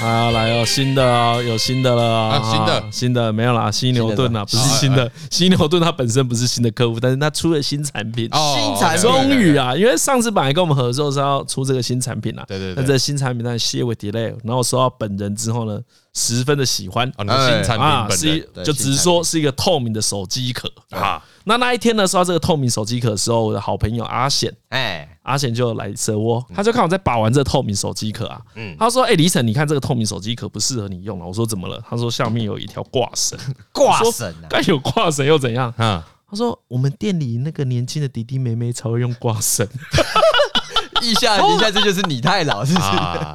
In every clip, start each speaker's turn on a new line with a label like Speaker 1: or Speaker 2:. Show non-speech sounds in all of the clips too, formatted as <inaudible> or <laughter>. Speaker 1: 啊，来哦，新的哦，有新的了哦
Speaker 2: 啊新的哎
Speaker 1: 啊新的没有啦，犀牛顿啊，不是新
Speaker 2: 新的
Speaker 1: 的，犀牛顿它本身不是新的客户，但是它出了新产品，
Speaker 2: 哦
Speaker 3: 新产品
Speaker 1: 终于，啊，因为上次本来跟我们合作是要出这个新产品啦，啊
Speaker 2: 对对对
Speaker 1: 但这个新产品但些微 delay，然后我收到本人之后呢，十分的喜欢
Speaker 2: 哦，你的新产品
Speaker 1: 啊，
Speaker 2: 本
Speaker 1: 是
Speaker 2: 人
Speaker 1: 一就只是说是一个透明的手机壳啊。那那一天呢，收到这个透明手机壳的时候，我的好朋友阿显，
Speaker 3: 哎，
Speaker 1: 阿贤就来蛇窝，
Speaker 3: 嗯
Speaker 1: 他就看我在把玩这透明手机壳啊，他说：“哎、李晨，你看这个透明手机壳不适合你用了。”我说：“怎么了？”他说：“下面有一条挂绳，
Speaker 3: 挂
Speaker 1: 我
Speaker 3: 绳
Speaker 1: 说
Speaker 3: 啊，嗯
Speaker 1: 干有挂绳又怎样
Speaker 2: 啊，？”
Speaker 1: 他说：“我们店里那个年轻的弟弟妹妹才会用挂绳， <laughs>
Speaker 3: 一下一下，这就是你太老，是不是？
Speaker 2: 啊，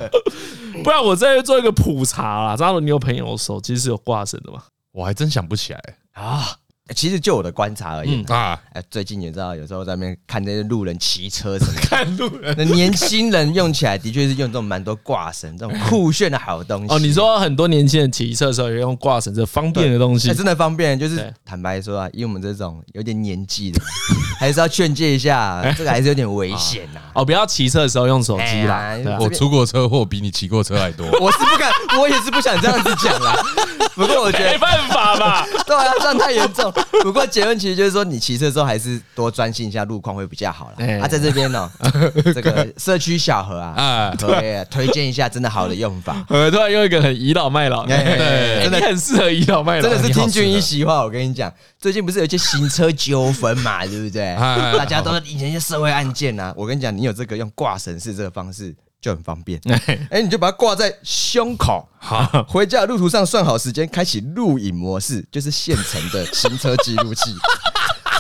Speaker 1: 不然我再做一个普查啦。”张伦，你有朋友手机是有挂绳的
Speaker 3: <laughs>
Speaker 1: 吗？
Speaker 2: 我还真想不起来
Speaker 3: <laughs> 啊，其实就我的观察而言，
Speaker 2: 啊，
Speaker 3: 哎，最近你知道，有时候在那边看那些路人骑车什么的， <laughs>
Speaker 1: 看路人
Speaker 3: 那年轻人用起来的确是用这种蛮多挂绳这种酷炫的好东西。
Speaker 1: 哦，你说很多年轻人骑车的时候也用挂绳这方便的东西
Speaker 3: 哎，真的方便，就是
Speaker 1: 对
Speaker 3: 坦白说啊，以我们这种有点年纪的， <laughs> 还是要劝诫一下，啊这个还是有点危险啊呐。
Speaker 1: 哦，不要骑车的时候用手机啦
Speaker 3: 哎呀。
Speaker 1: 对啊
Speaker 2: 我出过车祸比你骑过车还多
Speaker 3: 我是不敢，我也是不想这样子讲啦。不过我觉
Speaker 1: 没
Speaker 3: 得，
Speaker 1: 办法吧？
Speaker 3: <laughs> 对啊，这样太严重。不过结论其实就是说，你骑车之后还是多专心一下路况会比较好
Speaker 1: 哎
Speaker 3: 啦。啊，在这边呢，这个社区小河啊， <laughs>
Speaker 2: 啊。
Speaker 3: 对，推荐一下真的好的用法。
Speaker 1: 我突然用一个很倚老卖老的，
Speaker 3: 哎
Speaker 1: 对，真的很适合倚老卖老，
Speaker 3: 真的是听君
Speaker 1: 君
Speaker 3: 一席话，我跟你讲，最近不是有一些行车纠纷嘛，对不对？
Speaker 2: 哎
Speaker 3: 大家都以前一些社会案件啊，我跟你讲，你有这个用挂绳式这个方式就很方便。
Speaker 1: 嗯
Speaker 3: 哎，你就把它挂在胸口，
Speaker 2: 好，
Speaker 3: 回家的路途上算好时间，开启录影模式，就是现成的行车记录器。 <laughs>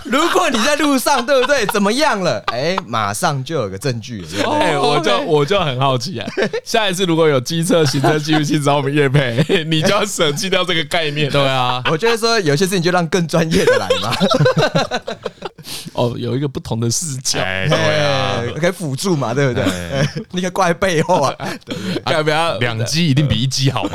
Speaker 3: 如果你在路上，对不对？怎么样了？哎，马上就有个证据了。对不对
Speaker 1: 哎，我就我就很好
Speaker 3: <laughs>
Speaker 1: 奇啊，下一次如果有机车行车记录器找我们叶配， <laughs> 你就要舍弃掉这个概念。
Speaker 2: 对啊，
Speaker 3: 我觉得说有些事情就让更专业的来
Speaker 1: <laughs>
Speaker 3: 嘛，
Speaker 1: 哦，有一个不同的视角，
Speaker 2: 哎，对啊，
Speaker 3: <laughs> 哎可以辅助嘛，对不对？
Speaker 1: 哎
Speaker 3: 你可以挂在背后
Speaker 1: <laughs>
Speaker 3: 啊，
Speaker 1: 要不要
Speaker 2: 两机一定比一机好
Speaker 3: <laughs>
Speaker 2: 嘛，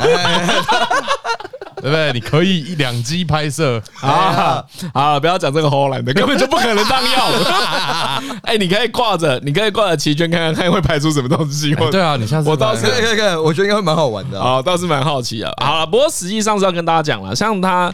Speaker 2: 对不对？你可以一两机拍摄，
Speaker 3: 哎
Speaker 1: 啊？好了，不要讲这个荷兰的，根本就不可能当
Speaker 3: <laughs>
Speaker 1: 药。哎，你可以挂着，你可以挂着齐全看看看会排出什么东西。
Speaker 2: 哎对啊，你下次
Speaker 1: 我倒是
Speaker 3: 对对对，我觉得应该会蛮好玩的啊。
Speaker 1: 啊，倒是蛮好奇的。好了，不过实际上是要跟大家讲了，像它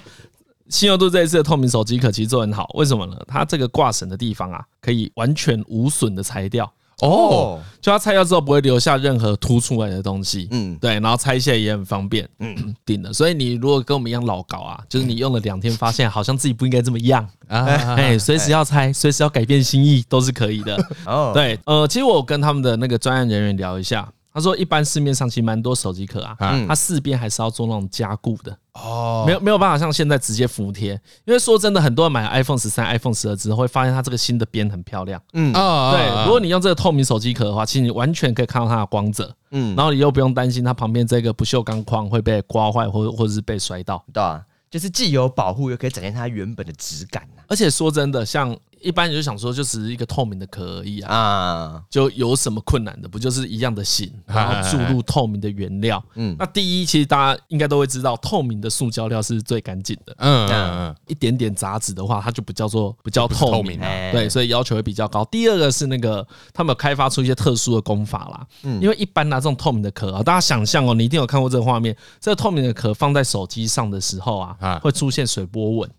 Speaker 1: 信用度这一次的透明手机壳其实做得很好，为什么呢？它这个挂绳的地方啊，可以完全无损的拆掉。
Speaker 2: 哦，
Speaker 1: 就它拆掉之后不会留下任何凸出来的东西，嗯
Speaker 3: 嗯，
Speaker 1: 对，然后拆卸也很方便，嗯，顶的。所以你如果跟我们一样老搞啊，就是你用了两天发现好像自己不应该这么样，
Speaker 2: 啊，
Speaker 1: 哎，随时要拆，随时要改变心意都是可以 <laughs> 的。
Speaker 3: 哦，
Speaker 1: 对，呃，其实我有跟他们的那个专案人员聊一下，他说一般市面上其实蛮多手机壳啊，
Speaker 2: 嗯
Speaker 1: 它四边还是要做那种加固的，
Speaker 2: 哦，
Speaker 1: 没有没有办法像现在直接服贴，因为说真的，很多人买 iPhone 十三、iPhone 十二之后，会发现它这个新的边很漂亮。
Speaker 2: 啊啊，
Speaker 1: 对，如果你用这个透明手机壳的话，其实你完全可以看到它的光泽，嗯，
Speaker 3: 嗯
Speaker 1: 然后你又不用担心它旁边这个不锈钢框会被刮坏，或或者是被摔到。
Speaker 3: 对啊，就是既有保护，又可以展现它原本的质感呐
Speaker 1: 而且说真的，像一般人就想说，就只是一个透明的壳而已啊，
Speaker 3: 啊，
Speaker 1: 就有什么困难的？不就是一样的型，然后注入透明的原料？嗯
Speaker 3: 嗯，
Speaker 1: 那第一，其实大家应该都会知道，透明的塑胶料是最干净的，
Speaker 2: 嗯嗯
Speaker 1: 一点点杂质的话，它就不叫做不叫
Speaker 2: 透
Speaker 1: 透
Speaker 2: 明
Speaker 1: 明
Speaker 2: 啊。
Speaker 3: 哎
Speaker 1: 对，所以要求会比较高。第二个是那个他们有开发出一些特殊的功法啦，因为一般拿、这种透明的壳啊，大家想象哦，你一定有看过这个画面，这个透明的壳放在手机上的时候
Speaker 2: 啊
Speaker 1: 啊，会出现水波纹，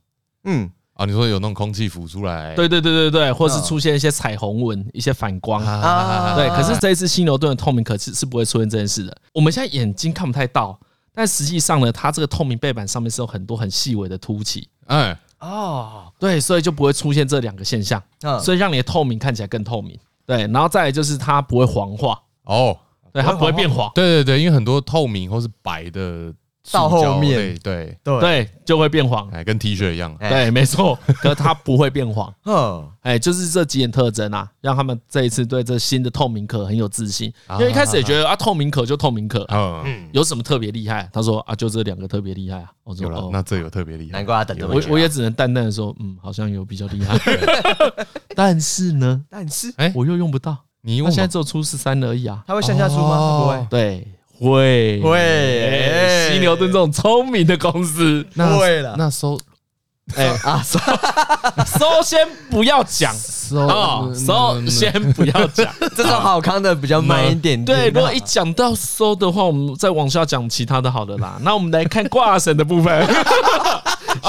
Speaker 3: 嗯，
Speaker 2: 啊，你说有那种空气浮出来，
Speaker 1: 对对对对对，或是出现一些彩虹纹、一些反光。<laughs>
Speaker 3: 啊
Speaker 1: 对，可是这一次犀牛盾的透明壳是是不会出现这件事的。我们现在眼睛看不太到，但实际上呢，它这个透明背板上面是有很多很细微的凸起，
Speaker 2: 哎，
Speaker 3: 哦，
Speaker 1: 对，所以就不会出现这两个现象，
Speaker 3: 嗯
Speaker 1: 所以让你的透明看起来更透明。对，然后再来就是它不会黄化，
Speaker 2: 哦，
Speaker 1: 对，它不会变黄，
Speaker 2: 对对对，因为很多透明或是白的塑胶
Speaker 3: 到后面
Speaker 2: 类对，
Speaker 3: 对，
Speaker 1: 对，就会变黄，
Speaker 2: 哎，跟 T 恤一样，
Speaker 3: 哎
Speaker 1: 对，没错，可它不会变黄，
Speaker 3: 嗯，
Speaker 1: 哎，就是这几点特征啊，让他们这一次对这新的透明壳很有自信，因为一开始也觉得啊，透明壳就透明壳，
Speaker 3: 哦
Speaker 2: 嗯，
Speaker 1: 有什么特别厉害？他说啊，就这两个特别厉害啊，我说
Speaker 2: 有了，
Speaker 1: 哦。
Speaker 2: 那这有特别厉害，
Speaker 3: 难怪他等这么
Speaker 1: 我
Speaker 3: 久。
Speaker 1: 我也只能淡淡的说，嗯，好像有比较厉害， <laughs> 但是呢，
Speaker 3: 但是
Speaker 2: 哎，
Speaker 1: 我又用不到，
Speaker 2: 你
Speaker 1: 因
Speaker 2: 用
Speaker 1: 为现在
Speaker 2: 吗
Speaker 1: 只有出十三而已啊。
Speaker 3: 它会向下出吗？不会，
Speaker 1: 对，哦会
Speaker 3: 会
Speaker 1: 哎
Speaker 3: 哎
Speaker 1: 犀牛顿这种聪明的公司，
Speaker 2: 那
Speaker 3: 不会啦
Speaker 2: 那收
Speaker 1: <laughs> 哎啊，收收先不要讲，
Speaker 2: so
Speaker 1: 哦，so 先不要讲。
Speaker 3: 这种好康的比较慢一点啊
Speaker 1: 对，
Speaker 3: 点。
Speaker 1: 如果一讲到 so 的话，我们再往下讲其他的好的啦。那我们来看挂绳的部分。
Speaker 3: 先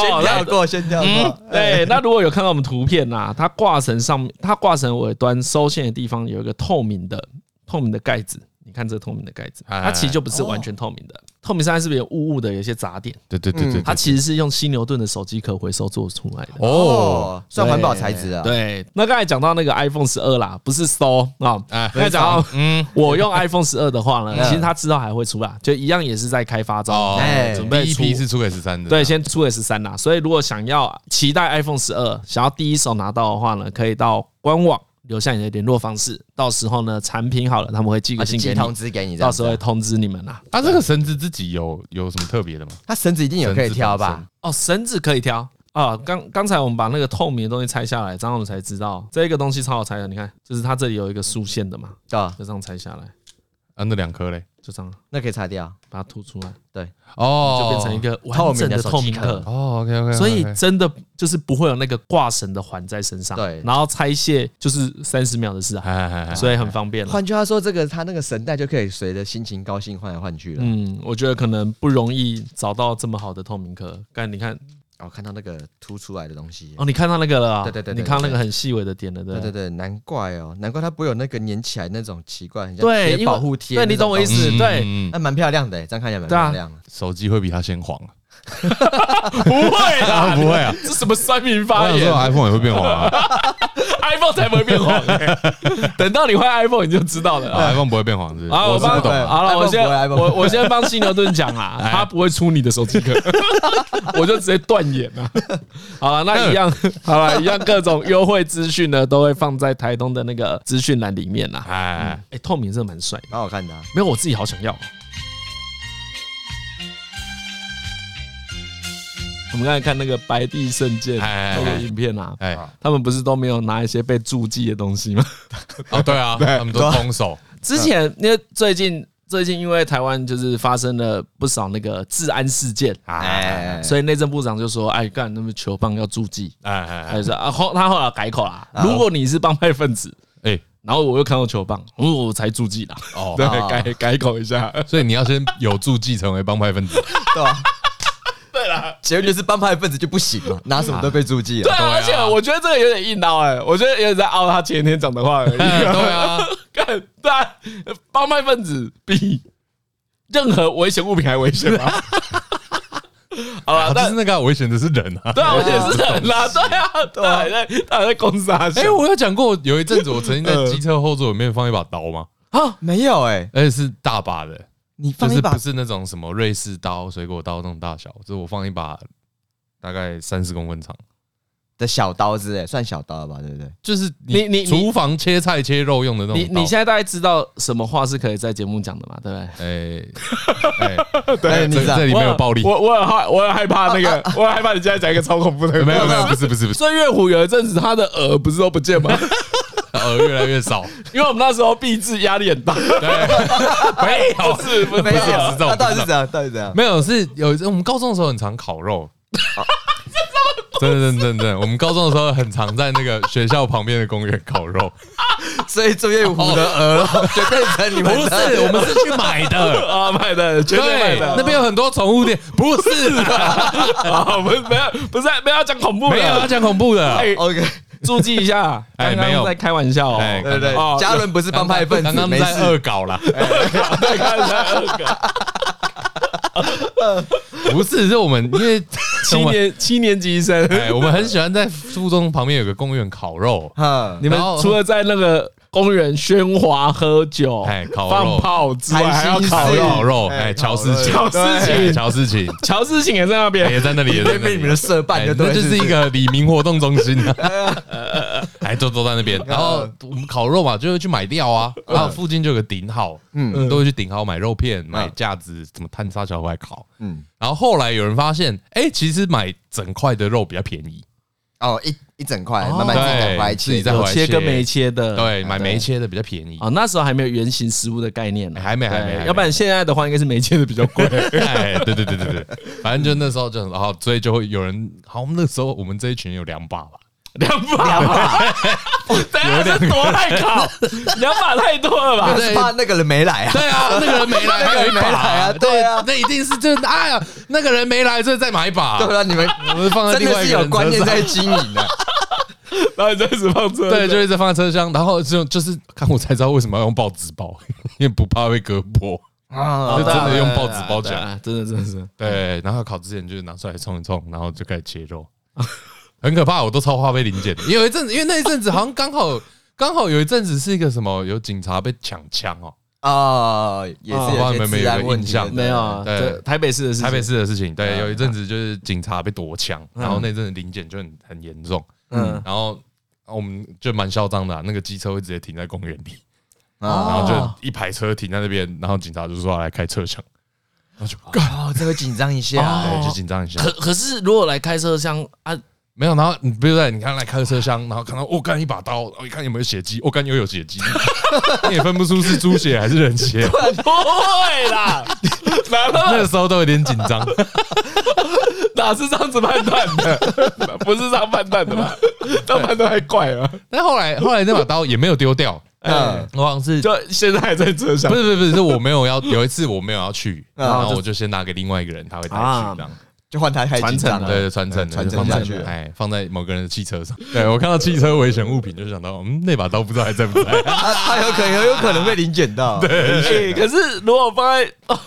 Speaker 1: 哦，
Speaker 3: 跳
Speaker 1: 来，
Speaker 3: 过，先跳
Speaker 1: 嗯
Speaker 2: 啊
Speaker 3: 过。
Speaker 2: 哎
Speaker 1: <laughs> 对，那如果有看到我们图片啦，它挂绳上面，它挂绳尾端收线的地方有一个透明的透明的盖子。你看这个透明的盖子，
Speaker 2: 哎
Speaker 1: 它其实就不是完全透明的。透明上是不是有雾雾的，有一些杂点？
Speaker 2: 对对哦对对，
Speaker 1: 它其实是用犀牛顿的手机壳回收做出来的。
Speaker 2: 哦，
Speaker 3: 嗯哦，算环保材质啊。，
Speaker 1: 对，那刚才讲到那个 iPhone 十二啦，不是收啊。
Speaker 2: 哎
Speaker 1: <laughs> 刚才讲到，
Speaker 2: 嗯
Speaker 1: 嗯，我用 iPhone 十二的话
Speaker 2: <laughs>
Speaker 1: 呢，其实它之后还会出啦，就一样也是在开发中，
Speaker 2: 哦
Speaker 1: 哎，准备
Speaker 2: 第一
Speaker 1: 出。
Speaker 2: 批是出给十
Speaker 3: 啊
Speaker 2: 三的，
Speaker 1: 对，先出 S 三啊啦，所以如果想要期待 iPhone 十二，想要第一手拿到的话呢，可以到官网留下你的联络方式，到时候呢产品好了，他们会寄个
Speaker 3: 而且
Speaker 1: 信
Speaker 3: 寄
Speaker 1: 给
Speaker 3: 通
Speaker 1: 你，
Speaker 3: 知给你这
Speaker 1: 到
Speaker 3: 样
Speaker 1: 时
Speaker 3: 子
Speaker 1: 候
Speaker 3: 啊，
Speaker 1: 会通知你们啦。
Speaker 2: 啊，这个绳子自己有有什么特别的吗？
Speaker 3: 它绳子一定有可以挑
Speaker 2: 绳子
Speaker 3: 吧？
Speaker 1: 哦，绳子可以挑啊。刚刚才我们把那个透明的东西拆下来，张我们才知道这个东西超好拆的。你看，就是它这里有一个竖线的嘛，
Speaker 3: 对啊，
Speaker 1: 就这样拆下来，
Speaker 2: 啊，那两颗嘞？
Speaker 1: 就这样
Speaker 3: 那可以擦掉。
Speaker 1: 把它吐出来，
Speaker 2: 哦，
Speaker 1: 就变成一个完整的透明
Speaker 3: 透明的手
Speaker 1: 壳
Speaker 3: 机。
Speaker 2: 哦，OK OK，
Speaker 1: 所以真的就是不会有那个挂绳的环在身上，
Speaker 3: 对
Speaker 1: 然后拆卸就是三十秒的事啊，
Speaker 2: 哎
Speaker 1: 所以很方便了。
Speaker 3: 换句话说，这个它那个绳带就可以随着心情高兴换来换去了。
Speaker 1: 嗯，我觉得可能不容易找到这么好的透明壳。但你看，
Speaker 3: 哦，看到那个凸出来的东西。
Speaker 1: 哦，你看到那个了啊，
Speaker 3: 对对对对
Speaker 1: 你看到那个很细微的点了，对
Speaker 3: 对
Speaker 1: 不
Speaker 3: 对
Speaker 1: 对
Speaker 3: 对，难怪哦，难怪它不会有那个粘起来那种奇怪，很像
Speaker 1: 对
Speaker 3: 贴
Speaker 1: 因为
Speaker 3: 保护贴。
Speaker 1: 对你懂我意思是对
Speaker 2: 嗯
Speaker 3: 那蛮漂亮的，这样看起来蛮
Speaker 1: 对啊
Speaker 3: 漂亮的。
Speaker 2: 手机会比它先黄啊，
Speaker 1: 不会
Speaker 2: <laughs>
Speaker 1: 啦，
Speaker 2: 不会啊
Speaker 1: 这什么三民
Speaker 2: 我
Speaker 1: 发
Speaker 2: 想说
Speaker 1: 言
Speaker 2: iPhone 也会变黄
Speaker 1: <laughs>
Speaker 2: 啊
Speaker 1: ，iPhone 才不会变
Speaker 3: <laughs>
Speaker 1: 黄欸。等到你换 iPhone 你就知道了
Speaker 2: 啊
Speaker 1: 啊。
Speaker 2: ，iPhone 不会变黄是不是？我
Speaker 1: 好，我
Speaker 2: 是
Speaker 1: 帮
Speaker 2: 不懂啊。
Speaker 1: 好了，我
Speaker 3: iPhone
Speaker 1: 先
Speaker 3: 不会，iPhone 哎
Speaker 1: 我
Speaker 3: 不会
Speaker 1: 我先帮犀牛顿讲
Speaker 3: <laughs>
Speaker 1: 啦，他不会出你的手机壳， <laughs> 我就直接断言啦。好了，
Speaker 3: 嗯
Speaker 1: 那一样好了，一样各种优惠资讯呢都会放在台东的那个资讯栏里面啦。
Speaker 2: 哎，
Speaker 1: 哎，透明真的蛮帅的，
Speaker 3: 蛮好看的啊。
Speaker 1: 没有我自己好想要哦。我们刚才看那个白帝圣剑
Speaker 2: 哎
Speaker 1: 那个影片啊，
Speaker 2: 哎，
Speaker 1: 他们不是都没有拿一些被注记的东西吗？
Speaker 2: 哦，对啊，他们都空手，
Speaker 1: <laughs> 之前因为最近最近因为台湾就是发生了不少那个治安事件，
Speaker 3: 哎，
Speaker 1: 所以内政部长就说：“哎，干那么球棒要注记。”
Speaker 2: 哎哎
Speaker 1: 他就说啊，后他后来改口啦。如果你是帮派分子，
Speaker 2: 哎，哎
Speaker 1: 然后我又看到球棒，哦，我才注记啦。
Speaker 2: 哦，
Speaker 1: <laughs> 对，改改口一下。
Speaker 2: 所以你要先有助记成为帮派分子，
Speaker 3: 对吧？对啦，结论就是帮派分子就不行
Speaker 2: <laughs>
Speaker 3: 嘛，拿什么都被注记
Speaker 1: 对
Speaker 3: 了。
Speaker 1: 啊，而且我觉得这个有点硬凹哎，我觉得有点在凹他前天讲的话而已。
Speaker 2: 哎 <laughs> <laughs> 对啊，
Speaker 1: <laughs> 干，对啊，帮派分子比任何危险物品还危险 <laughs> 吗？好了
Speaker 2: 啊，
Speaker 1: 但
Speaker 2: 但是那个啊危险的是人啊。
Speaker 1: 对啊，我觉得是很啦，对啊，对啊，还在他还在攻杀小
Speaker 2: 哎，我有讲过，有一阵子我曾经在机车后座里面放一把刀吗？
Speaker 1: 啊，
Speaker 3: 没有哎，
Speaker 2: 而且是大把的，
Speaker 3: 你
Speaker 2: 就
Speaker 3: 放一
Speaker 2: 是不
Speaker 3: 把
Speaker 2: 是那种什么瑞士刀、水果刀那种大小，就是我放一把大概三十公分长，
Speaker 3: 的小刀子哎，算小刀了吧？对不对？
Speaker 2: 就是
Speaker 1: 你你你
Speaker 2: 厨房切菜切肉用的那
Speaker 1: 你
Speaker 2: 种刀。
Speaker 1: 你现在大概知道什么话是可以在节目讲的嘛？对不对？
Speaker 2: <laughs> 哎哎，
Speaker 3: 对，你
Speaker 2: 这
Speaker 3: 知道
Speaker 2: 这里没有暴力，
Speaker 1: 我我很害我很害怕那个，我很害怕你现在讲一个超恐怖的。
Speaker 2: 没
Speaker 1: <laughs>
Speaker 2: 有没有，不是不是不是，
Speaker 1: 所以乐虎有一阵子他的耳不是都不见吗？ <laughs>
Speaker 2: 呃，越来越少，
Speaker 1: 因为我们那时候币制压力很大，
Speaker 2: 没有
Speaker 1: 不是不是
Speaker 3: 没有
Speaker 2: <laughs> 不是不是这种
Speaker 3: 啊到
Speaker 2: 不
Speaker 3: 底是
Speaker 2: 是
Speaker 3: 怎样？到底是怎样？
Speaker 2: 没有，是有一次我们高中的时候很常烤肉。 <laughs> 真的真的真的真的，我们高中的时候很常在那个学校旁边的公园烤肉，
Speaker 3: 所以朱月虎的鹅肉就变成你们的
Speaker 2: 我们是去买的，
Speaker 1: <laughs> 啊，卖的绝对
Speaker 2: <laughs>
Speaker 1: 卖
Speaker 2: 对，
Speaker 1: 的。
Speaker 2: 那边有很多宠物店，不是啦，
Speaker 1: 啊， <laughs> 不是没有不是没有要讲恐怖的，
Speaker 2: 没有要讲恐怖的，
Speaker 1: 哎，
Speaker 3: OK，
Speaker 1: 注记一下，
Speaker 2: 哎
Speaker 1: 刚
Speaker 2: 没有
Speaker 1: 刚在开玩笑哦。
Speaker 2: 哎
Speaker 3: 对对
Speaker 1: 哦
Speaker 3: 对，嘉伦不是帮派分
Speaker 2: 刚
Speaker 3: 子，
Speaker 2: 刚
Speaker 3: 没
Speaker 2: 在哦
Speaker 3: 事。
Speaker 2: 恶搞啦，
Speaker 1: 在开玩
Speaker 2: <laughs>
Speaker 1: 笑，
Speaker 2: 不是，是我们因 <laughs> 为
Speaker 1: 七年七年级生，
Speaker 2: 哎，我们很喜欢在附中旁边有个公园烤肉，
Speaker 3: 哈，
Speaker 1: 你们
Speaker 2: 然后
Speaker 1: 除了在那个公园喧哗喝酒、
Speaker 2: 哎烤肉
Speaker 1: 放炮之外，还要烤
Speaker 2: 烤
Speaker 1: 肉。
Speaker 2: 烤肉，
Speaker 3: 哎
Speaker 2: 哎，乔
Speaker 3: 烤肉
Speaker 2: 事情，
Speaker 1: 乔事情
Speaker 2: 哎乔事情，
Speaker 1: 乔治请也在那
Speaker 2: 哎
Speaker 1: 边，
Speaker 2: 也在那里，也在
Speaker 3: 对
Speaker 2: 那
Speaker 3: 面
Speaker 2: 里
Speaker 3: 你们的社办
Speaker 2: 哎
Speaker 3: 就对
Speaker 2: 那
Speaker 3: 了，
Speaker 2: 就是
Speaker 3: 不
Speaker 2: 一个李明活动中心
Speaker 3: <laughs>
Speaker 2: 啊， <laughs> 哎，都都在那边。
Speaker 3: 啊
Speaker 2: 然后我们烤肉嘛，就会去买料啊，
Speaker 3: 嗯
Speaker 2: 然后附近就有个顶好，嗯，都会去顶好买肉片、买架子、什么炭沙小块烤。
Speaker 3: 嗯，
Speaker 2: 然后后来有人发现，哎，其实买整块的肉比较便宜，
Speaker 3: 哦，一一整块，
Speaker 1: 哦
Speaker 3: 慢慢自己再
Speaker 2: 对，
Speaker 3: 怀
Speaker 2: 自己
Speaker 3: 起。
Speaker 2: 再
Speaker 1: 有
Speaker 2: 回来
Speaker 1: 切跟没切
Speaker 3: 嗯
Speaker 1: 的。
Speaker 2: 对，买没切的比较便宜
Speaker 1: 啊，。那时候还没有圆形食物的概念呢，
Speaker 2: 哎还没还没
Speaker 1: 对
Speaker 2: 还没
Speaker 1: 要不然现在的话应该是没切的比较贵。
Speaker 2: <laughs> 哎，对对对对对，反正就那时候就很好，所以就会有人好。那时候我们这一群有两把吧，
Speaker 1: <laughs> 两把，等一下是多太烤，两把太多了 <laughs> 吧？
Speaker 3: 是怕那个人没来啊。
Speaker 2: 对啊，那个人没来，
Speaker 3: <laughs> 那个
Speaker 2: 还有
Speaker 3: 人
Speaker 2: 一
Speaker 3: 没
Speaker 2: 把
Speaker 3: 来啊对啊
Speaker 2: 那一定是真的。哎呀，那个人没来，所以再买一把。
Speaker 3: 对啊，你们
Speaker 2: 我们放在
Speaker 3: 真
Speaker 2: 另
Speaker 3: 的
Speaker 2: 外
Speaker 3: 是
Speaker 2: 一个人
Speaker 3: 有观念
Speaker 2: 车上
Speaker 3: 在经营的。
Speaker 1: 然后你再一直放车，
Speaker 2: 对，就一直放在车厢，然后就就是看我才知道为什么要用报纸包，因为不怕被割破。
Speaker 3: 啊
Speaker 2: 就真的用报纸包起来
Speaker 1: 来，啊真的真的是。
Speaker 2: 对，然后烤之前就是拿出来冲一冲，然后就开始切肉，很可怕，我都超怕被临检的。有一阵子，因为那一阵子好像刚好刚好有一阵子是一个什么，有警察被抢枪哦，
Speaker 3: 啊，也
Speaker 1: 啊
Speaker 3: 是
Speaker 2: 我
Speaker 3: 有
Speaker 2: 还
Speaker 3: 些
Speaker 2: 没没
Speaker 3: 治
Speaker 2: 有
Speaker 3: 安
Speaker 2: 印
Speaker 3: 问题
Speaker 2: 象
Speaker 3: 的
Speaker 1: 没有啊，
Speaker 2: 对
Speaker 1: 这台北市的事情，嗯
Speaker 2: 台北市的事情。对，有一阵子就是警察被夺枪，然后那阵子临检就很很严重，
Speaker 1: 嗯，
Speaker 2: 然后哦我们就蛮嚣张的啊、那个机车会直接停在公园里，然
Speaker 3: 啊
Speaker 2: 后
Speaker 1: 哦
Speaker 2: 就一排车停在那边，然后警察就说要来开车厢，然后就干，
Speaker 3: 哦，这会紧张一
Speaker 1: 哦
Speaker 3: 下。
Speaker 2: 对，就紧张一下
Speaker 1: 可。可是如果来开车厢啊，
Speaker 2: 没有，然后你不对，你看来开车厢，然后看到我干、一把刀，我、一看有没有血迹，哦我、干又有血
Speaker 1: <laughs>
Speaker 2: 迹，你也分不出是猪血还是人血。
Speaker 1: <laughs> 不会啦，哪
Speaker 2: 那
Speaker 1: 那
Speaker 2: 时候都有点紧张，
Speaker 1: 哪是这样子判断的？ <laughs> 不是这样判断的 <laughs> 吧？这样判断还怪啊！
Speaker 2: 但后来后来那把刀也没有丢掉，
Speaker 3: 嗯，
Speaker 2: 我好像是
Speaker 1: 就现在还在车
Speaker 2: 不
Speaker 1: 厢
Speaker 2: 是不是不是，是我没有要有一次我没有要去，
Speaker 3: 嗯
Speaker 2: 然后我就先拿给另外一个人，他会带
Speaker 1: 啊
Speaker 2: 去这样。哎
Speaker 3: 就换他太紧张
Speaker 1: 传承
Speaker 2: 对
Speaker 3: 了。
Speaker 2: 对，传承的
Speaker 3: 传
Speaker 2: 就
Speaker 3: 承
Speaker 2: 放在
Speaker 3: 下去了
Speaker 2: 哎，放在某个人的汽车上。对我看到汽车危险物品，就想到嗯，那把刀不知道还在不在。
Speaker 3: 哎他他有可能有可能被临检到。对，
Speaker 1: 欸可是如果放在， <laughs> 哦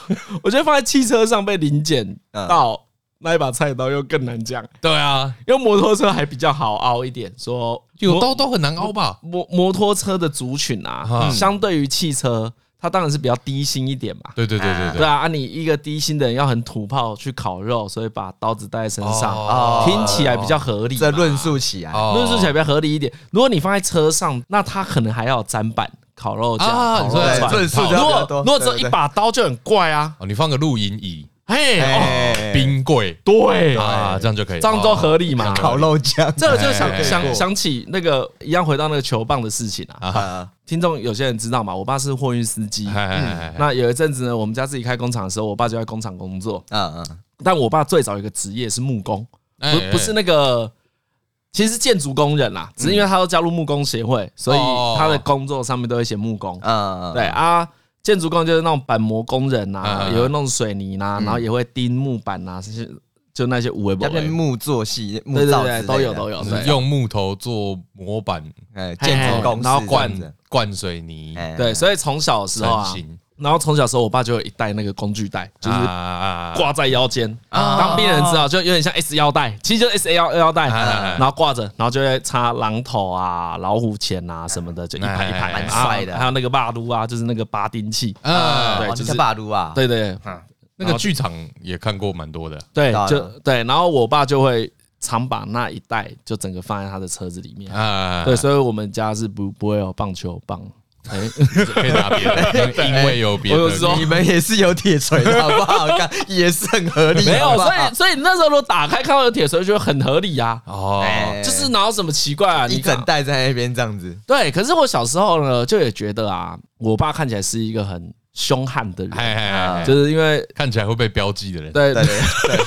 Speaker 1: 我觉得放在汽车上被临检
Speaker 3: 嗯
Speaker 1: 到那一把菜刀又更难讲，
Speaker 2: 对啊，
Speaker 1: 因为摩托车还比较好凹一点，说
Speaker 2: 有
Speaker 1: 摩
Speaker 2: 刀都很难凹吧？
Speaker 1: 摩摩托车的族群啊，
Speaker 2: 嗯
Speaker 1: 相对于汽车，它当然是比较低薪一点嘛。
Speaker 2: 对对对对
Speaker 1: 对啊，啊你一个低薪的人要很土炮去烤肉，所以把刀子带在身上，
Speaker 2: 哦
Speaker 1: 啊听起来比较合理嘛。
Speaker 3: 这论述起来，
Speaker 2: 哦
Speaker 1: 论述起来比较合理一点。如果你放在车上，那它可能还要有砧板、烤肉架、
Speaker 2: 啊
Speaker 1: 烤
Speaker 2: 你
Speaker 1: 肉
Speaker 2: 说
Speaker 3: 对
Speaker 2: 在
Speaker 1: 串。
Speaker 3: 论述就
Speaker 1: 如
Speaker 3: 要比
Speaker 1: 果
Speaker 3: 较多。
Speaker 1: 如果只有
Speaker 3: 对
Speaker 1: 一，把刀就很怪啊，
Speaker 2: 哦，你放个露营椅、
Speaker 1: 嘿，哦
Speaker 3: 哎，
Speaker 2: 冰柜
Speaker 1: 对，
Speaker 2: 啊，这样就可以，
Speaker 1: 这样都合理
Speaker 2: 哦
Speaker 1: 嘛
Speaker 2: 这样
Speaker 3: 烤肉酱，
Speaker 1: 这个就想
Speaker 2: 哎
Speaker 1: 想想起那个一样回到那个球棒的事情啊。
Speaker 3: 啊，
Speaker 1: 听众有些人知道嘛，我爸是货运司机
Speaker 2: 哎。哎哎
Speaker 1: 嗯那有一阵子呢，我们家自己开工厂的时候，我爸就在工厂工作。
Speaker 3: 啊
Speaker 1: 但我爸最早有一个职业是木工，
Speaker 2: 哎嗯
Speaker 1: 不不是那个，其实是建筑工人啊啦，只是因为他要加入木工协会，所
Speaker 2: 哦
Speaker 1: 以他的工作上面都会写木工
Speaker 3: 啊。啊，
Speaker 1: 对啊，建筑工就是那种板模工人啊呐、
Speaker 2: 嗯
Speaker 1: 也会弄水泥呐、然后也会钉木板呐、这些就那些无为不
Speaker 3: 要
Speaker 1: 为
Speaker 3: 变，木作系、木
Speaker 1: 对对
Speaker 3: 造
Speaker 1: 对，都有都
Speaker 3: 有，
Speaker 1: 有，
Speaker 2: 就是
Speaker 1: 对
Speaker 2: 嗯用木头做模板，
Speaker 3: 哎，建筑公司
Speaker 1: 然后灌
Speaker 3: 这样子，
Speaker 2: 灌水泥，
Speaker 3: 哎
Speaker 1: 对，所以从小的时候
Speaker 2: 成
Speaker 1: 啊，
Speaker 2: 型，
Speaker 1: 然后从小的时候，我爸就有一袋那个工具袋，就是
Speaker 2: 啊啊啊
Speaker 1: 挂在腰间。当兵人知道，就有点像 S 腰带，其实就是 S L 腰带，
Speaker 2: 啊
Speaker 1: 然后挂着，然后就会插榔头啊、老虎钳啊什么的，就一排一
Speaker 2: 哎哎
Speaker 1: 排，
Speaker 2: 哎
Speaker 1: 然后
Speaker 3: 蛮帅的
Speaker 1: 还有那个霸撸啊，就是那个拔钉器，
Speaker 2: 啊，
Speaker 1: 对
Speaker 3: 哦
Speaker 1: 就
Speaker 3: 你
Speaker 1: 是
Speaker 3: 叫霸撸啊，
Speaker 1: 对对
Speaker 2: 那个剧场也看过蛮多的，
Speaker 1: 对
Speaker 3: 大，的
Speaker 1: 就对。然后我爸就会常把那一袋就整个放在他的车子里面。
Speaker 2: 啊，
Speaker 1: 对，所以我们家是不不会有棒球棒。哎，
Speaker 2: 可以拿别
Speaker 1: <laughs>
Speaker 2: 的，因为有别的，
Speaker 1: 我就说
Speaker 3: 你们也是有铁锤的好不好？看也是很合理，
Speaker 1: <laughs> 没有，
Speaker 3: <laughs> 好不
Speaker 1: 所
Speaker 3: 好
Speaker 1: 以所以那时候我打开看到有铁锤，觉得很合理啊，
Speaker 2: 哦，
Speaker 3: 哎
Speaker 1: 就是哪有什么奇怪啊？
Speaker 3: 一
Speaker 1: 你看
Speaker 3: 整袋在那边这样子，
Speaker 1: 对，可是我小时候呢，就也觉得啊，我爸看起来是一个很凶悍的人，
Speaker 2: 哎哎哎，就
Speaker 1: 就是因为
Speaker 2: 看起来会被标记的人，
Speaker 1: 啊对
Speaker 3: 对， <laughs> 对对，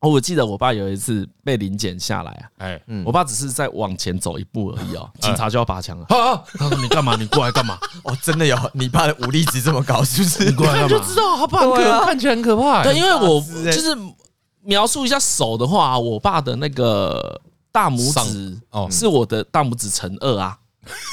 Speaker 1: 哦 <laughs> 我记得我爸有一次被临检下来啊，
Speaker 2: 哎，
Speaker 3: 嗯
Speaker 1: 我爸只是再往前走一步而已哦，警察就要拔枪了。
Speaker 2: 啊，
Speaker 1: 他说：“你干嘛？你过来干嘛？
Speaker 3: 哦，真的有，你爸的武力值这么高是不是？
Speaker 1: 过来干嘛？”
Speaker 2: 道他爸
Speaker 3: 对啊
Speaker 2: 看起来很可怕
Speaker 1: <laughs>
Speaker 2: 哎
Speaker 1: 对，因为我
Speaker 3: 大师欸
Speaker 1: 就是描述一下手的话啊，我爸的那个大拇
Speaker 2: 上
Speaker 1: 指
Speaker 2: 哦
Speaker 1: 是我的大拇指乘二啊，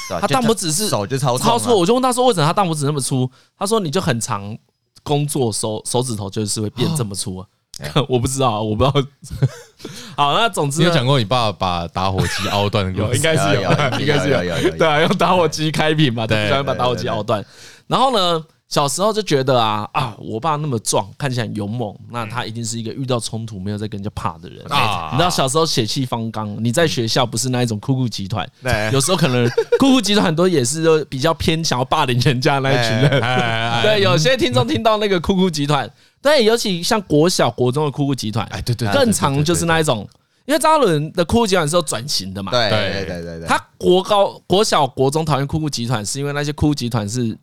Speaker 3: 对吧
Speaker 1: 他
Speaker 3: 就
Speaker 1: 大拇指是
Speaker 3: 手就超
Speaker 1: 超
Speaker 3: 重啊
Speaker 1: 错。，我就问他说为什么他大拇指那么粗，他说你就很长工作手手指头就是会变这么粗啊。 <laughs> 我不知道啊，我不知道。 <laughs> 好，那总之
Speaker 2: 你有
Speaker 1: 呢
Speaker 2: 讲过你爸把打火机凹断的故
Speaker 1: 有，
Speaker 2: 事
Speaker 1: 应该是有，
Speaker 3: 有有
Speaker 1: 应该是
Speaker 3: 有有有有
Speaker 1: 对啊，用打火机开屏嘛，对，不小心把打火机
Speaker 3: 对对对
Speaker 1: 熬断。然后呢，小时候就觉得啊啊，我爸那么壮，看起来很勇猛，那他一定是一个遇到冲突没有在跟人家怕的人
Speaker 2: 啊
Speaker 1: 你知道小时候血气方刚，你在学校不是那一种酷酷集团，
Speaker 3: 对
Speaker 1: 有时候可能酷酷集团很多也是都比较偏想要霸凌人家的那一群人。
Speaker 2: 哎哎哎
Speaker 1: 对，有些听众听到那个酷酷集团，对，尤其像国小、国中的酷酷集团，
Speaker 2: 哎，对对，对
Speaker 1: 更常就是那一种，因为张嘉伦的酷酷集团是有转型的嘛，
Speaker 3: 对
Speaker 2: 对
Speaker 3: 对对对对，
Speaker 1: 他国高、国小、国中讨厌酷酷集团，是因为那些酷酷集团是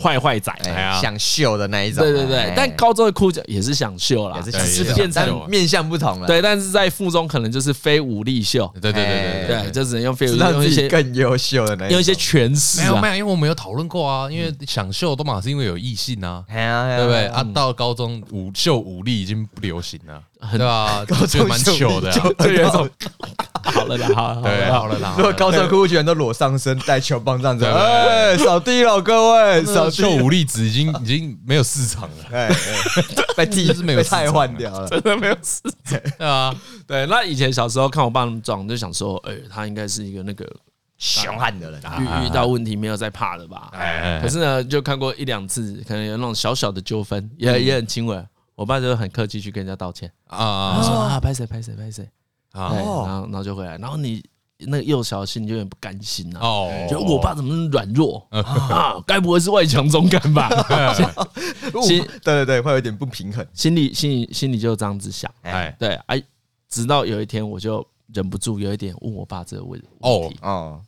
Speaker 1: 坏坏仔。
Speaker 2: 哎呀
Speaker 3: 哎，想秀的那一种。
Speaker 1: 对对对
Speaker 3: 哎，
Speaker 1: 但高中的酷也是想秀啦
Speaker 3: 也，是
Speaker 2: 对
Speaker 3: 想
Speaker 2: 也
Speaker 3: 秀
Speaker 2: 是
Speaker 3: 的，
Speaker 1: 变成
Speaker 3: 但面相不同了。
Speaker 1: 对，但是在附中可能就是非武力秀，
Speaker 2: 对对对对
Speaker 1: 哎对，
Speaker 2: 对
Speaker 1: 就只能用非武
Speaker 3: 知
Speaker 1: 力，
Speaker 3: 道
Speaker 1: 用
Speaker 3: 自
Speaker 1: 一
Speaker 3: 己
Speaker 1: 些
Speaker 3: 更优秀的那一种。
Speaker 1: 用一些权势
Speaker 2: 没有没
Speaker 1: 啊。
Speaker 2: 有，因为我们有讨论过啊，因为想秀都嘛是因为有异性啊，
Speaker 3: 哎呀，哎呀
Speaker 2: 对不对？啊？到高中武秀武力已经不流行了，对啊，
Speaker 3: 高
Speaker 2: 就
Speaker 3: 中
Speaker 2: 蛮
Speaker 3: 秀武力
Speaker 2: 秀的啊，
Speaker 3: 就
Speaker 1: 这有一种 <laughs> 好了啦，好了好
Speaker 2: 对，
Speaker 1: 了，
Speaker 2: 好了啦，
Speaker 3: 如果高中酷全都裸上身带球棒这样子，
Speaker 2: 对对
Speaker 3: 哎，扫地了各位，扫
Speaker 2: 少
Speaker 3: 地
Speaker 2: 秀。武力值已经已经没有市场了，
Speaker 3: 哎，哎
Speaker 2: <laughs>
Speaker 3: 被替
Speaker 2: 就是没有啊
Speaker 3: 被
Speaker 2: 市场
Speaker 3: 太换掉了。
Speaker 1: 真的 <laughs> 没有事。
Speaker 2: <laughs> 对啊，
Speaker 1: 对，那以前小时候看我爸们撞，就想说，哎，他应该是一个那个
Speaker 3: 凶悍的人啊，
Speaker 1: 遇遇到问题没有在怕的吧？
Speaker 2: 哎，
Speaker 1: 可是呢，就看过一两次，可能有那种小小的纠纷，也
Speaker 2: 嗯
Speaker 1: 也很轻微。我爸就很客气去跟人家道歉，他
Speaker 2: 啊
Speaker 1: 说啊，拍谁拍谁拍谁，
Speaker 2: 啊
Speaker 1: 对，然
Speaker 3: 哦
Speaker 1: 后然后就回来，然后你那个幼小心就有点不甘心呐，
Speaker 2: 哦嗯
Speaker 1: 觉得我爸怎么那么软弱啊？该不会是外强中干
Speaker 2: <laughs>
Speaker 1: 吧？其
Speaker 3: 对对对，会有点不平衡。
Speaker 1: 心里心里心里就这样子想，
Speaker 2: 哎
Speaker 1: 对，哎，直到有一天我就忍不住有一点问我爸这个问
Speaker 2: 哦
Speaker 1: 问题，
Speaker 3: 哦，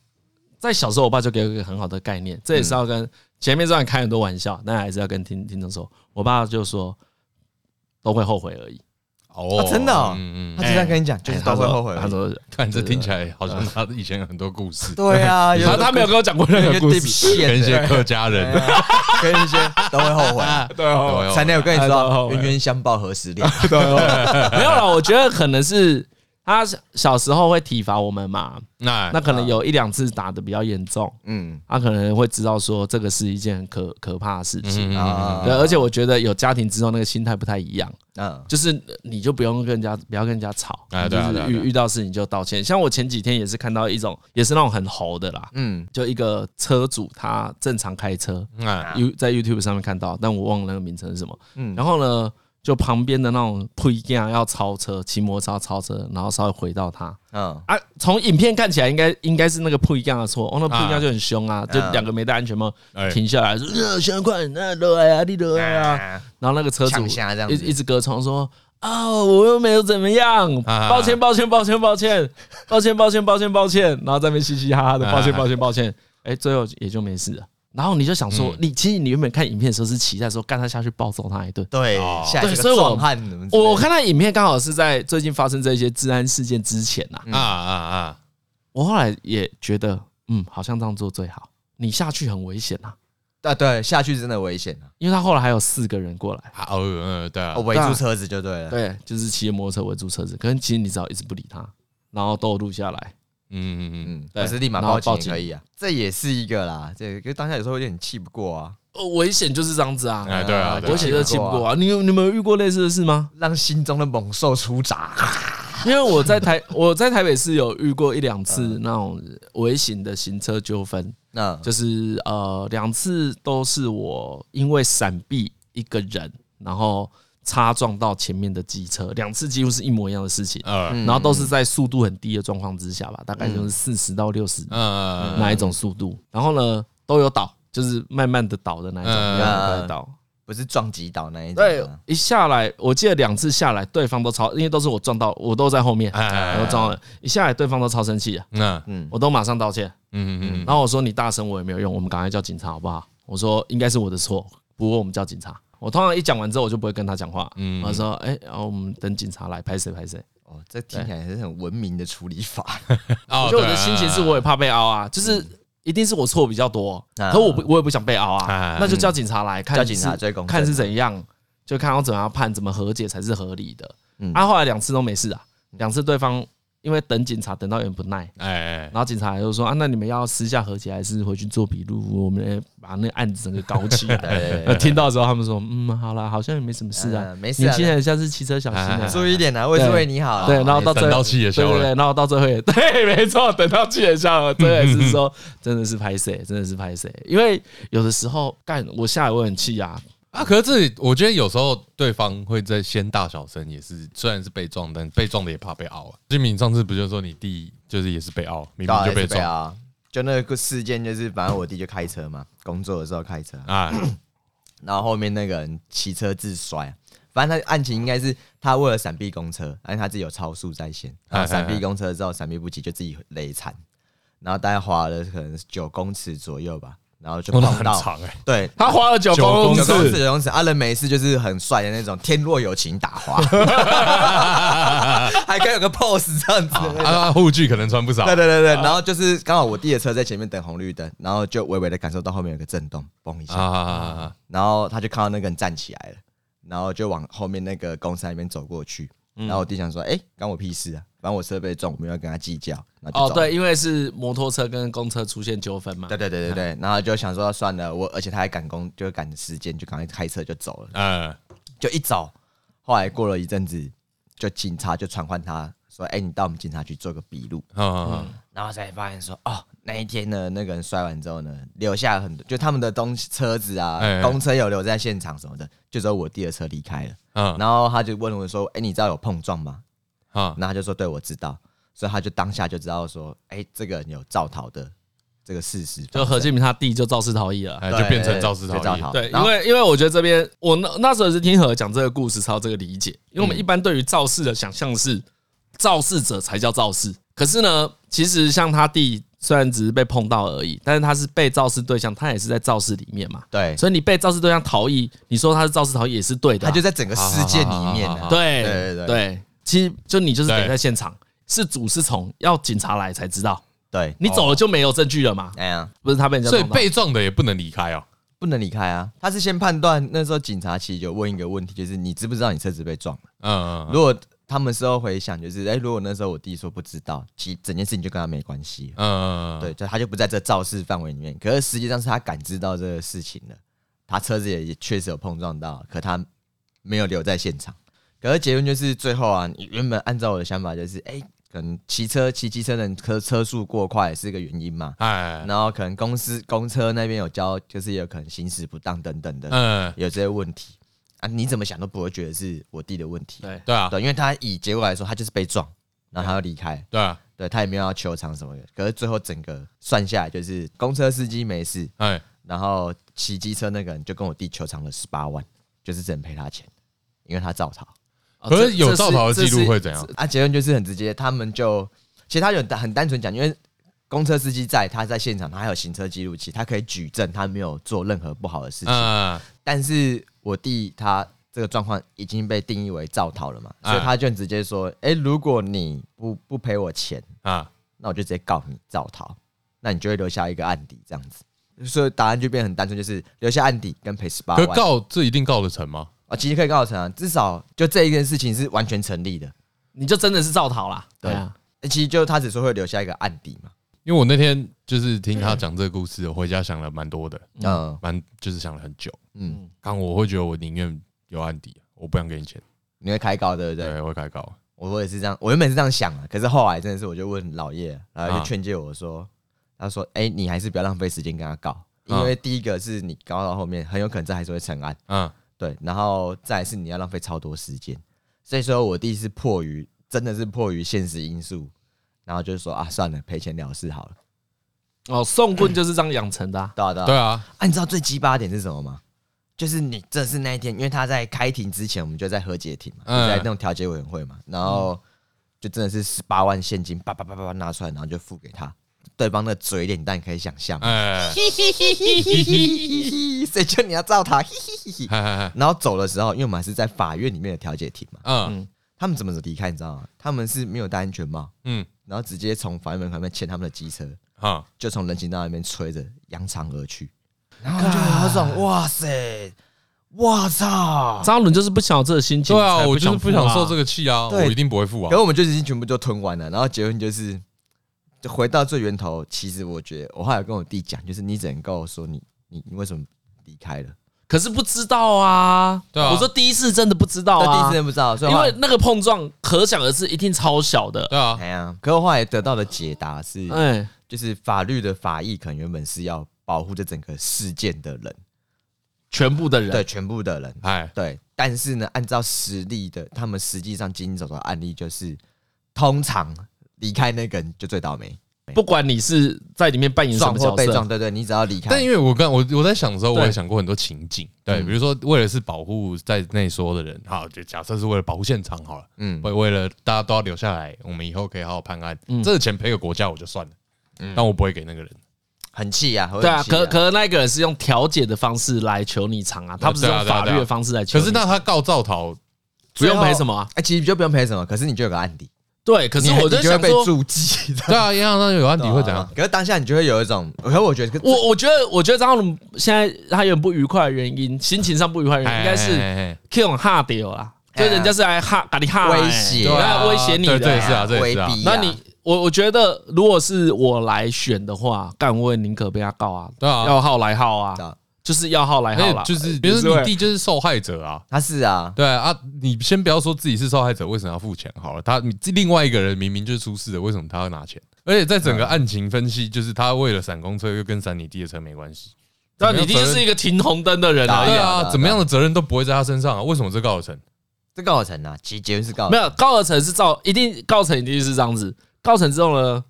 Speaker 1: 在小时候，我爸就给我一个很好的概念，这也是
Speaker 3: 嗯
Speaker 1: 要跟前面虽然开很多玩笑，但还是要跟听听众说，我爸就说都会后悔而已，
Speaker 2: 哦
Speaker 3: 啊真的哦
Speaker 2: 嗯嗯，
Speaker 3: 他就这样跟你讲，就是都会后悔
Speaker 1: 哎。他说，
Speaker 2: 看这听起来好像他以前有很多故事，
Speaker 3: 对啊，
Speaker 1: 他说他没有跟我讲过任何故事，
Speaker 2: 跟一些客家
Speaker 3: 哎
Speaker 2: 人，
Speaker 1: <laughs>
Speaker 3: 呀跟一些都会后悔，
Speaker 1: 对哦，
Speaker 2: 对哦
Speaker 3: 才能有跟你
Speaker 1: 哎都会后
Speaker 3: 说
Speaker 1: 悔
Speaker 3: 冤冤相报何时了。
Speaker 1: <laughs> 对哦，没有了。我觉得可能是他小时候会体罚我们嘛，
Speaker 2: 那
Speaker 1: 那可能有一两次打的比较严重，
Speaker 3: 啊嗯
Speaker 1: 他可能会知道说这个是一件很可可怕的事情。
Speaker 2: 嗯
Speaker 3: 啊
Speaker 1: 对，而且我觉得有家庭之后那个心态不太一样。
Speaker 3: 嗯，
Speaker 1: 就是呃你就不用跟人家不要跟人家吵，
Speaker 2: 哎
Speaker 1: 你
Speaker 2: 对啊
Speaker 1: 就
Speaker 2: 对啊
Speaker 1: 是
Speaker 2: 对啊
Speaker 1: 遇遇到事情就道歉。像我前几天也是看到一种，也是那种很猴的啦，
Speaker 3: 嗯，
Speaker 1: 就一个车主他正常开车
Speaker 3: 啊
Speaker 2: 那
Speaker 1: ，You 在 YouTube 上面看到，但我忘了那个名称是什么。
Speaker 2: 嗯
Speaker 1: 然后呢，就旁边的那种推架要超车，骑摩托车要超车，然后稍微回到他
Speaker 3: 嗯
Speaker 1: 啊。从影片看起来应该应该是那个铺一样的错，哦，那铺一
Speaker 2: 啊
Speaker 1: 样就很凶啊，就
Speaker 3: 啊
Speaker 1: 两个没戴安全帽
Speaker 2: 哎
Speaker 1: 停下来说，呃，先快，那热啊，你热啊。
Speaker 3: 啊，
Speaker 1: 然后那个车主
Speaker 3: 呛虾这样
Speaker 1: 一
Speaker 3: 子
Speaker 1: 一直隔窗说：“啊，我又没有怎么样，
Speaker 2: 啊
Speaker 1: 抱歉，抱歉，抱歉，抱歉，抱歉，抱歉，抱歉，抱歉。”然后在那边嘻嘻哈哈的，抱歉，
Speaker 2: 啊
Speaker 1: 抱歉，抱歉。哎，最后也就没事了。然后你就想说，
Speaker 2: 嗯
Speaker 1: 你其实你原本看影片的时候是期待说干他下去暴揍他一顿。
Speaker 3: 对
Speaker 2: 哦，
Speaker 3: 下一
Speaker 1: 对
Speaker 3: 个
Speaker 1: 所以我
Speaker 3: 壮汉什么之类的，
Speaker 1: 我看他影片刚好是在最近发生这些治安事件之前
Speaker 3: 嗯
Speaker 1: 呐、
Speaker 2: 啊啊啊，
Speaker 1: 我后来也觉得，嗯，好像这样做最好。你下去很危险呐、
Speaker 3: 啊，对，下去真的危险啊，
Speaker 1: 因为他后来还有四个人过来，
Speaker 2: 啊哦嗯对啊
Speaker 3: 哦，，围住车子就对了。
Speaker 1: 对，就是骑着摩托车围住车子。可是其实你只要一直不理他，然后都有录下来，
Speaker 2: 嗯嗯嗯，
Speaker 3: 嗯，
Speaker 1: 对
Speaker 3: 可是立马
Speaker 1: 然后
Speaker 3: 报警
Speaker 1: 报
Speaker 3: 也
Speaker 1: 警
Speaker 3: 可以啊，这也是一个啦，这个当下有时候有点气不过啊，
Speaker 1: 呃，危险就是这样子啊，
Speaker 2: 哎对啊对啊
Speaker 1: 危险就是气不过啊。你有你们有遇过类似的事吗？
Speaker 3: 让心中的猛兽出闸。
Speaker 1: 因为我在 <laughs> 台我在台北市有遇过一两次那种危险的行车纠纷，
Speaker 3: 那
Speaker 1: 就是呃两次都是我因为闪避一个人，然后擦撞到前面的机车，两次几乎是一模一样的事情，
Speaker 3: 嗯
Speaker 2: 呃
Speaker 1: 然后都是在速度很低的状况之下吧，大概就是四十到六十
Speaker 2: 嗯
Speaker 1: 那一种速度，然后呢都有倒，就是慢慢的倒的那一种，
Speaker 2: 嗯
Speaker 1: 慢慢的倒。
Speaker 3: 不是撞击倒那一种
Speaker 1: 对
Speaker 3: 啊，，
Speaker 1: 一下来，我记得两次下来，对方都超，因为都是我撞到，我都在后面，
Speaker 2: 哎
Speaker 1: 我都撞了。一下来，对方都超生气的，啊
Speaker 2: 那
Speaker 3: 嗯
Speaker 1: 我都马上道歉。
Speaker 2: 嗯嗯嗯
Speaker 1: 然后我说你大声我也没有用，我们赶快叫警察好不好？我说应该是我的错，不过我们叫警察。我通常一讲完之后，我就不会跟他讲话。
Speaker 2: 嗯
Speaker 1: 我说哎，然后我们等警察来，拍谁拍谁。
Speaker 3: 哦，这听起来还是很文明的处理法。
Speaker 2: 哦
Speaker 1: 我觉得我的心情
Speaker 3: 嗯
Speaker 1: 是我也怕被凹啊，就是一定是我错比较多，
Speaker 3: 啊
Speaker 1: 可我不我也不想被凹啊
Speaker 2: 啊，
Speaker 1: 那就叫警察来看
Speaker 3: 哎嗯叫
Speaker 1: 是，
Speaker 3: 警察追公啊正
Speaker 1: 看是怎样，就看要怎么样判，怎么和解才是合理的
Speaker 3: 嗯。
Speaker 1: 啊，后来两次都没事啊，两次对方因为等警察等到有点不耐，
Speaker 2: 哎哎
Speaker 1: 然后警察就说啊，那你们要私下和解还是回去做笔录？我们把那个案子整个搞起
Speaker 3: <laughs>
Speaker 1: 来。那听到之后，他们说嗯，好啦，好像也没什么事啊
Speaker 3: 嗯，没事啊
Speaker 1: 年轻人下次骑车小心啊
Speaker 2: 哎。
Speaker 3: 注意一点啊，我也是为你好啦。
Speaker 1: 对，然后到最
Speaker 2: 等
Speaker 1: 后
Speaker 2: 到气也
Speaker 1: 对
Speaker 2: 消
Speaker 1: 对
Speaker 2: 了
Speaker 1: 对，然后到最后也 <laughs> 对，没错，等到气也消了，真的 <laughs> 是说，真的是拍谁，真的是拍谁，因为有的时候干我下来我很气啊，
Speaker 2: 啊！可是这里我觉得有时候对方会在先大小声，也是虽然是被撞，但被撞的也怕被凹啊。金敏上次不就说你弟就是也是被凹，明
Speaker 3: 到
Speaker 2: 明
Speaker 3: 底
Speaker 2: 就是被
Speaker 3: 被
Speaker 2: 撞
Speaker 3: 啊，就那个事件就是，反正我弟就开车嘛，工作的时候开车，
Speaker 2: 啊？ <clears throat>
Speaker 3: 然后后面那个人骑车自摔。反正他案情应该是他为了闪避公车，但是他自己有超速
Speaker 2: <laughs>
Speaker 3: 在先，然后闪避公车之后闪避不及就自己累惨，然后大概滑了可能九公尺左右吧，然后就
Speaker 2: 哦那
Speaker 3: 碰
Speaker 2: 很
Speaker 3: 到，
Speaker 2: 长哎、
Speaker 3: 对，
Speaker 1: 他花了九公
Speaker 3: 九公尺，
Speaker 1: 尺，
Speaker 3: 九公尺，阿伦每一次就是很帅的那种，天若有情打
Speaker 2: <laughs>
Speaker 3: 滑，还可以有个 pose 这样子。
Speaker 2: 啊，护具可能穿不少
Speaker 3: 对，对对对，然后就是刚好我弟的车在前面等红绿灯，然后就微微的感受到后面有个震动，嘣一
Speaker 2: 啊
Speaker 3: 下，
Speaker 2: 啊啊啊啊
Speaker 3: 然后他就看到那个人站起来了，然后就往后面那个公山那边走过去。然后我弟想说，哎、关我屁事啊，反正我车被撞，我没有要跟他计较。然后就
Speaker 1: 哦，
Speaker 3: 走了
Speaker 1: 对，因为是摩托车跟公车出现纠纷嘛
Speaker 3: 对。对对对对，然后就想说算了，我而且他还赶工，就赶时间，就赶快开车就走了，
Speaker 2: 呃，
Speaker 3: 就一走。后来过了一阵子，就警察就传唤他说：“哎、你到我们警察局做个笔录。
Speaker 2: 啊啊啊”
Speaker 3: 然后才发现说：“哦，那一天呢，那个人摔完之后呢，留下很多，就他们的东西、车子啊
Speaker 2: 哎哎，
Speaker 3: 公车有留在现场什么的，就只有我弟的车离开了。”
Speaker 2: 啊
Speaker 3: 然后他就问我说：“哎、你知道有碰撞吗？”
Speaker 2: 啊！
Speaker 3: 然后他就说：“对，我知道。”所以他就当下就知道说：“哎、这个人有造逃的这个事实。”
Speaker 1: 就何建明他弟就肇事逃逸了。
Speaker 2: 哎，
Speaker 3: 对
Speaker 2: 就变成肇事逃
Speaker 3: 就肇
Speaker 2: 逸
Speaker 3: 逃。
Speaker 1: 对，因
Speaker 3: 然后
Speaker 1: 为因为我觉得这边我那那时候也是听何讲这个故事，才有这个理解。因为我们一般对于肇事的想象是肇事者才叫肇事，可是呢，其实像他弟虽然只是被碰到而已，但是他是被肇事对象，他也是在肇事里面嘛。
Speaker 3: 对，
Speaker 1: 所以你被肇事对象逃逸，你说他是肇事逃逸也是对的啊、
Speaker 3: 他就在整个事件里面啊
Speaker 2: 好好好好
Speaker 3: 呢、
Speaker 2: 好
Speaker 1: 对
Speaker 3: 对对对
Speaker 1: 对，其实就你就是得
Speaker 2: 对
Speaker 1: 在现场，是主是从，要警察来才知道。
Speaker 2: 哎
Speaker 3: 对，
Speaker 2: 哦
Speaker 1: 你走了就没有证据了嘛？
Speaker 3: 哎呀，
Speaker 1: 不是他被人家
Speaker 2: 所以
Speaker 1: 撞到
Speaker 2: 被撞的也不能离开哦。
Speaker 3: 不能离开啊！他是先判断那时候警察其实就问一个问题，就是你知不知道你车子被撞了？
Speaker 2: 嗯，嗯嗯
Speaker 3: 如果他们事后回想，就是哎、如果那时候我弟说不知道，其实整件事情就跟他没关系了。
Speaker 2: 嗯，嗯
Speaker 3: 对，，就他就不在这肇事范围里面。可是实际上是他感知到这个事情了，他车子也也确实有碰撞到，可他没有留在现场。可是结论就是最后啊，你原本按照我的想法就是，哎、可能骑车骑机车的人车车速过快是一个原因嘛，
Speaker 2: 哎，
Speaker 3: 然后可能公司公车那边有交，就是也有可能行驶不当等等的，
Speaker 2: 嗯，
Speaker 3: 有这些问题啊，你怎么想都不会觉得是我弟的问题，
Speaker 1: 对
Speaker 2: 对啊，
Speaker 3: 对，因为他以结果来说，他就是被撞，然后他要离开，
Speaker 2: 对啊，
Speaker 3: 对他也没有要求偿什么的，可是最后整个算下来就是公车司机没事，
Speaker 2: 哎，
Speaker 3: 然后骑机车那个人就跟我弟求偿了十八万，就是只能赔他钱，因为他造逃
Speaker 1: 哦
Speaker 2: 可
Speaker 1: 这
Speaker 2: 是有
Speaker 1: 这
Speaker 2: 造逃的记
Speaker 1: 这
Speaker 2: 录
Speaker 1: 是
Speaker 2: 会怎样？
Speaker 3: 啊，结论就是很直接，他们就其实他有很单纯讲，因为公车司机在他在现场，他还有行车记录器，他可以举证他没有做任何不好的事情，
Speaker 2: 嗯，
Speaker 3: 但是我弟他这个状况已经被定义为造逃了嘛，所以
Speaker 2: 啊
Speaker 3: 他就直接说：“哎、如果你不不赔我钱，
Speaker 2: 啊，
Speaker 3: 那我就直接告你造逃，那你就会留下一个案底这样子。”所以答案就变得很单纯，就是留下案底跟赔十八
Speaker 2: 可
Speaker 3: 万。
Speaker 2: 告这一定告得成吗？
Speaker 3: 啊，其实可以告成啊，至少就这一件事情是完全成立的。
Speaker 1: 你就真的是造逃啦。
Speaker 3: 对
Speaker 1: 对啊，
Speaker 3: 欸其实就他只说会留下一个案底嘛，
Speaker 2: 因为我那天就是听他讲这个故事，我回家想了蛮多的，
Speaker 3: 嗯
Speaker 2: 蛮就是想了很久。
Speaker 3: 嗯，
Speaker 2: 刚我会觉得我宁愿有案底，我不想给你钱，
Speaker 3: 你会开高对不对？
Speaker 2: 对，我会开告。
Speaker 3: 我我也是这样，我原本是这样想啊，可是后来真的是我就问老叶，然后
Speaker 2: 啊
Speaker 3: 就劝诫我说，他说：“哎、你还是不要浪费时间跟他告，
Speaker 2: 啊
Speaker 3: 因为第一个是你告到后面很有可能这还是会成案，
Speaker 2: 嗯，
Speaker 3: 对，然后再来是你要浪费超多时间。”所以说我弟是迫于真的是迫于现实因素，然后就说啊，算了，赔钱了事好了。
Speaker 1: 哦，送棍就是这样养成的啊。
Speaker 3: 对啊对啊，
Speaker 2: 对啊，
Speaker 3: 啊，你知道最鸡巴点是什么吗？就是你真的是那一天，因为他在开庭之前，我们就在和解庭嘛，就
Speaker 2: 嗯
Speaker 3: 在那种调解委员会嘛，然后就真的是十八万现金，叭叭叭叭叭拿出来，然后就付给他。对方的嘴脸，但可以想象， <laughs>
Speaker 2: 哎，
Speaker 3: 谁叫你要照他？嘿嘿嘿嘿
Speaker 2: 嗨嗨嗨，
Speaker 3: 然后走的时候，因为我们还是在法院里面的调解庭嘛，
Speaker 2: 嗯
Speaker 3: 他们怎么离开你知道吗？他们是没有戴安全帽，
Speaker 2: 嗯，
Speaker 3: 然后直接从法院门口那边牵他们的机车，
Speaker 2: 好，
Speaker 3: 就从人行道那边吹着扬长而去，然后就好爽，哇塞，哇操！
Speaker 1: 张伦就是不想有这个心情，
Speaker 2: 对啊，
Speaker 1: 才
Speaker 2: 我就是不
Speaker 1: 付啊
Speaker 2: 想受这。个气啊，我
Speaker 3: 对
Speaker 2: 一定不会付
Speaker 3: 可是
Speaker 2: 啊。
Speaker 3: 我们就已经全部就吞完了，然后结论就是，就回到最源头。其实我觉得，我后来有跟我弟讲，就是你只能够说你你你为什么离开了？
Speaker 1: 可是不知道啊。
Speaker 2: 对啊
Speaker 1: 我说第一次真的不知道
Speaker 3: 这第一
Speaker 1: 啊
Speaker 3: 次，真的不知道，所以
Speaker 1: 因
Speaker 3: 后来
Speaker 1: 为那个碰撞可想而知，一定超小的。
Speaker 2: 对啊，
Speaker 3: 哎呀，可是我后来得到的解答是，
Speaker 1: 哎，
Speaker 3: 就是法律的法益可能原本是要保护这整个事件的人，
Speaker 1: 全部的人
Speaker 3: 对全部的人，
Speaker 2: 哎，
Speaker 3: 对，但是呢，按照实例的，他们实际上经手的案例就是，通常离开那个人就最倒霉，
Speaker 1: 不管你是在里面扮演什
Speaker 3: 撞
Speaker 1: 么
Speaker 3: 或
Speaker 1: 角
Speaker 3: 被
Speaker 1: 色
Speaker 3: 撞，，对对，你只要离
Speaker 2: 但
Speaker 3: 开，
Speaker 2: 因为我刚我我在想的时候，
Speaker 1: 对
Speaker 2: 我也想过很多情境，对，比如说为了是保护在内说的人，好，就假设是为了保护现场好了，
Speaker 3: 嗯
Speaker 2: 为为了大家都要留
Speaker 1: 嗯
Speaker 2: 下来，我们以后可以好好判案，这个钱赔给国家我就算了，但我不会给那个人，
Speaker 3: 很气啊，会
Speaker 1: 对啊，
Speaker 3: 很气
Speaker 1: 可可那个人是用调解的方式来求你偿啊，他不是
Speaker 2: 对啊
Speaker 1: 用
Speaker 2: 对啊
Speaker 1: 法
Speaker 2: 对啊
Speaker 1: 律的方式来求
Speaker 2: 可
Speaker 1: 你
Speaker 2: 是
Speaker 1: 偿。
Speaker 2: 那他告赵桃，
Speaker 1: 不用赔什么啊？
Speaker 3: 哎、其实就不用赔什么，可是你就有个案底，
Speaker 1: 对，可是
Speaker 3: 你
Speaker 1: 我
Speaker 3: 就
Speaker 1: 就
Speaker 3: 你就会
Speaker 1: 想
Speaker 3: 被
Speaker 1: 说，
Speaker 3: 注
Speaker 1: <laughs>
Speaker 3: 记的。
Speaker 2: 对啊，一样，那有案底会怎样？
Speaker 3: 可是当下你就会有一种，可是我觉得，
Speaker 1: 我我觉得，我觉得张翰龙现在他有点不愉快的原因，心情上不愉快的原因，应该
Speaker 2: 哎
Speaker 1: 是
Speaker 2: 哎哎
Speaker 1: Q 哈掉啦，
Speaker 3: 哎
Speaker 1: 就
Speaker 3: 呀
Speaker 1: 人家是来哈把你哈
Speaker 3: 威
Speaker 1: 欸
Speaker 3: 胁
Speaker 1: 对啊
Speaker 2: 对啊
Speaker 1: 威胁你的，
Speaker 2: 对对是啊这也
Speaker 3: 威
Speaker 2: 是啊
Speaker 3: 逼、
Speaker 1: 那你我我觉得，如果是我来选的话，干我也宁可被他告啊，
Speaker 2: 对啊
Speaker 1: 要号来号啊
Speaker 3: 对啊，
Speaker 1: 就是要号来号
Speaker 2: 那
Speaker 1: 啦，
Speaker 2: 就是，比如
Speaker 1: 就是
Speaker 2: 说
Speaker 1: 会
Speaker 2: 你弟就是受害者啊。
Speaker 3: 他是啊，
Speaker 2: 对啊，你先不要说自己是受害者，为什么要付钱好了？他你另外一个人明明就是出事的，为什么他要拿钱？而且在
Speaker 1: 嗯
Speaker 2: 整个案情分析，就是他为了闪公车，又跟闪你弟的车没关系。
Speaker 1: 那啊你一定是一个停红灯的人
Speaker 3: 打
Speaker 1: 而
Speaker 2: 对
Speaker 1: 已啊。
Speaker 3: 对啊
Speaker 2: 啊，怎么样的责任都不会在他身上啊？为什么这告得成？
Speaker 3: 这告成啊，其实结论是告
Speaker 1: 没
Speaker 3: 成，
Speaker 1: 有高尔成是造，一定高成一定是这样子。高成之后呢，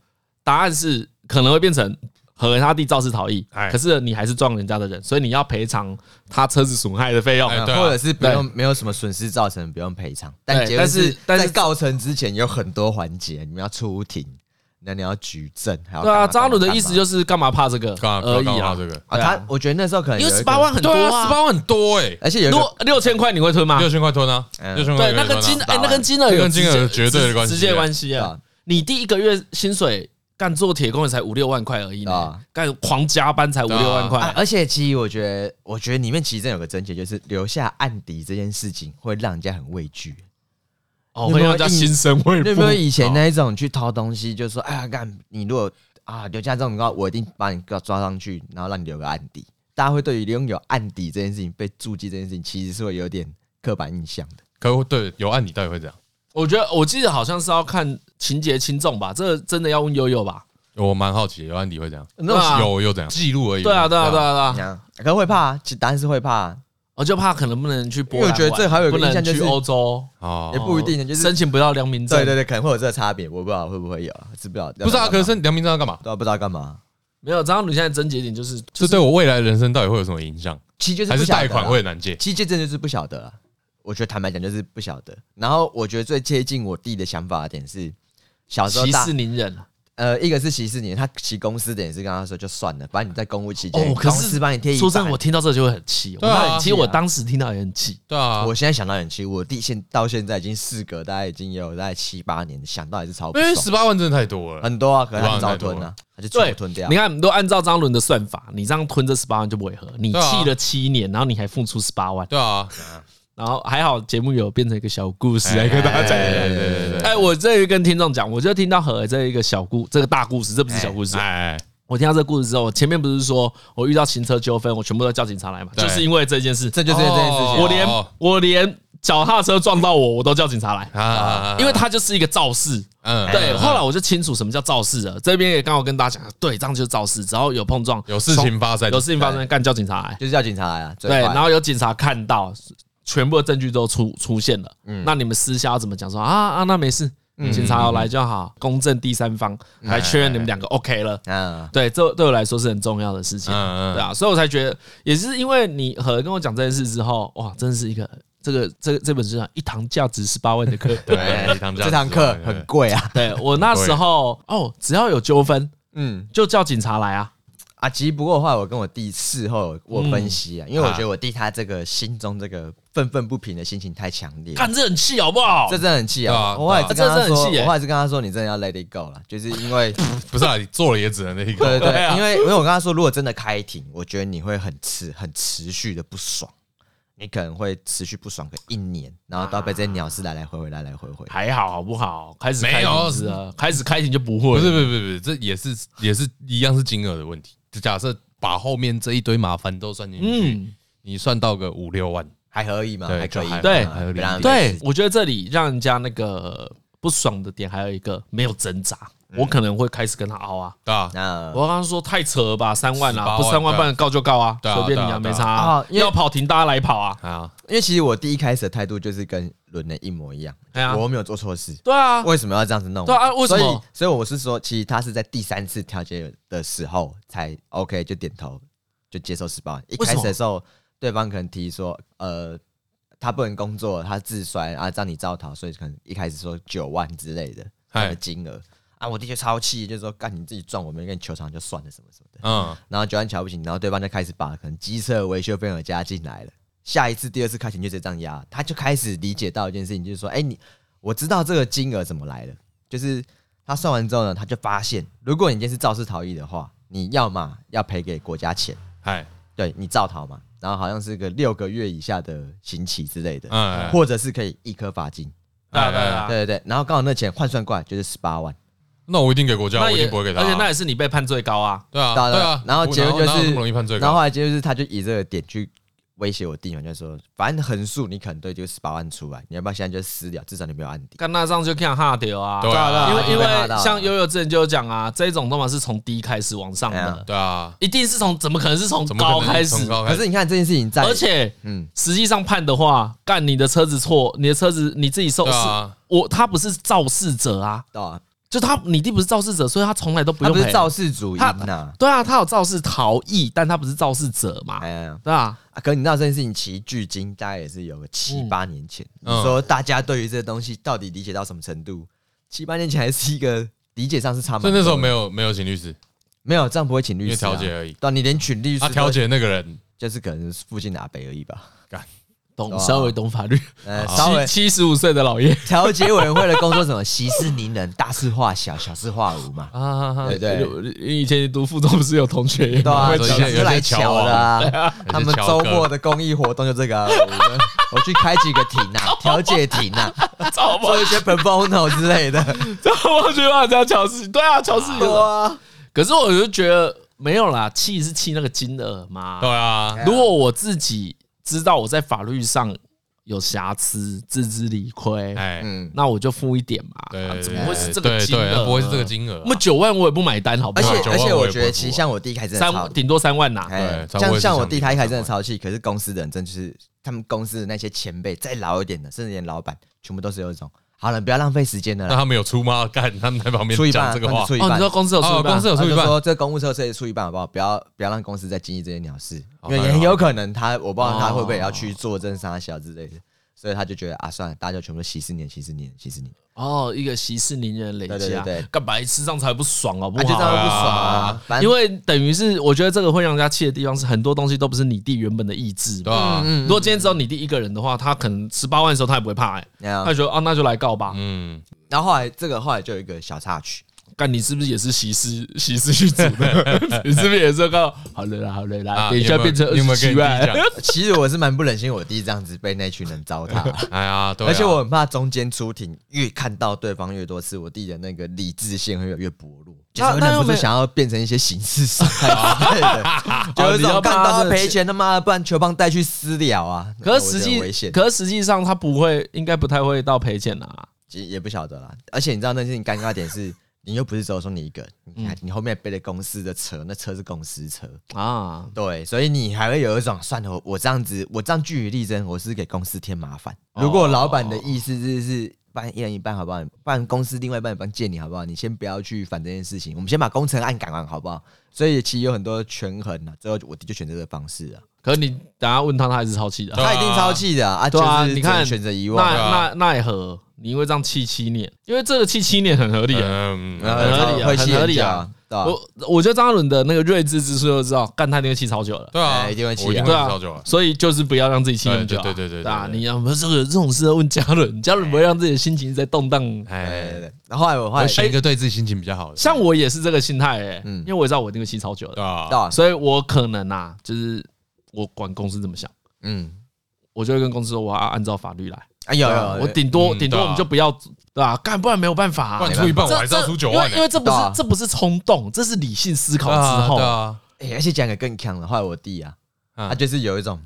Speaker 1: 答案是可能会变成和他弟肇事逃逸
Speaker 2: 哎，
Speaker 1: 可是你还是撞人家的人，所以你要赔偿他车子损害的费用。
Speaker 2: 哎
Speaker 3: 啊
Speaker 2: 对啊
Speaker 3: 或者是不用没有什么损失造成，不用赔偿。但
Speaker 1: 对
Speaker 3: 结论
Speaker 1: 但
Speaker 3: 是
Speaker 1: 是但是
Speaker 3: 在告成之前有很多环节，你们要出庭，那你要举证，还要
Speaker 1: 对啊，
Speaker 3: 干
Speaker 1: 张
Speaker 3: 嘛
Speaker 1: 鲁的意思就是是干嘛怕这个
Speaker 2: 干嘛
Speaker 1: 而
Speaker 2: 干
Speaker 1: 已
Speaker 2: 嘛
Speaker 1: 啊？
Speaker 2: 这个？
Speaker 3: 啊，
Speaker 1: 对啊
Speaker 3: 他我觉得那时候可能
Speaker 1: 因为
Speaker 3: 有一
Speaker 1: 十
Speaker 3: 个
Speaker 1: 八万，很多
Speaker 2: 对啊，十
Speaker 1: 啊，
Speaker 2: 八万很多哎，
Speaker 3: 而且有一
Speaker 1: 如
Speaker 3: 个
Speaker 1: 果六千块你会吞吗？
Speaker 2: 六千块吞啊，
Speaker 3: 嗯
Speaker 2: 六千块
Speaker 1: 对，
Speaker 2: 可以
Speaker 1: 那
Speaker 2: 吞啊
Speaker 1: 跟金哎，那跟金额
Speaker 2: 这
Speaker 1: 有
Speaker 2: 跟金额有
Speaker 1: 直
Speaker 2: 绝
Speaker 1: 接
Speaker 2: 对的关系
Speaker 1: 直接关系
Speaker 3: 对
Speaker 1: 啊
Speaker 3: 啊！
Speaker 1: 你第一个月薪水干做铁工也才五六万块而已
Speaker 3: 对
Speaker 1: 呢
Speaker 3: 啊，
Speaker 1: 干狂加班才五
Speaker 2: 对啊
Speaker 1: 六万
Speaker 3: 啊
Speaker 1: 块，，
Speaker 3: 而且其实我觉得，我觉得里面其实真有个症结，就是留下案底这件事情会让人家很畏惧。
Speaker 1: 哦，
Speaker 3: 你
Speaker 1: 会
Speaker 3: 有没有
Speaker 1: 让人家心生哦畏
Speaker 3: 你有
Speaker 1: 怖
Speaker 3: 没。有以前那一种去偷东西，就说哎呀干，你如果啊留下这种告，我一定把你告抓上去，然后让你留个案底。大家会对于拥有案底这件事情、被注记这件事情，其实是会有点刻板印象的。
Speaker 2: 可对有案底到底会怎样？
Speaker 1: 我觉得我记得好像是要看情节轻重吧，这个真的要问悠悠吧？
Speaker 2: 我蛮好奇，有案底会怎样？
Speaker 1: 那种啊
Speaker 2: 有又怎样？记录而已。
Speaker 1: 对啊，对啊，对，啊，对啊，
Speaker 3: 啊，可能会怕啊，其实答案是会怕啊，
Speaker 1: 我就怕可能不能去波兰玩，
Speaker 3: 因为我觉得这还有一个
Speaker 1: 不能
Speaker 3: 印象就是
Speaker 1: 去欧洲，
Speaker 3: 也
Speaker 2: 哦，
Speaker 3: 不一定的，就是
Speaker 1: 申请不到良民证。
Speaker 3: 对对对，可能会有这个差别，我不知道会不会有啊，知不知道？
Speaker 2: 不是啊，可是
Speaker 3: 都
Speaker 2: 梁明章要干嘛？
Speaker 3: 不知道干嘛，
Speaker 1: 没有。张翰鲁现在症结点就是，
Speaker 2: 这对我未来人生到底会有什么影响？
Speaker 3: 其实就是
Speaker 2: 还
Speaker 3: 不
Speaker 2: 是
Speaker 3: 晓得啊
Speaker 2: 贷款会很难借？
Speaker 3: 其实这真的就是不晓得、啊。我觉得坦白讲就是不晓得。然后我觉得最接近我弟的想法的点是，小时候
Speaker 1: 息
Speaker 3: 大
Speaker 1: 事宁人啊。
Speaker 3: 呃，一个是歧视你，他骑公司的也是跟他说就算了，反正你在公务期间，
Speaker 1: 哦，可
Speaker 3: 公司
Speaker 1: 是
Speaker 3: 帮你贴一
Speaker 1: 说真的，
Speaker 3: 百
Speaker 1: 我听到这就会很气。
Speaker 2: 对啊
Speaker 1: 我其实我当时听到也很气。
Speaker 2: 对啊，
Speaker 3: 我现在想到很气，我弟现到现在已经事隔大概已经有大概七八年，想到也是超不
Speaker 2: 因为
Speaker 3: 爽，
Speaker 2: 十八万真的太多了。
Speaker 3: 很多啊，可是他
Speaker 2: 哇
Speaker 3: 很早
Speaker 2: 太多
Speaker 3: 吞啊，他就全
Speaker 1: 对
Speaker 3: 部吞掉
Speaker 1: 你。看，你都按照张伦的算法，你这样吞这十八万就不违和。你
Speaker 2: 对啊
Speaker 1: 气了七年，然后你还付出十八万，
Speaker 2: 对啊，
Speaker 1: 然后还好节目有变成一个小故事来跟大家讲。
Speaker 2: 哎对对对对，
Speaker 1: 哎，我这里跟听众讲，我就听到何这一个小故，这个大故事，这不是小故事。
Speaker 2: 哎，
Speaker 1: 我听到这个故事之后，我前面不是说我遇到行车纠纷，我全部都叫警察来嘛，
Speaker 2: 对
Speaker 1: 就是因为这件事，
Speaker 3: 这就是这件事情，
Speaker 1: 我连
Speaker 2: 哦
Speaker 1: 我连脚踏车撞到我，我都叫警察来，
Speaker 2: 啊
Speaker 1: 因为它就是一个肇事。
Speaker 2: 嗯
Speaker 1: 对，
Speaker 2: 嗯
Speaker 1: 后来我就清楚什么叫肇事了。这边也刚好跟大家讲，对，这样就是肇事，只要有碰撞，
Speaker 2: 有事情发生，
Speaker 1: 有事情发生，干叫警察来。
Speaker 3: 就是叫警察来啊，最
Speaker 1: 对，
Speaker 3: 快
Speaker 1: 然后有警察看到，全部的证据都出出现了。
Speaker 2: 嗯
Speaker 1: 那你们私下要怎么讲？说啊啊，那没事，警察要来就好，公证第三方
Speaker 2: 哎
Speaker 1: 来确认你们两个 OK 了。
Speaker 3: 嗯，
Speaker 1: 对，这对我来说是很重要的事情。
Speaker 2: 嗯嗯
Speaker 1: 对啊，所以我才觉得，也是因为你和跟我讲这件事之后，哇，真是一个这个这这本书上一堂价值十八万的课。
Speaker 2: <laughs> 对，一堂
Speaker 3: 这堂课很贵啊，
Speaker 1: 对我那时候哦，只要有纠纷
Speaker 3: 嗯。
Speaker 1: 就叫警察来啊。
Speaker 3: 啊，其实不过的话，我跟我弟事后我
Speaker 1: 嗯
Speaker 3: 分析啊，因为我觉得我弟他这个心中这个愤愤不平的心情太强
Speaker 2: 嗯
Speaker 3: 烈了，
Speaker 1: 干这很气好不好？
Speaker 3: 这真的很气
Speaker 2: 对
Speaker 3: 啊！
Speaker 2: 啊
Speaker 3: 我后来是跟
Speaker 1: 这
Speaker 3: 他
Speaker 1: 真的很
Speaker 3: 说，
Speaker 1: 气耶
Speaker 3: 我后来是跟他说，你真的要 let it go 了，就是
Speaker 1: <laughs>
Speaker 3: 因为
Speaker 2: 不是啊，你做了也只能那一
Speaker 3: 对
Speaker 2: 个，
Speaker 3: 对
Speaker 1: 对
Speaker 3: 对，
Speaker 1: 啊
Speaker 3: 因为因为我跟他说，如果真的开庭，我觉得你会很持很持续的不爽，你可能会持续不爽个一年，然后到被这些鸟事来来回回来来回回。
Speaker 1: 还好好不好？开始
Speaker 2: 没
Speaker 1: 开
Speaker 2: 有
Speaker 1: 庭是啊，开始开庭就不会
Speaker 2: 不
Speaker 1: 了。
Speaker 2: 是不是不是不是，这也是也是一样是金额的问题。就假设把后面这一堆麻烦都算进去
Speaker 1: 嗯，
Speaker 2: 你算到个五六万，
Speaker 3: 还可以嘛，
Speaker 2: 对
Speaker 3: 还可以啊
Speaker 2: 就还，
Speaker 1: 对
Speaker 2: 还合理
Speaker 3: 让他
Speaker 1: 对，我觉得这里让人家那个不爽的点还有一个没有挣扎，
Speaker 2: 嗯
Speaker 1: 我可能会开始跟他凹啊。
Speaker 2: 对啊，
Speaker 3: 那
Speaker 1: 我刚刚说太扯了吧，三万
Speaker 2: 18
Speaker 1: 啊，不三
Speaker 2: 万
Speaker 1: 万半告就告啊，
Speaker 2: 对啊
Speaker 1: 随便你
Speaker 2: 对啊
Speaker 1: 啊，
Speaker 2: 对啊
Speaker 1: 没差啊
Speaker 3: 啊。因为
Speaker 1: 要跑停，大家来跑啊。
Speaker 2: 啊，
Speaker 3: 因为其实我弟一开始的态度就是跟伦人一模一样，
Speaker 1: 对啊，
Speaker 3: 我没有做错事，
Speaker 1: 对
Speaker 2: 哎
Speaker 1: 啊，
Speaker 3: 为什么要这样子弄我？
Speaker 1: 对啊为什么
Speaker 3: 所以，所以我是说，其实他是在第三次调解的时候才 OK 就点头就接受十八万。一
Speaker 1: 为什
Speaker 3: 开
Speaker 1: 么
Speaker 3: 始的时候，对方可能提说，呃，他不能工作，他自摔啊，让你造逃，所以可能一开始说九万之类的他的
Speaker 2: 嗨
Speaker 3: 金额。啊，我弟就超气，就说干你自己撞我没跟你球场就算了什么什么的。
Speaker 2: 嗯，
Speaker 3: 然后九安瞧不起，然后对方就开始把可能机车维修费用加进来了。下一次、第二次开庭就直接这样压，他就开始理解到一件事情，就是说，哎、你我知道这个金额怎么来的，就是他算完之后呢，他就发现，如果你今天是肇事逃逸的话，你要嘛要赔给国家钱，
Speaker 2: 嗨，
Speaker 3: 对你造逃嘛，然后好像是个六个月以下的刑期之类的，
Speaker 2: 嗯，
Speaker 3: 或者是可以一颗罚金，
Speaker 1: 对啊
Speaker 2: 哎
Speaker 1: 对啊，
Speaker 3: 对对对，然后刚好那钱换算过来就是十八万。
Speaker 2: 那我一定给国家，
Speaker 1: 那
Speaker 2: 我一
Speaker 1: 也
Speaker 2: 定不会给他
Speaker 1: 而且那
Speaker 2: 啊。
Speaker 1: 也是你被判最高啊，
Speaker 2: 对啊，
Speaker 3: 对啊
Speaker 2: 对啊。
Speaker 3: 然后
Speaker 2: 我
Speaker 3: 结论
Speaker 2: 哪有
Speaker 3: 就是
Speaker 2: 那么容易犯罪
Speaker 3: 然后
Speaker 2: 高
Speaker 3: 后。来就是他就以这个点去威胁我弟嘛，就说反正横竖你可能都丢十八万出来，你要不要现在就撕掉？至少你不要按底。
Speaker 1: 干那上就看哈丢啊。
Speaker 2: 对啊，
Speaker 1: 因
Speaker 3: 对啊
Speaker 1: 为因
Speaker 3: 被骂
Speaker 1: 为
Speaker 3: 到
Speaker 1: 像悠悠之前就有讲啊，这种动法是从低开始往上
Speaker 3: 哎
Speaker 1: 的
Speaker 3: 呀，
Speaker 2: 对啊，
Speaker 1: 一定是从怎么可能是从
Speaker 2: 怎么
Speaker 1: 高
Speaker 2: 可能
Speaker 1: 开始？
Speaker 2: 从高开
Speaker 3: 可
Speaker 2: 始？
Speaker 3: 是你看这件事情在，
Speaker 1: 而且
Speaker 3: 嗯，
Speaker 1: 实际上判的话，干你的车子错，你的车子你自己受
Speaker 2: 对
Speaker 1: 是，
Speaker 2: 啊，
Speaker 1: 我他不是肇事者啊，
Speaker 3: 对啊，
Speaker 1: 就他你弟不是肇事者，所以他从来都不
Speaker 3: 他
Speaker 1: 用
Speaker 3: 不是
Speaker 1: 赔。
Speaker 3: 肇事主因
Speaker 1: 他
Speaker 3: 呐，
Speaker 1: 对啊，他有肇事逃逸，但他不是肇事者嘛，
Speaker 3: 哎呀，
Speaker 1: 对啊，
Speaker 3: 啊可你知道这件事情，其实距今大概也是有个七
Speaker 1: 嗯
Speaker 3: 八年前。你
Speaker 2: 嗯
Speaker 3: 说大家对于这东西到底理解到什么程度？七八年前还是一个理解上是差蛮
Speaker 2: 所
Speaker 3: 多
Speaker 2: 以
Speaker 3: 的，
Speaker 2: 那时候没有没有请律师，
Speaker 3: 没有这样不会请
Speaker 2: 因
Speaker 3: 律
Speaker 2: 为
Speaker 3: 师啊
Speaker 2: 调解，而已。
Speaker 3: 对啊，你连请律
Speaker 2: 他
Speaker 3: 师
Speaker 2: 调
Speaker 3: 都
Speaker 2: 解那个人，
Speaker 3: 就是可能是附近的阿北而已吧，
Speaker 1: 懂
Speaker 3: 啊
Speaker 1: 稍微懂法律，
Speaker 3: 呃， <laughs> 稍微
Speaker 1: 七七十五岁的老爷
Speaker 3: 调解委员会的工作是什么？息事宁人，大事化小，小事化
Speaker 2: <laughs>
Speaker 3: 无嘛。
Speaker 1: 啊
Speaker 3: <laughs> 对
Speaker 1: <laughs>
Speaker 3: 对
Speaker 1: 以前读附中不是有同学也
Speaker 3: 对啊，
Speaker 1: 会 <laughs>
Speaker 2: 所以
Speaker 1: 讲
Speaker 2: 现在有些
Speaker 3: 是来
Speaker 2: 桥
Speaker 3: 瞧的啊。
Speaker 2: <laughs> 有些
Speaker 3: 他们
Speaker 2: 桥
Speaker 3: 周
Speaker 2: 哥
Speaker 3: 末的公益活动就这个啊，我们我去开几个庭
Speaker 2: <laughs>
Speaker 3: 啊，调解庭啊，
Speaker 1: 找
Speaker 3: 做一些 p r o p o 之
Speaker 2: <laughs>
Speaker 3: 类的。
Speaker 1: 怎么去骂人家乔治？对啊，乔治有。
Speaker 3: 对啊，
Speaker 1: 可是我就觉得没有啦，气是气那个金额嘛
Speaker 2: 对。啊，
Speaker 3: 哎
Speaker 1: 如果我自己知道我在法律上有瑕疵，自知理亏，
Speaker 2: 哎，
Speaker 3: 嗯，
Speaker 1: 那我就付一点嘛。
Speaker 2: 对
Speaker 1: 啊
Speaker 2: 对，
Speaker 1: 怎么会是这
Speaker 2: 对
Speaker 1: 个
Speaker 2: 对
Speaker 1: 金
Speaker 2: 对
Speaker 1: 额？
Speaker 2: 不会是这个。金额啊。
Speaker 1: 那么九万我也不买单，好不
Speaker 3: 而
Speaker 1: 好？
Speaker 3: 且
Speaker 2: 九
Speaker 3: 而
Speaker 2: 万
Speaker 3: 且
Speaker 2: 我
Speaker 3: 我
Speaker 2: 也
Speaker 3: 觉
Speaker 2: 不会
Speaker 3: 得，
Speaker 2: 付
Speaker 3: 其实
Speaker 2: 啊
Speaker 3: 像我弟开始真的超
Speaker 1: 三，顶多三万呐。
Speaker 3: 哎，
Speaker 2: 对超过
Speaker 3: 像
Speaker 2: 也是
Speaker 3: 像我
Speaker 2: 像
Speaker 3: 弟
Speaker 2: 比
Speaker 3: 他一
Speaker 2: 较
Speaker 3: 开始真的
Speaker 2: 多
Speaker 3: 超气，可是公司的人真就是他们公司的那些前辈再老一点的，甚至连老板，全部都是有一种好了，不要浪费时间了
Speaker 2: 那
Speaker 3: 啦，
Speaker 2: 他们有出吗？ <laughs> 干，他们在旁边
Speaker 3: 出一半
Speaker 2: 讲
Speaker 3: 啊，
Speaker 2: 这个
Speaker 3: 那就
Speaker 2: 话。
Speaker 3: 出一
Speaker 1: 哦，你
Speaker 3: 半
Speaker 1: 说。公司有出
Speaker 2: 哦，
Speaker 1: 一半
Speaker 2: 公司有
Speaker 3: 他
Speaker 2: 出一
Speaker 3: 就
Speaker 2: 半，
Speaker 3: 说这公务车车出一半好不好？不要不要让公司再经历这些鸟事，因
Speaker 2: 哦
Speaker 3: 为
Speaker 2: 当然
Speaker 3: 也
Speaker 2: 了
Speaker 3: 有可能他我不知道他会不会也要
Speaker 1: 哦
Speaker 3: 去做证杀小之类的，所以他就觉得啊算了，大家全部都息事宁人，息事宁人，息事宁人，
Speaker 1: 哦，一个息事宁人累
Speaker 3: 对
Speaker 1: 积
Speaker 3: 对
Speaker 1: 啊
Speaker 3: 对对，
Speaker 1: 干白痴这样才不爽好不
Speaker 3: 啊就这样
Speaker 1: 好？
Speaker 3: 会不爽
Speaker 2: 啊
Speaker 3: 啊，反正
Speaker 1: 因为等于是，我觉得这个会让人家气的地方是，很多东西都不是你弟原本的意志
Speaker 2: 对啊
Speaker 1: 嘛。
Speaker 2: 吧？
Speaker 3: 嗯
Speaker 1: 如果今天只有你弟一个人的话，他可能十八万的时候他也不会怕，哎，
Speaker 3: 那样
Speaker 1: 他就觉得啊，那就来告吧。
Speaker 2: 嗯，
Speaker 3: 然后后来这个后来就有一个小插曲，
Speaker 1: 干你是不是也是习事习事去组的？ <laughs> 你是不是也是告？好了啦，好了啦，
Speaker 2: 啊
Speaker 1: 等一下变成二
Speaker 2: 你有没有
Speaker 1: 十
Speaker 2: 你有
Speaker 1: 七
Speaker 2: 没有跟你弟
Speaker 1: 万。
Speaker 2: 讲？
Speaker 3: 其实我是蛮不忍心我弟这样子被那群人糟蹋，
Speaker 2: 哎呀，对啊，
Speaker 3: 而且我很怕中间出庭越看到对方越多次，我弟的那个理智线会越来越薄弱，就是会
Speaker 1: 那
Speaker 3: 忍不
Speaker 1: 又没
Speaker 3: 住想要变成一些刑事伤害之
Speaker 1: <laughs>
Speaker 3: 类的。就是这种干到要赔钱，他妈的，不然球棒带去私了啊！
Speaker 1: 可是实
Speaker 3: 我觉得危
Speaker 1: 际，
Speaker 3: 险，
Speaker 1: 可是实际上他不会，应该不太会到赔钱啊。
Speaker 3: 其实也不晓得啦。而且你知道那件事情尴尬点是，你又不是只有说你一个人，你
Speaker 1: 嗯
Speaker 3: 还你后面背着公司的车，那车是公司车，
Speaker 1: 啊，
Speaker 3: 对，所以你还会有一种算了，我我这样子，我这样据理力争，我是给公司添麻烦。
Speaker 1: 哦
Speaker 3: 如果老板的意思是是。不然一人一半好不好？不然公司另外一半帮借你好不好？你先不要去烦这件事情，我们先把工程案赶完好不好？所以其实有很多权衡啊，最后我弟就选择这个方式啊。
Speaker 1: 可是你等下问他，他还是超气的啊。
Speaker 2: 对啊
Speaker 3: 他一定超气的啊！啊
Speaker 1: 对啊
Speaker 3: 就是
Speaker 1: 你看
Speaker 3: 只能选择遗
Speaker 1: 那
Speaker 3: 忘，
Speaker 2: 啊
Speaker 1: 那那也合，你因为这样气七年，因为这个气七年很合理啊。
Speaker 2: 嗯，
Speaker 3: 然后
Speaker 1: 很合理啊
Speaker 3: 呃会气
Speaker 1: 很合
Speaker 3: 很
Speaker 1: 理
Speaker 3: 久
Speaker 1: 啊，
Speaker 3: 对吧？
Speaker 1: 我我觉得张嘉伦的那个睿智之处就知道，干他一定会气超久了。
Speaker 2: 对啊，
Speaker 3: 哎一定会气啊
Speaker 2: 我一定会
Speaker 1: 对啊
Speaker 2: 烧酒啊，
Speaker 1: 所以就是不要让自己气那么久啊。
Speaker 2: 对对对对对对
Speaker 1: 啊！
Speaker 2: 对
Speaker 1: 你要不是这个这种事要问嘉伦，嘉伦不会让自己的心情在动荡。
Speaker 3: 对啊对
Speaker 2: 哎，
Speaker 3: 对。然后后来我后来
Speaker 2: 选一个对自己心情比较好的，
Speaker 1: 像我也是这个心态哎，
Speaker 3: 嗯
Speaker 1: 因为我也知道我一定会气超久
Speaker 2: 对
Speaker 1: 的，
Speaker 2: 啊，
Speaker 3: 到
Speaker 1: 所以我可能啊，就是我管公司怎么想，
Speaker 3: 嗯，
Speaker 1: 我就会跟公司说我要按照法律来。
Speaker 3: 哎呦，有
Speaker 1: 我顶多
Speaker 2: 嗯
Speaker 1: 顶多
Speaker 2: 对啊
Speaker 1: 我们就不要对吧？干不然没有办法
Speaker 2: 不
Speaker 1: 啊
Speaker 2: 然。出一半我
Speaker 1: 这
Speaker 2: 还是要
Speaker 1: 这
Speaker 2: 出九万欸
Speaker 1: 因
Speaker 2: 呢。
Speaker 1: 为因为这不是
Speaker 3: 对啊
Speaker 1: 这不是冲动，这是理性思考
Speaker 2: 对啊
Speaker 1: 之后
Speaker 2: 对。啊，
Speaker 3: 哎而且讲个更强的，后来我弟啊，
Speaker 2: 嗯
Speaker 3: 他就是有一种，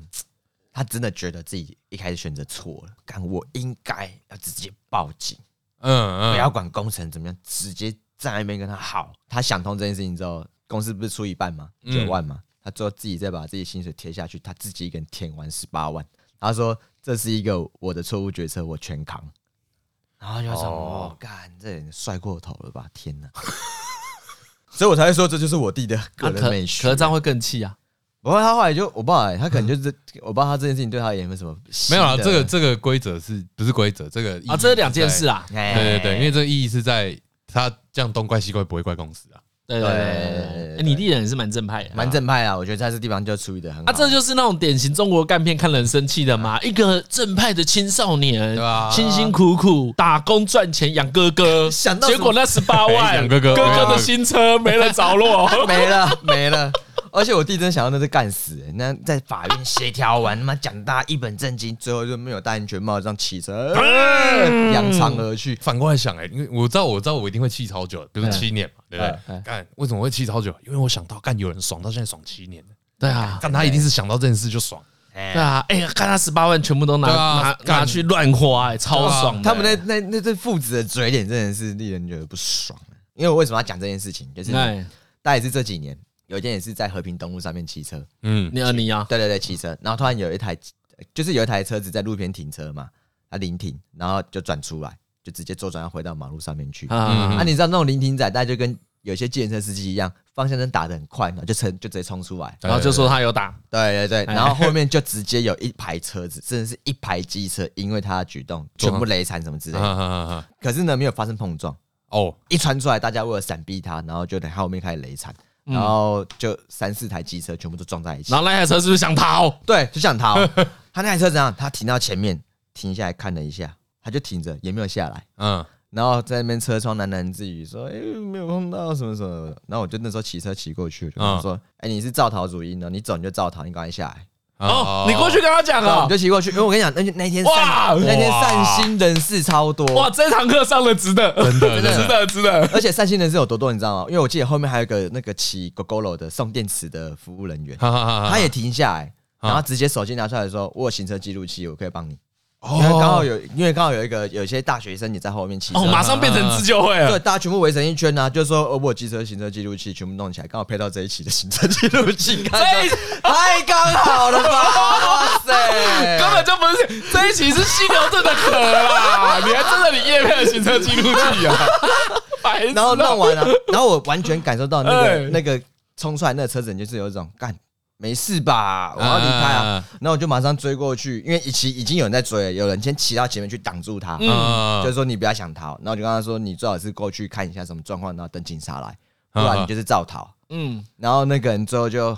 Speaker 3: 他真的觉得自己一开始选择错了，干我应该要直接报警，
Speaker 2: 嗯嗯，
Speaker 3: 不要管工程怎么样，直接站在那边跟他好。他想通这件事情之后，公司不是出一半吗？
Speaker 2: 嗯
Speaker 3: 九万嘛，他最后自己再把自己薪水贴下去，他自己一个人填完十八万，他说这是一个我的错误决策，我全扛。然后就想，
Speaker 2: 哦
Speaker 3: 哦，干，这人帅过头了吧？天哪！ <laughs> 所以我才会说这就是我弟的个
Speaker 1: 啊可
Speaker 3: 人
Speaker 1: 可
Speaker 3: 美
Speaker 1: 是
Speaker 3: 学。
Speaker 1: 这样会更气啊！
Speaker 3: 不过他后来就我不知道、欸，他可能就是 <coughs> 我不知道他这件事情对他也没
Speaker 1: <laughs>
Speaker 3: 什么
Speaker 2: 没有啦，
Speaker 3: 新的
Speaker 2: 这个这个规则是不是规则？这个意义
Speaker 1: 啊，这是两件事
Speaker 2: 在。
Speaker 1: 啊。
Speaker 3: 哎
Speaker 2: 对对对，因为这个意义是在他这样东怪西怪不会怪公司啊。
Speaker 1: 对对对对对，欸你弟人也是蛮正派的，
Speaker 3: 蛮。正派啊，我觉得在这地方就处理的很好。
Speaker 1: 啊，这就是那种典型中国干片看人生气的嘛，一个正派的青少年，
Speaker 2: 对啊
Speaker 1: 辛辛苦苦打工赚钱养哥哥，
Speaker 3: 想到什
Speaker 1: 结
Speaker 3: 么
Speaker 1: 果那
Speaker 2: <laughs>
Speaker 1: 十八万，
Speaker 2: 哎养哥哥
Speaker 1: 哥哥的新车没了着
Speaker 3: <laughs>
Speaker 1: 落，
Speaker 3: 没了没了。而且我弟真想要那是干死、欸，那在法院协调完，他妈讲大家一本正经，最后就没有戴安全帽，这样
Speaker 1: <laughs>
Speaker 3: 骑车
Speaker 1: 嗯
Speaker 3: 呃扬长而去。
Speaker 2: 反过来想，哎，因为我知道，我知道我一定会气超久，比如说七年嘛，对不对？干为什么会气超久？因为我想到干有人爽到现在爽七年了，
Speaker 1: 对啊。
Speaker 2: 干他一定是想到这件事就爽。
Speaker 1: 对啊，哎、呀，看他十八万全部都拿、
Speaker 2: 对啊
Speaker 1: 拿
Speaker 2: 干
Speaker 1: 拿去乱花、哎，超爽的、
Speaker 3: 他们那那那对父子的嘴脸真的是令人觉得不爽、啊因为我为什么要讲这件事情，就是
Speaker 1: 哎，
Speaker 3: 大概也是这几年，有一天也是在和平东路上面骑车，
Speaker 2: 嗯，
Speaker 1: 你啊你啊，
Speaker 3: 对对对，骑车，然后突然有一台，就是有一台车子在路边停车嘛，它临停，然后就转出来，就直接左转要回到马路上面去。
Speaker 1: 啊
Speaker 2: 嗯
Speaker 3: 啊，你知道那种临停仔，大家就跟有些计程车司机一样，方向灯打得很快，然后就冲就直接冲出来。
Speaker 1: 然后就说他有打，
Speaker 3: 对对
Speaker 1: 哎
Speaker 3: 对，然后后面就直接有一排车子，甚至是一排机车，因为他的举动全部雷残什么之类
Speaker 2: 啊
Speaker 1: 嗯
Speaker 3: 的。
Speaker 2: 啊啊啊
Speaker 3: 可是呢，没有发生碰撞，
Speaker 2: 哦，
Speaker 3: 一传出来，大家为了闪避他，然后就等后面开始雷残，
Speaker 1: 嗯
Speaker 3: 然后就三四台机车全部都撞在一起
Speaker 1: 然。后那台车是不是想逃？
Speaker 3: 对，就
Speaker 1: <laughs>
Speaker 3: 想逃。他那台车怎样？他停到前面，停下来看了一下，他就停着，也没有下来。
Speaker 2: 嗯，
Speaker 3: 然后在那边车窗喃喃自语说：“哎、没有碰到什么什么。”然后我就那时候骑车骑过去，我就跟
Speaker 1: 嗯
Speaker 3: 他说：“哎、你是造逃主因哦，你走你就造逃，你赶快下来。
Speaker 1: 哦，你过去跟他讲
Speaker 3: 然后我
Speaker 1: 啊
Speaker 3: 们就，骑过去，因为我跟你讲，那那天
Speaker 1: 哇
Speaker 3: 善那天
Speaker 2: 哇
Speaker 3: 善心人士超多，
Speaker 1: 哇，这堂课上的值得，
Speaker 2: 真的真的，
Speaker 1: 值得，哦值得。
Speaker 3: 而且善心人士有多多，你知道吗？因为我记得后面还有一个那个骑 GoGoRo 的送电池的服务人员，
Speaker 2: 哈
Speaker 1: 嗯
Speaker 2: 哈哈哈
Speaker 3: 他也停下来，
Speaker 2: 啊
Speaker 3: 然后直接手机拿出来说：“我有行车记录器，我可以帮你。”
Speaker 2: 哦
Speaker 3: 因为刚好有，因为刚好有一个有些大学生也在后面骑车
Speaker 1: 哦，，马上变成自救会
Speaker 3: 啊对，
Speaker 1: 了。
Speaker 3: 大家全部围成一圈呐、啊，就说呃我有机车行车记录器全部弄起来，刚好配到这一期的行车记录器，看
Speaker 1: 这一
Speaker 3: 到太刚好了吧？哇塞，
Speaker 1: <laughs> 根本就不是这一期是犀牛镇的壳啦！你还真的你叶片的行车记录器啊？白痴啊
Speaker 3: 然后弄完了、然后我完全感受到那个、
Speaker 1: 哎
Speaker 3: 那个冲出来那个车子，就是有一种干没事吧，我要离开啊！
Speaker 2: 啊
Speaker 3: 然后我就马上追过去，因为一骑已经有人在追了，有人先骑到前面去挡住他，
Speaker 2: 嗯
Speaker 3: 就是说你不要想逃。然后我就跟他说，你最好是过去看一下什么状况，然后等警察来，不
Speaker 2: 嗯
Speaker 3: 然你就是造逃。
Speaker 1: 嗯，
Speaker 3: 然后那个人最后就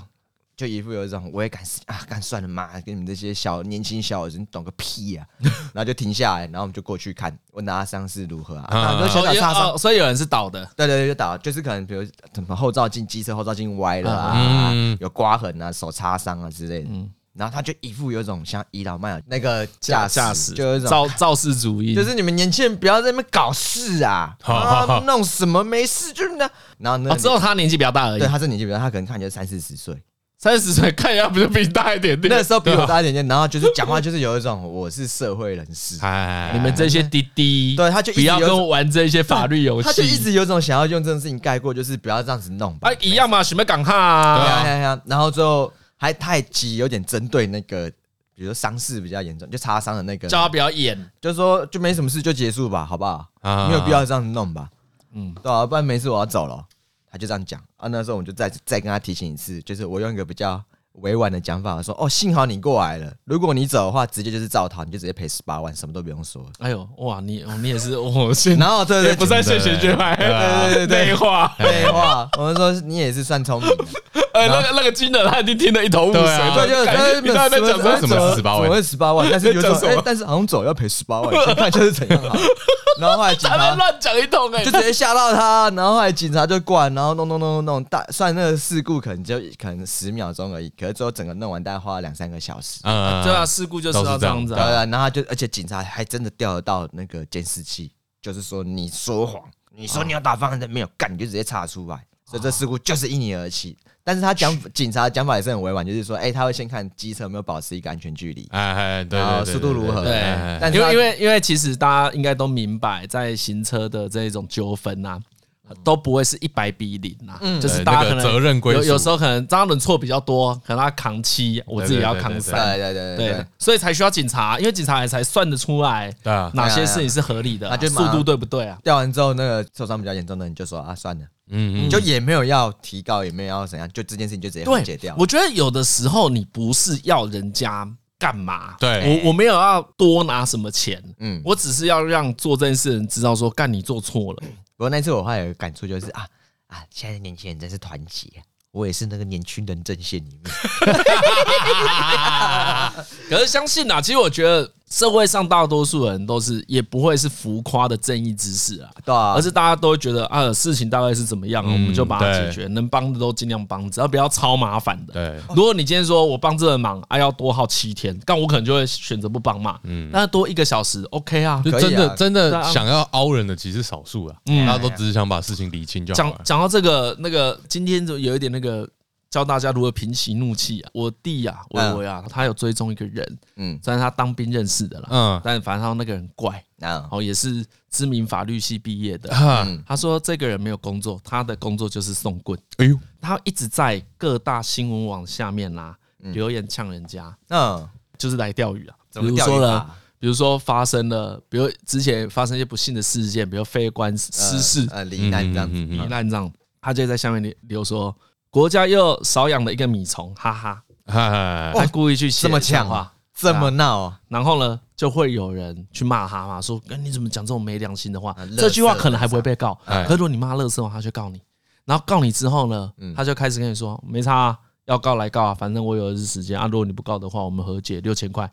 Speaker 3: 就一副有一种我也敢死啊，敢算了妈，跟你们这些小年轻小子，你懂个屁
Speaker 2: <laughs>
Speaker 3: 啊！然后就停下来，然后我们就过去看，问大家伤势如何啊？
Speaker 2: 嗯
Speaker 3: 那就小
Speaker 1: 哦
Speaker 3: 打
Speaker 1: 也
Speaker 3: 杀伤
Speaker 1: 哦，所以有人是倒的，
Speaker 3: 对对对，就打，就是可能比如什么后照镜、机车后照镜歪了啊，
Speaker 2: 嗯
Speaker 3: 有刮痕啊、手擦伤啊之类的。然后他就一副有种像倚老卖老那个驾
Speaker 1: 驾驶
Speaker 3: 就有一种
Speaker 1: 肇肇事主义，
Speaker 3: 就是你们年轻人不要在那边搞事啊，
Speaker 2: 好好好啊
Speaker 3: 啊弄什么没事就是那，然后呢
Speaker 1: 哦，，只有他年纪比较大而已
Speaker 3: 对，他这年纪比较大，他可能看起来三四十岁，
Speaker 1: 三十岁看一下不就比你大一点点？
Speaker 3: 那时候比
Speaker 2: 啊
Speaker 3: 我大一点点，然后就是讲话就是有一种我是社会人
Speaker 2: <laughs>
Speaker 3: 士，
Speaker 2: 哎，
Speaker 1: 你们这些滴滴，
Speaker 3: 对他就一
Speaker 1: 不
Speaker 3: 直
Speaker 1: 要
Speaker 3: 有
Speaker 1: 跟我玩这些法律游
Speaker 3: 他就一
Speaker 1: 戏，
Speaker 3: 直有种想要用这种事情盖过，就是不要这样子弄吧
Speaker 2: 哎
Speaker 1: 啊。，一样嘛，什么港哈
Speaker 3: 对
Speaker 1: 啊？
Speaker 3: 啊，对啊对啊然后最后还太急，有点针对那个，比如说伤势比较严重，就擦伤的那个，
Speaker 1: 叫他不要演，
Speaker 3: 就说就没什么事就结束吧，好不好？
Speaker 2: 啊
Speaker 3: 没有必要这样子弄吧，
Speaker 1: 嗯
Speaker 3: 嗯，对啊，不然没事我要走了。他就这样讲啊，那时候我们就再再跟他提醒一次，就是我用一个比较委婉的讲法说，哦，幸好你过来了，如果你走的话，直接就是造逃，你就直接赔十八万，什么都不用说
Speaker 1: <laughs>
Speaker 3: 了。
Speaker 1: 哎呦，哇，你哦你也是，我现
Speaker 3: 然后对
Speaker 1: 也
Speaker 3: 对
Speaker 1: 不算
Speaker 3: 对，
Speaker 1: 现学学派，
Speaker 3: 对对对对
Speaker 1: 内 <laughs> 化。
Speaker 3: 废话，我们说你也是算聪明
Speaker 1: <laughs>
Speaker 3: 的，
Speaker 1: 呃，那个那个金的他已经听得一头雾水，
Speaker 2: 对啊
Speaker 3: 对，就哎
Speaker 1: 感觉你在那边讲
Speaker 2: 什么
Speaker 1: 说
Speaker 2: 什么是18万
Speaker 3: 怎么是十八万？但是有种
Speaker 1: 在讲什么
Speaker 3: 哎，但是好像走要赔十
Speaker 1: <laughs>
Speaker 3: 八万，先看就是怎样好。然后后来警
Speaker 1: 他在
Speaker 3: 察
Speaker 1: 乱讲一通哎
Speaker 3: 就，直接吓到他，然后后来警察就过来，然后弄弄弄弄弄，大算那个事故可能就可能十秒钟而已，可是最后整个弄完大概花了两三个小时。
Speaker 2: 嗯
Speaker 1: 对啊，，事故就是要这样子
Speaker 3: 对
Speaker 1: 啊。
Speaker 3: 啊，然后他就而且警察还真的调得到那个监视器，就是说你说谎，你说你要打方向灯没有干，你就直接查出来，所以这事故就是因你而起。但是他讲警察的讲法也是很委婉，就是说，哎，他会先看机车有没有保持一个安全距离，
Speaker 2: 哎哎，对对
Speaker 3: 然后
Speaker 2: 对，
Speaker 3: 啊速度如何？
Speaker 2: 对对
Speaker 1: 对
Speaker 2: 哎
Speaker 3: 但是
Speaker 1: 因
Speaker 3: 他
Speaker 1: 为因为因为其实大家应该都明白，在行车的这种纠纷啊，都不会是一百比零啊，
Speaker 3: 嗯
Speaker 1: 就是
Speaker 2: 对
Speaker 1: 大
Speaker 2: 那
Speaker 1: 家可
Speaker 2: 个
Speaker 1: 能
Speaker 2: 责任归
Speaker 1: 有
Speaker 2: 属
Speaker 1: 有时候可能张嘉伦错比较多，可能他扛七，我自己要扛
Speaker 2: 对
Speaker 1: 三，
Speaker 3: 对对对对
Speaker 1: 对
Speaker 3: 对，，
Speaker 1: 所以才需要警察，啊因为警察也才算得出来
Speaker 2: 对啊，
Speaker 1: 哪些事情是合理的啊，
Speaker 3: 那就
Speaker 1: 速
Speaker 3: 马上
Speaker 1: 度对不对啊？
Speaker 3: 调完之后，那个受伤比较严重的人就说啊，算了，
Speaker 2: 嗯嗯，
Speaker 3: 就也没有要提高，也没有要怎样，就这件事情就直接
Speaker 1: 对
Speaker 3: 解，掉。
Speaker 1: 我觉得有的时候你不是要人家干嘛。
Speaker 2: 对
Speaker 1: 我我没有要多拿什么钱，
Speaker 3: 嗯，
Speaker 1: 我只是要让做这件事的人知道说，干你做错了。
Speaker 3: 不过那次我还有个感触就是啊啊，现在的年轻人真是团结、我也是那个年轻人阵
Speaker 1: <laughs>
Speaker 3: 线里面，
Speaker 1: 可是相信啊，其实我觉得社会上大多数人都是也不会是浮夸的正义之士啊，
Speaker 3: 对啊，
Speaker 1: 而是大家都会觉得啊，事情大概是怎么样，我们就把它解决，能帮的都尽量帮，只要不要超麻烦的。
Speaker 2: 对，
Speaker 1: 如果你今天说我帮这个忙，啊要多耗七天，但我可能就会选择不帮嘛。嗯，但是多一个小时，OK 啊。
Speaker 2: 就
Speaker 3: 可以啊
Speaker 2: 真的真
Speaker 1: 对
Speaker 2: 的
Speaker 1: 啊
Speaker 2: 想要凹人的其实少数啊，
Speaker 1: 嗯
Speaker 2: 大家都只是想把事情理清就好
Speaker 1: 讲
Speaker 2: 了。
Speaker 1: 讲到这个，那个今天就有一点那个教大家如何平息怒气啊。我弟啊，我
Speaker 3: 嗯
Speaker 1: 我呀，他有追踪一个人，
Speaker 3: 嗯
Speaker 1: 虽然他当兵认识的啦，
Speaker 2: 嗯
Speaker 1: 但反正他那个人怪，
Speaker 3: 啊
Speaker 1: 然后哦也是知名法律系毕业的。嗯
Speaker 2: 啊，
Speaker 1: 他说这个人没有工作，他的工作就是送棍。
Speaker 2: 哎呦，
Speaker 1: 他一直在各大新闻网下面啦、留言呛人家，
Speaker 3: 嗯，
Speaker 1: 就是来钓鱼啊。
Speaker 3: 怎
Speaker 1: 比
Speaker 3: 么
Speaker 1: 如
Speaker 3: 钓
Speaker 1: 说
Speaker 3: 鱼
Speaker 1: 呢，
Speaker 3: 法？
Speaker 1: 比如说发生了，比如之前发生一些不幸的事件，比如非官失事、嗯
Speaker 3: 呃，罹难这样子，
Speaker 2: 嗯
Speaker 1: 罹难这样，他就在下面留留说国家又少养了一个米虫，哈哈，
Speaker 2: 哎，
Speaker 1: 他故意去写
Speaker 3: 哦这么
Speaker 1: 呛
Speaker 3: 呛啊
Speaker 1: 话。
Speaker 3: 这么闹啊，
Speaker 1: 然后呢，就会有人去骂他嘛，说：“哎，你怎么讲这种没良心的话
Speaker 3: 啊？”
Speaker 1: 这句话
Speaker 3: 垃圾
Speaker 1: 可能还不会被告，
Speaker 2: 哎
Speaker 1: 可是如果你骂乐色的话，他就告你。然后告你之后呢，他就开始跟你说：“没差啊，要告来告啊，反正我有的是时间啊。如果你不告的话，我们和解六千块。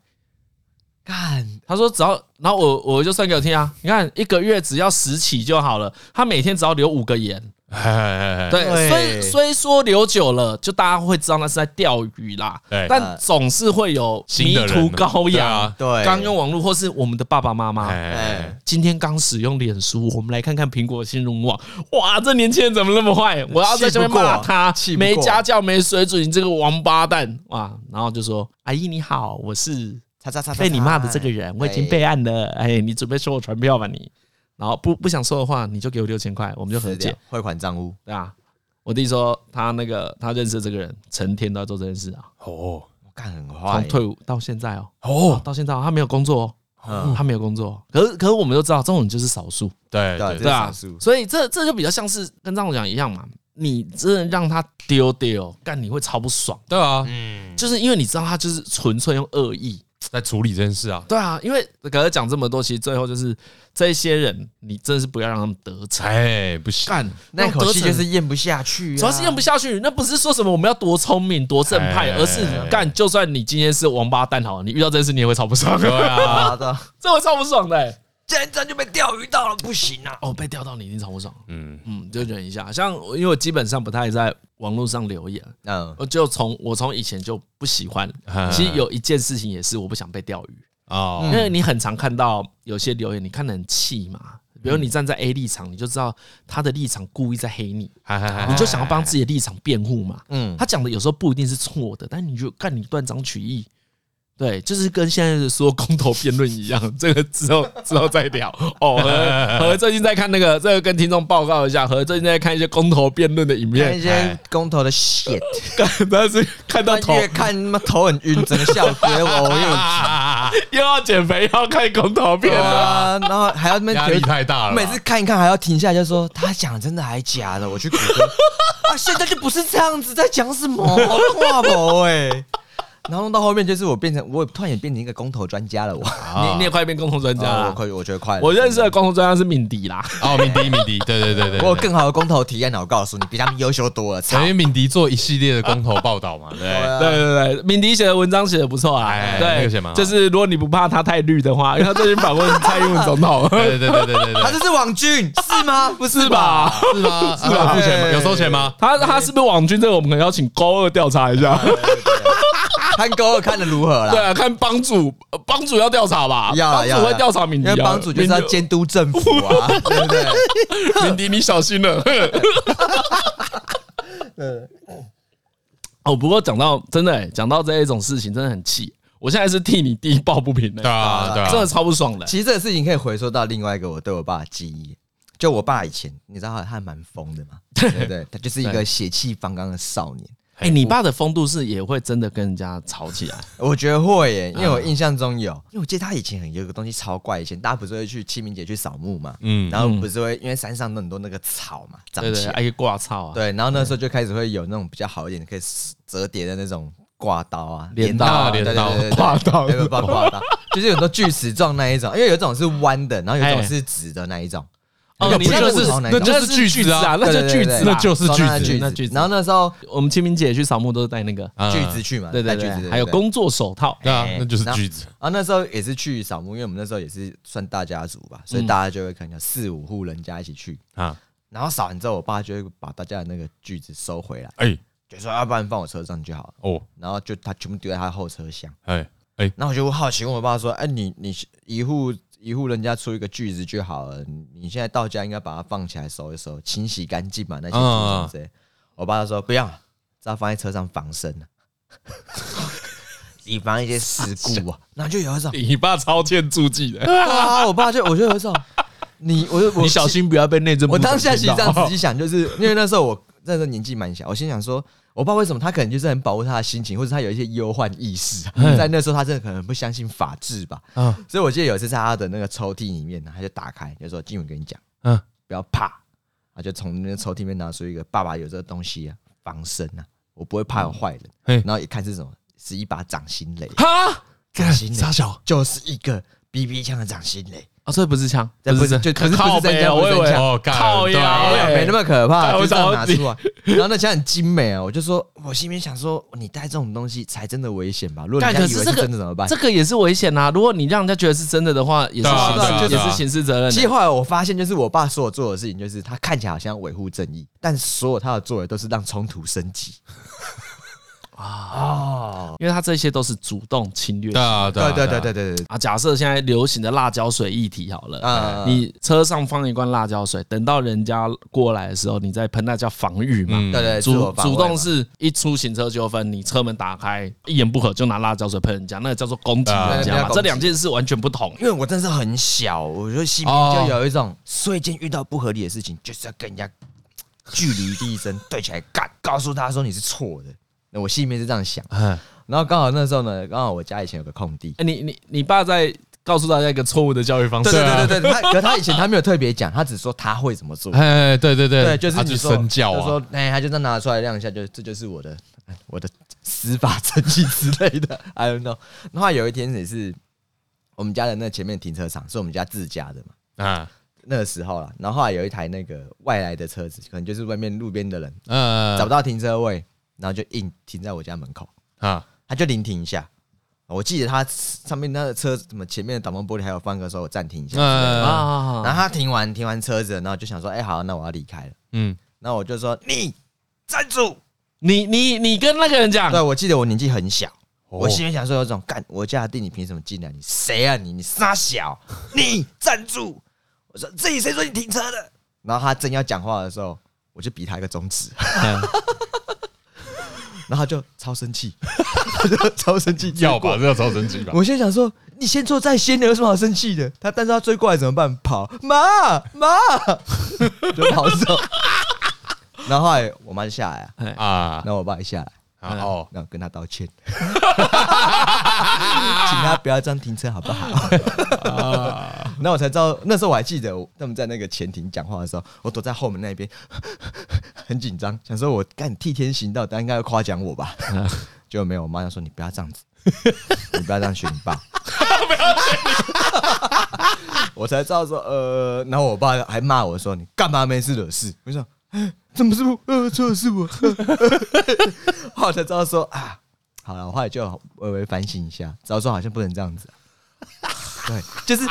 Speaker 3: 干”
Speaker 1: 他说：“只要……然后我我就算给我听啊，你看一个月只要十起就好了。他每天只要留五个言，
Speaker 2: 哎，
Speaker 1: 对，
Speaker 3: 对
Speaker 1: 虽虽说留久了，就大家会知道那是在钓鱼啦，
Speaker 2: 对
Speaker 1: 但总是会有
Speaker 2: 新
Speaker 1: 迷
Speaker 2: 的人
Speaker 1: 途羔
Speaker 2: 对
Speaker 1: 羊
Speaker 2: 啊。
Speaker 3: 呃对，
Speaker 1: 刚用网络或是我们的爸爸妈妈，
Speaker 2: 哎，
Speaker 1: 今天刚使用脸书，我们来看看苹果新闻网。哇，这年轻人怎么那么坏？我要在下面骂他
Speaker 3: 气，不过
Speaker 1: 没家教、没水准，你这个王八蛋！哇，然后就说：“阿姨你好，我是
Speaker 3: 叉叉叉叉
Speaker 1: 被你骂的这个
Speaker 3: 哎
Speaker 1: 人，我已经备案了。哎，你准备收我传票吧你？然后不不想收的话，你就给我六千块，我们就和
Speaker 3: 是这
Speaker 1: 解
Speaker 3: 样，汇款账户，
Speaker 1: 对啊。”我弟说他那个他认识的这个人，成天都在做这件事啊，
Speaker 2: 哦
Speaker 3: 我干很坏
Speaker 1: 从
Speaker 3: 欸，
Speaker 1: 退伍到现在哦，
Speaker 2: 哦，
Speaker 1: 到现在哦他没有工作哦，
Speaker 3: 嗯，
Speaker 1: 他没有工作，哦可是可是我们都知道，这种人就是少数，
Speaker 2: 对对
Speaker 3: 对这
Speaker 1: 对
Speaker 3: 是
Speaker 1: 啊
Speaker 3: 少，数
Speaker 1: 所以这这就比较像是跟张总讲一样嘛，你真的让他丢丢，干你会超不爽，
Speaker 2: 对啊，
Speaker 3: 嗯
Speaker 1: 就是因为你知道他就是纯粹用恶意，
Speaker 2: 在处理这件事啊，
Speaker 1: 对啊，因为刚才讲这么多，其实最后就是这些人，你真的是不要让他们得逞，
Speaker 2: 哎，不行，
Speaker 1: 干
Speaker 3: 那口气就。
Speaker 1: 让得
Speaker 3: 是
Speaker 1: 逞
Speaker 3: 咽不下去啊，
Speaker 1: 主要是咽不下去，那不是说什么我们要多聪明、多正派，
Speaker 2: 哎
Speaker 1: 而是干，就算你今天是王八蛋好了，你遇到这件事你也会超不 <laughs> 爽，
Speaker 2: 对啊，
Speaker 3: 啊，对啊，
Speaker 1: <laughs> 这会超不爽的、欸。
Speaker 3: 竟然这样就被钓鱼到了，不行啊！
Speaker 1: 哦，被钓到你一定超不爽。
Speaker 2: 嗯，
Speaker 1: 嗯，就忍一下。像我因为我基本上不太在网络上留言，
Speaker 3: 嗯，
Speaker 1: 我就从我从以前就不喜 <laughs> 欢。其实有一件事情也是我不想被钓鱼，因
Speaker 2: 哦，
Speaker 1: 为你很常看到有些留言，你看得很气嘛。比如你站在 A 立场，你就知道他的立场故意在黑你，你
Speaker 2: 你
Speaker 1: 就想要帮自己的立场辩护嘛。
Speaker 3: 嗯
Speaker 1: 他讲的有时候不一定是错的，但你就看你断章取义。对，就是跟现在的所有公投辩论一样，这个之后之后再聊。哦，何何最近在看那个，这个跟听众报告一下，何最近在看一些公投辩论的影
Speaker 3: 看
Speaker 1: 片
Speaker 3: 一，些公投的 shit，
Speaker 1: 但是看到头
Speaker 3: 越看他妈头很晕，整个笑觉我又
Speaker 2: 啊，
Speaker 1: 又要减肥，又要看公投
Speaker 2: <laughs>
Speaker 1: 辩
Speaker 3: 对
Speaker 1: 论，
Speaker 3: 啊，然后还要那
Speaker 2: 压
Speaker 3: 边
Speaker 2: 力
Speaker 3: 觉得
Speaker 2: 太大了，
Speaker 3: 每次看一看还要停下来，就说他讲真的还假的，我去谷歌啊，现在就不是这样子，在讲什么话不哎，然后弄到后面就是我变成我突然也变成一个公投专家了，我
Speaker 2: 啊
Speaker 1: 你你也快变公投专家
Speaker 3: 啊，我
Speaker 1: 了。
Speaker 3: 快我觉得快了，
Speaker 1: 我认识的公投专家是敏迪啦，
Speaker 2: 哦，敏迪，敏迪，对对对对，
Speaker 3: 我有更好的公投提案了，我告诉你，比他们优秀多了，操
Speaker 2: 因！为敏迪做一系列的公投报道嘛，对，
Speaker 1: 对对对，敏迪写的文章写的不错啊
Speaker 2: 啊哎，那个写蛮
Speaker 1: 对，
Speaker 2: 好
Speaker 1: 就是如果你不怕他太绿的话，因为他最近访问蔡英文
Speaker 2: <laughs>
Speaker 1: 总统，
Speaker 2: 对对对对对
Speaker 3: 他
Speaker 2: 对，
Speaker 3: 这是网军是吗？不
Speaker 2: <laughs>
Speaker 1: 是？吧？
Speaker 2: 是吗？是吗？付钱吗？有收钱吗？
Speaker 1: 他他是不是网军？这个我们可能要请高二调查
Speaker 3: <laughs>
Speaker 1: 一下。
Speaker 3: 啊看狗二看的如何
Speaker 1: 对
Speaker 3: 啦？
Speaker 1: 啊，看帮主，呃帮主要调查吧，
Speaker 3: 要
Speaker 1: 帮
Speaker 3: 啊要啊
Speaker 1: 主会调查敏
Speaker 3: 因
Speaker 1: 迪啊
Speaker 3: 为，帮主就是要监督政府啊，对不对？ <laughs>
Speaker 1: 敏迪敏迪，你小心了。哦，不过讲到真的欸，讲到这一种事情，真的很气。我现在是替你弟抱不平的欸
Speaker 2: 对，啊，对啊，
Speaker 1: 真的超不爽的欸。
Speaker 3: 其实这个事情可以回溯到另外一个我对我爸的记忆。就我爸以前，你知道他他还蛮疯的嘛，对不对？他就是一个血气方刚的少年。
Speaker 1: 哎，你爸的风度是也会真的跟人家吵起来，
Speaker 3: 我觉得会耶，因为我印象中有，因为我记得他以前很有一个东西超怪，以前大家不是会去清明节去扫墓嘛，
Speaker 2: 嗯，
Speaker 3: 然后不是会因为山上都很多那个草嘛长
Speaker 1: 对对，
Speaker 3: 起
Speaker 1: 对
Speaker 3: 来，
Speaker 1: 哎，挂操啊，
Speaker 3: 对，然后那时候就开始会有那种比较好一点的可以折叠的那种挂刀啊，
Speaker 1: 镰刀
Speaker 2: 啊
Speaker 3: 对对
Speaker 2: 镰刀
Speaker 3: 对对对
Speaker 1: 挂刀
Speaker 3: 对对挂挂刀，就是有很多锯齿状那一种，因为有一种是弯的，然后有一种是直的那一种。
Speaker 2: 哦
Speaker 3: 那个
Speaker 2: 你
Speaker 3: 不
Speaker 2: 那
Speaker 3: 是
Speaker 2: 个
Speaker 3: 不
Speaker 2: 是
Speaker 3: 同哪一
Speaker 2: 那
Speaker 3: 种
Speaker 2: 就是锯子啊，
Speaker 1: 那就是锯子
Speaker 2: 那
Speaker 1: 啦，
Speaker 2: 就是
Speaker 3: 锯
Speaker 2: 锯子
Speaker 1: 锯
Speaker 3: 子
Speaker 1: 那锯子
Speaker 3: 然后哦那时候
Speaker 1: 我们清明节去扫墓都是带那个，
Speaker 2: 啊
Speaker 3: 锯子去嘛，
Speaker 1: 嗯对对
Speaker 3: 带锯子
Speaker 1: 对，还有工作手套，
Speaker 2: 对啊
Speaker 3: 哎，
Speaker 2: 那就是
Speaker 3: 然后
Speaker 2: 锯子。
Speaker 3: 啊，那时候也是去扫墓，因为我们那时候也是算大家族
Speaker 1: 嗯
Speaker 3: 吧，所以大家就会可能有四五户人家一起去
Speaker 2: 啊
Speaker 3: 啊。然后扫完之后，我爸就会把大家的那个锯子收回来，
Speaker 2: 哎
Speaker 3: 就说啊要不然放我车上就好了。
Speaker 2: 哦
Speaker 3: 然后就他全部丢在他后车厢。
Speaker 2: 哎，
Speaker 3: 那我就好奇问我爸说：“哎、你你一户一户人家出一个锯子就好了，你你现在到家应该把它放起来收一收，清洗干净嘛，那
Speaker 1: 嗯
Speaker 3: 些竹什么之类的我爸就说：“不要，只要放在车上防身啊， <laughs> 以防一些事故啊。”然后就
Speaker 1: <laughs>
Speaker 3: 有一种，
Speaker 1: 你爸超欠注记的，
Speaker 3: 对啊，我爸就我就有一种，你我就我
Speaker 1: 你小心不要被内政部
Speaker 3: 我当下其实
Speaker 1: 长
Speaker 3: 这
Speaker 1: 听
Speaker 3: 样
Speaker 1: 到
Speaker 3: 仔细想，就是因为那时候我那时候年纪蛮小，我心想说，我不知道为什么他可能就是很保护他的心情，或者他有一些忧患意识啊。在那时候他真的可能不相信法治吧。
Speaker 2: 啊
Speaker 3: 所以我记得有一次在他的那个抽屉里面，他就打开就说：“金文跟你讲，
Speaker 2: 嗯
Speaker 3: 不要怕。”他就从那个抽屉里面拿出一个爸爸有这个东西啊，防身啊，我不会怕有坏人。
Speaker 2: 嘿
Speaker 3: 然后一看是什么，是一把掌心雷，
Speaker 1: <laughs> 哈
Speaker 3: 掌心
Speaker 2: 傻
Speaker 3: 雷
Speaker 2: 小
Speaker 3: 就是一个 BB 枪的掌心雷。
Speaker 1: 啊，这不是枪，
Speaker 3: 这不是就可是不是真枪，不是真枪，
Speaker 2: 哦干
Speaker 1: 靠
Speaker 2: 对啊
Speaker 1: 腰
Speaker 3: 没有
Speaker 1: 嘞
Speaker 3: 没那么可怕，
Speaker 1: 哎
Speaker 3: 就
Speaker 1: 我
Speaker 3: 这
Speaker 1: 想
Speaker 3: 样
Speaker 1: 要
Speaker 3: 拿出来。 <laughs> 然后那枪很精美啊，我就说，我心里面想说，你带这种东西才真的危险吧？如果人
Speaker 1: 但
Speaker 3: 家
Speaker 1: 可
Speaker 3: 以为
Speaker 1: 是
Speaker 3: 是
Speaker 1: 这个
Speaker 3: 真的怎么办
Speaker 1: 这？个也是危险呐、如果你让人家觉得是真的的话，也是
Speaker 2: 对啊
Speaker 1: 刑事、
Speaker 3: 对啊
Speaker 1: 也
Speaker 3: 对啊
Speaker 1: 是刑事责任
Speaker 3: 其实
Speaker 1: 的。
Speaker 3: 后来我发现，就是我爸所有做的事情，就是他看起来好像维护正义，但所有他的作为都是让冲突升
Speaker 1: <laughs>
Speaker 3: 级。哦，
Speaker 1: 因为他这些都是主动侵略
Speaker 2: 对啊对
Speaker 3: 对
Speaker 2: 啊
Speaker 3: 对对
Speaker 2: 啊
Speaker 3: 对对对，
Speaker 1: 啊。假设现在流行的辣椒水议题好了，
Speaker 3: 啊，
Speaker 1: 你车上放一罐辣椒水，等到人家过来的时候，你再喷，那叫防御嘛。
Speaker 2: 嗯
Speaker 3: 对对自
Speaker 1: 主
Speaker 3: 我防卫
Speaker 1: 主
Speaker 3: 嘛
Speaker 1: 动是一出行车纠纷，你车门打开，一言不合就拿辣椒水喷人家，那个叫做攻击人
Speaker 3: 对啊
Speaker 1: 家
Speaker 3: 那叫
Speaker 1: 嘛。
Speaker 3: 攻击
Speaker 1: 这两件事完全不同。
Speaker 3: 因为我真的是很小，我就心里就有一种瞬间遇到不合理的事情，就是要跟人家据理力争，对起来干，告诉他说你是错的。那我心里面是这样想。
Speaker 2: 哎
Speaker 3: 然后刚好那时候呢，刚好我家以前有个空地。
Speaker 1: 哎，你你你爸在告诉大家一个错误的教育方式，
Speaker 3: 对
Speaker 2: 啊
Speaker 3: 对对对，他可他以前他没有特别讲，他只说他会怎么做。
Speaker 2: 哎对对对
Speaker 3: 嗯对，就是
Speaker 2: 他
Speaker 3: 你
Speaker 2: 就
Speaker 3: 说
Speaker 2: 身教
Speaker 3: 就
Speaker 2: 啊，
Speaker 3: 说哎，他就这样拿出来亮一下，就这就是我的 <laughs> 我的司法证据之类的，I don't know。然后有一天也是我们家的那前面停车场是我们家自家的嘛，
Speaker 2: 啊
Speaker 3: 那个时候啦。然后后来有一台那个外来的车子，可能就是外面路边的人
Speaker 2: 呃
Speaker 3: 找不到停车位，然后就硬停在我家门口。
Speaker 2: 啊
Speaker 3: 他就临停一下。我记得他上面那个车什么前面的挡风玻璃还有放个说我暂停一下，
Speaker 1: 啊
Speaker 2: 呃
Speaker 1: 啊，
Speaker 3: 然后他停完停完车子，然后就想说，哎、好，那我要离开了。
Speaker 2: 嗯
Speaker 3: 那我就说你站住！
Speaker 1: 你你你跟那个人讲
Speaker 3: 对，，我记得我年纪很小，
Speaker 2: 哦
Speaker 3: 我心里想说有种干，我家的地你凭什么进来？你谁啊你？你
Speaker 2: <laughs>
Speaker 3: 傻小！你站住！我说这里谁说你停车的？然后他正要讲话的时候，我就比他一个中指，
Speaker 2: 嗯
Speaker 3: <laughs> 然后他就超生气， <laughs> 他就超生气，
Speaker 2: 要吧，这要超神奇吧？
Speaker 3: 我先想说，你先做在先，你有什么好生气的？他，但是他追过来怎么办？跑，妈
Speaker 2: <laughs>
Speaker 3: 妈，就跑走。 <laughs> 然后后来我妈就下来啊，
Speaker 2: 啊哦
Speaker 3: 然，后我爸也下来，
Speaker 2: 然后
Speaker 3: 然后跟他道歉， <laughs> 请他不要这样停车好不好？然后我才知道，那时候我还记得他们在那个前庭讲话的时候，我躲在后门那边，很紧张，想说我干替天行道，大家应该要夸奖我吧？结果没有，我妈就说你不要这样子，你不要这样学你爸。我才知道说，呃，然后我爸还骂我说：“你干嘛没事惹事？”我想，哎怎么是我？呃，错的是我。 <laughs> 后来我才知道说啊，好了，我后来就微微反省一下，知道说好像不能这样子、啊对，就是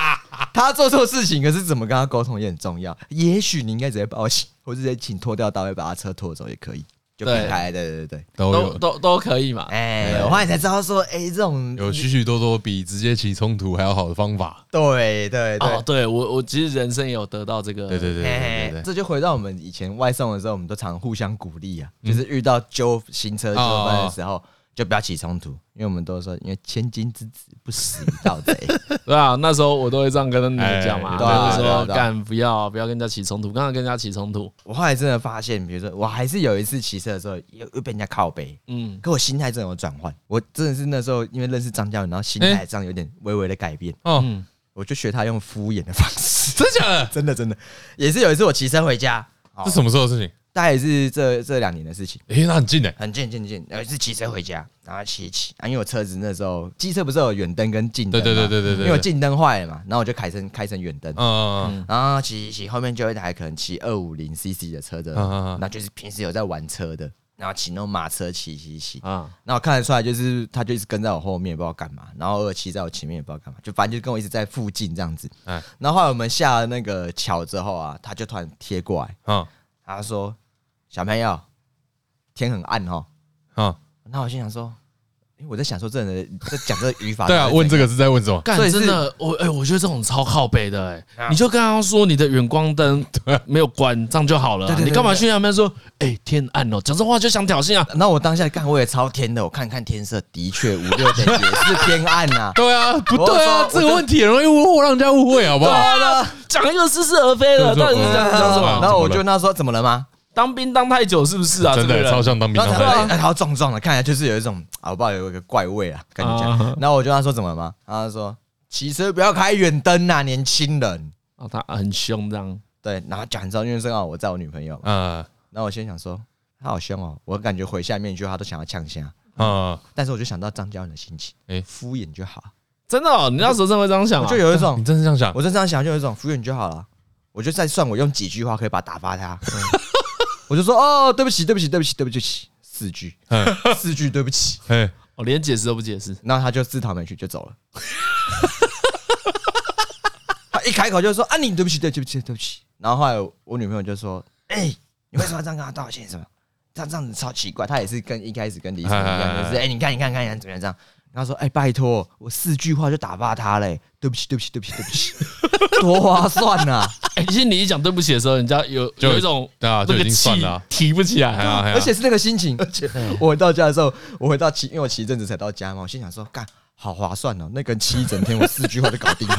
Speaker 3: 他做错事情，可是怎么跟他沟通也很重要。也许你应该直接报警，或者直接请拖吊大卫把他车拖走也可以，就避
Speaker 1: 对
Speaker 3: 开。对对对对，
Speaker 2: 都
Speaker 1: 都
Speaker 2: 有
Speaker 1: 都都可以嘛。
Speaker 3: 哎、我后来才知道说，哎、这种
Speaker 2: 有许许多多比直接起冲突还要好的方法。
Speaker 3: 对对对，
Speaker 1: 哦，对我我其实人生也有得到这个，
Speaker 2: 对对对对对对
Speaker 3: 呃这就回到我们以前外送的时候，我们都常互相鼓励啊，
Speaker 2: 嗯
Speaker 3: 就是遇到纠行车纠纷的时
Speaker 2: 哦
Speaker 3: 候，就不要起冲突，因为我们都说，因为千金之子不识于盗
Speaker 2: <laughs>
Speaker 3: 贼。
Speaker 1: 对啊，那时候我都会这样跟你们讲嘛，
Speaker 2: 哎
Speaker 1: 就
Speaker 3: 对啊
Speaker 1: 是
Speaker 3: 对啊
Speaker 1: 说
Speaker 3: 对啊
Speaker 1: 干不要不要跟人家起冲突，刚刚跟人家起冲突，
Speaker 3: 我后来真的发现，比如说，我还是有一次骑车的时候，又又被人家靠背，
Speaker 1: 嗯，
Speaker 3: 可我心态真的有转换，我真的是那时候因为认识张嘉伦，然后心态上有点微微的改变，
Speaker 2: 哦， <laughs>
Speaker 3: 我就学他用敷衍的方式，
Speaker 2: 真假的？
Speaker 3: <laughs> 真的真的，也是有一次我骑车回家，哦
Speaker 2: 这什么时候的事情？
Speaker 3: 大概也是这这两年的事情。
Speaker 2: 诶，那很近哎，
Speaker 3: 很近近近，有一次骑车回家，然后骑一骑，啊，因为我车子那时候机车不是有远灯跟近灯
Speaker 2: 对
Speaker 3: 嘛，
Speaker 2: 对对对对对，
Speaker 3: 因为我近灯坏了嘛，然后我就开成开成远灯，
Speaker 2: 嗯，
Speaker 3: 然后骑骑骑，后面就有一台可能骑二五零 CC 的车的，
Speaker 2: 嗯嗯嗯
Speaker 3: 那就是平时有在玩车的，然后骑那种马车骑骑骑，
Speaker 2: 嗯
Speaker 4: 啊，
Speaker 3: 那我看得出来就是他就一直跟在我后面，也不知道干嘛，然后偶尔骑在我前面也不知道干嘛，就反正就跟我一直在附近这样子。
Speaker 2: 哎
Speaker 3: 然后后来我们下了那个桥之后啊，他就突然贴过来，
Speaker 2: 嗯
Speaker 3: 他说：“小朋友，天很暗哦。
Speaker 2: 嗯，”
Speaker 3: 那我心想说。诶我在想说，这人的在讲这个语法，
Speaker 2: 对啊，问这个是在问什么？
Speaker 1: 干
Speaker 3: 所以是
Speaker 1: 真的，我哎、我觉得这种超靠北的哎、
Speaker 2: 啊
Speaker 1: 你就跟他说你的远
Speaker 2: <laughs>
Speaker 1: 光灯没有关，这样就好了啊、
Speaker 3: 对对对
Speaker 1: 你干嘛去那边说哎、天暗哦，讲这话就想挑衅啊？
Speaker 3: 那我当下干，我也超天的，我看看天色，的确五六点也是偏暗呐、
Speaker 2: 对啊， <laughs> 不对
Speaker 3: 我啊
Speaker 2: 啊，
Speaker 3: 说
Speaker 2: 这个问题啊很容易误让人家误会，好不好？
Speaker 1: 讲一个似是而非的，
Speaker 2: 对
Speaker 1: 到
Speaker 2: 对
Speaker 1: 底是讲
Speaker 2: 嗯
Speaker 1: 讲什么？
Speaker 3: 然后我就那说怎么了吗？
Speaker 1: 当兵当太久是不是啊？
Speaker 2: 真
Speaker 1: 这个
Speaker 2: 的
Speaker 1: 人
Speaker 2: 超像当兵
Speaker 3: 然后
Speaker 2: 当
Speaker 3: 他说
Speaker 2: 的，：“
Speaker 3: 哎，好壮壮的，看起来就是有一种啊，我不知道有一个怪味啊，跟你讲。
Speaker 1: 啊
Speaker 3: 然后我就跟他说怎么了吗？然后他说骑车不要开远灯呐，年轻人。
Speaker 1: 哦，他很凶这样，
Speaker 3: 对，然后讲之后，因为正好我载我女朋友嘛，
Speaker 2: 嗯
Speaker 3: 然后我先想说他好凶哦，我感觉回下面一句话都想要呛下，
Speaker 2: 嗯，
Speaker 3: 但是我就想到张嘉文的心情，
Speaker 2: 哎
Speaker 3: 敷衍就好，
Speaker 1: 真的、哦，你那时候真的会这样想
Speaker 3: 我
Speaker 1: 啊？
Speaker 3: 就有一
Speaker 2: 嗯 <laughs>
Speaker 3: 种
Speaker 2: 你真是这样想？
Speaker 3: 我就这样想，就有一种敷衍就好了。我就再算我用几句话可以把他打发他。 <laughs> 我就说哦，对不起，对不起，对不起，对不起，四句
Speaker 2: 嗯，
Speaker 3: 四句对不起。
Speaker 2: 哎，
Speaker 1: 我哦连解释都不解释，
Speaker 3: 然后他就自讨没趣就走了。 <laughs> 他一开口就说啊，你对不起，对不起，对不起。然后后来我女朋友就说，哎，你为什么要这样跟他道歉？什么？这样这样子超奇怪。他也是跟一开始跟李晨一样，就是哎，你看，你看，你看，你看怎么样这样。然后说：“哎、拜托，我四句话就打发他嘞、对不起，对不起，对不起，对不起， <laughs> 多划算啊呐、
Speaker 1: 哎、其实你一讲对不起的时候，人家有
Speaker 2: 就
Speaker 1: 有一种
Speaker 2: 对啊就
Speaker 1: 那
Speaker 2: 已
Speaker 1: 个
Speaker 2: 经
Speaker 1: 气
Speaker 2: 算了啊
Speaker 1: 提不起来
Speaker 2: 哎
Speaker 1: 啊。
Speaker 2: 呀哎呀
Speaker 3: 而且是那个心情。而且我回到家的时候，我回到骑，因为我骑一阵子才到家嘛，我心想说，干，好划算哦，那个人骑一整天，我四句话就搞定了，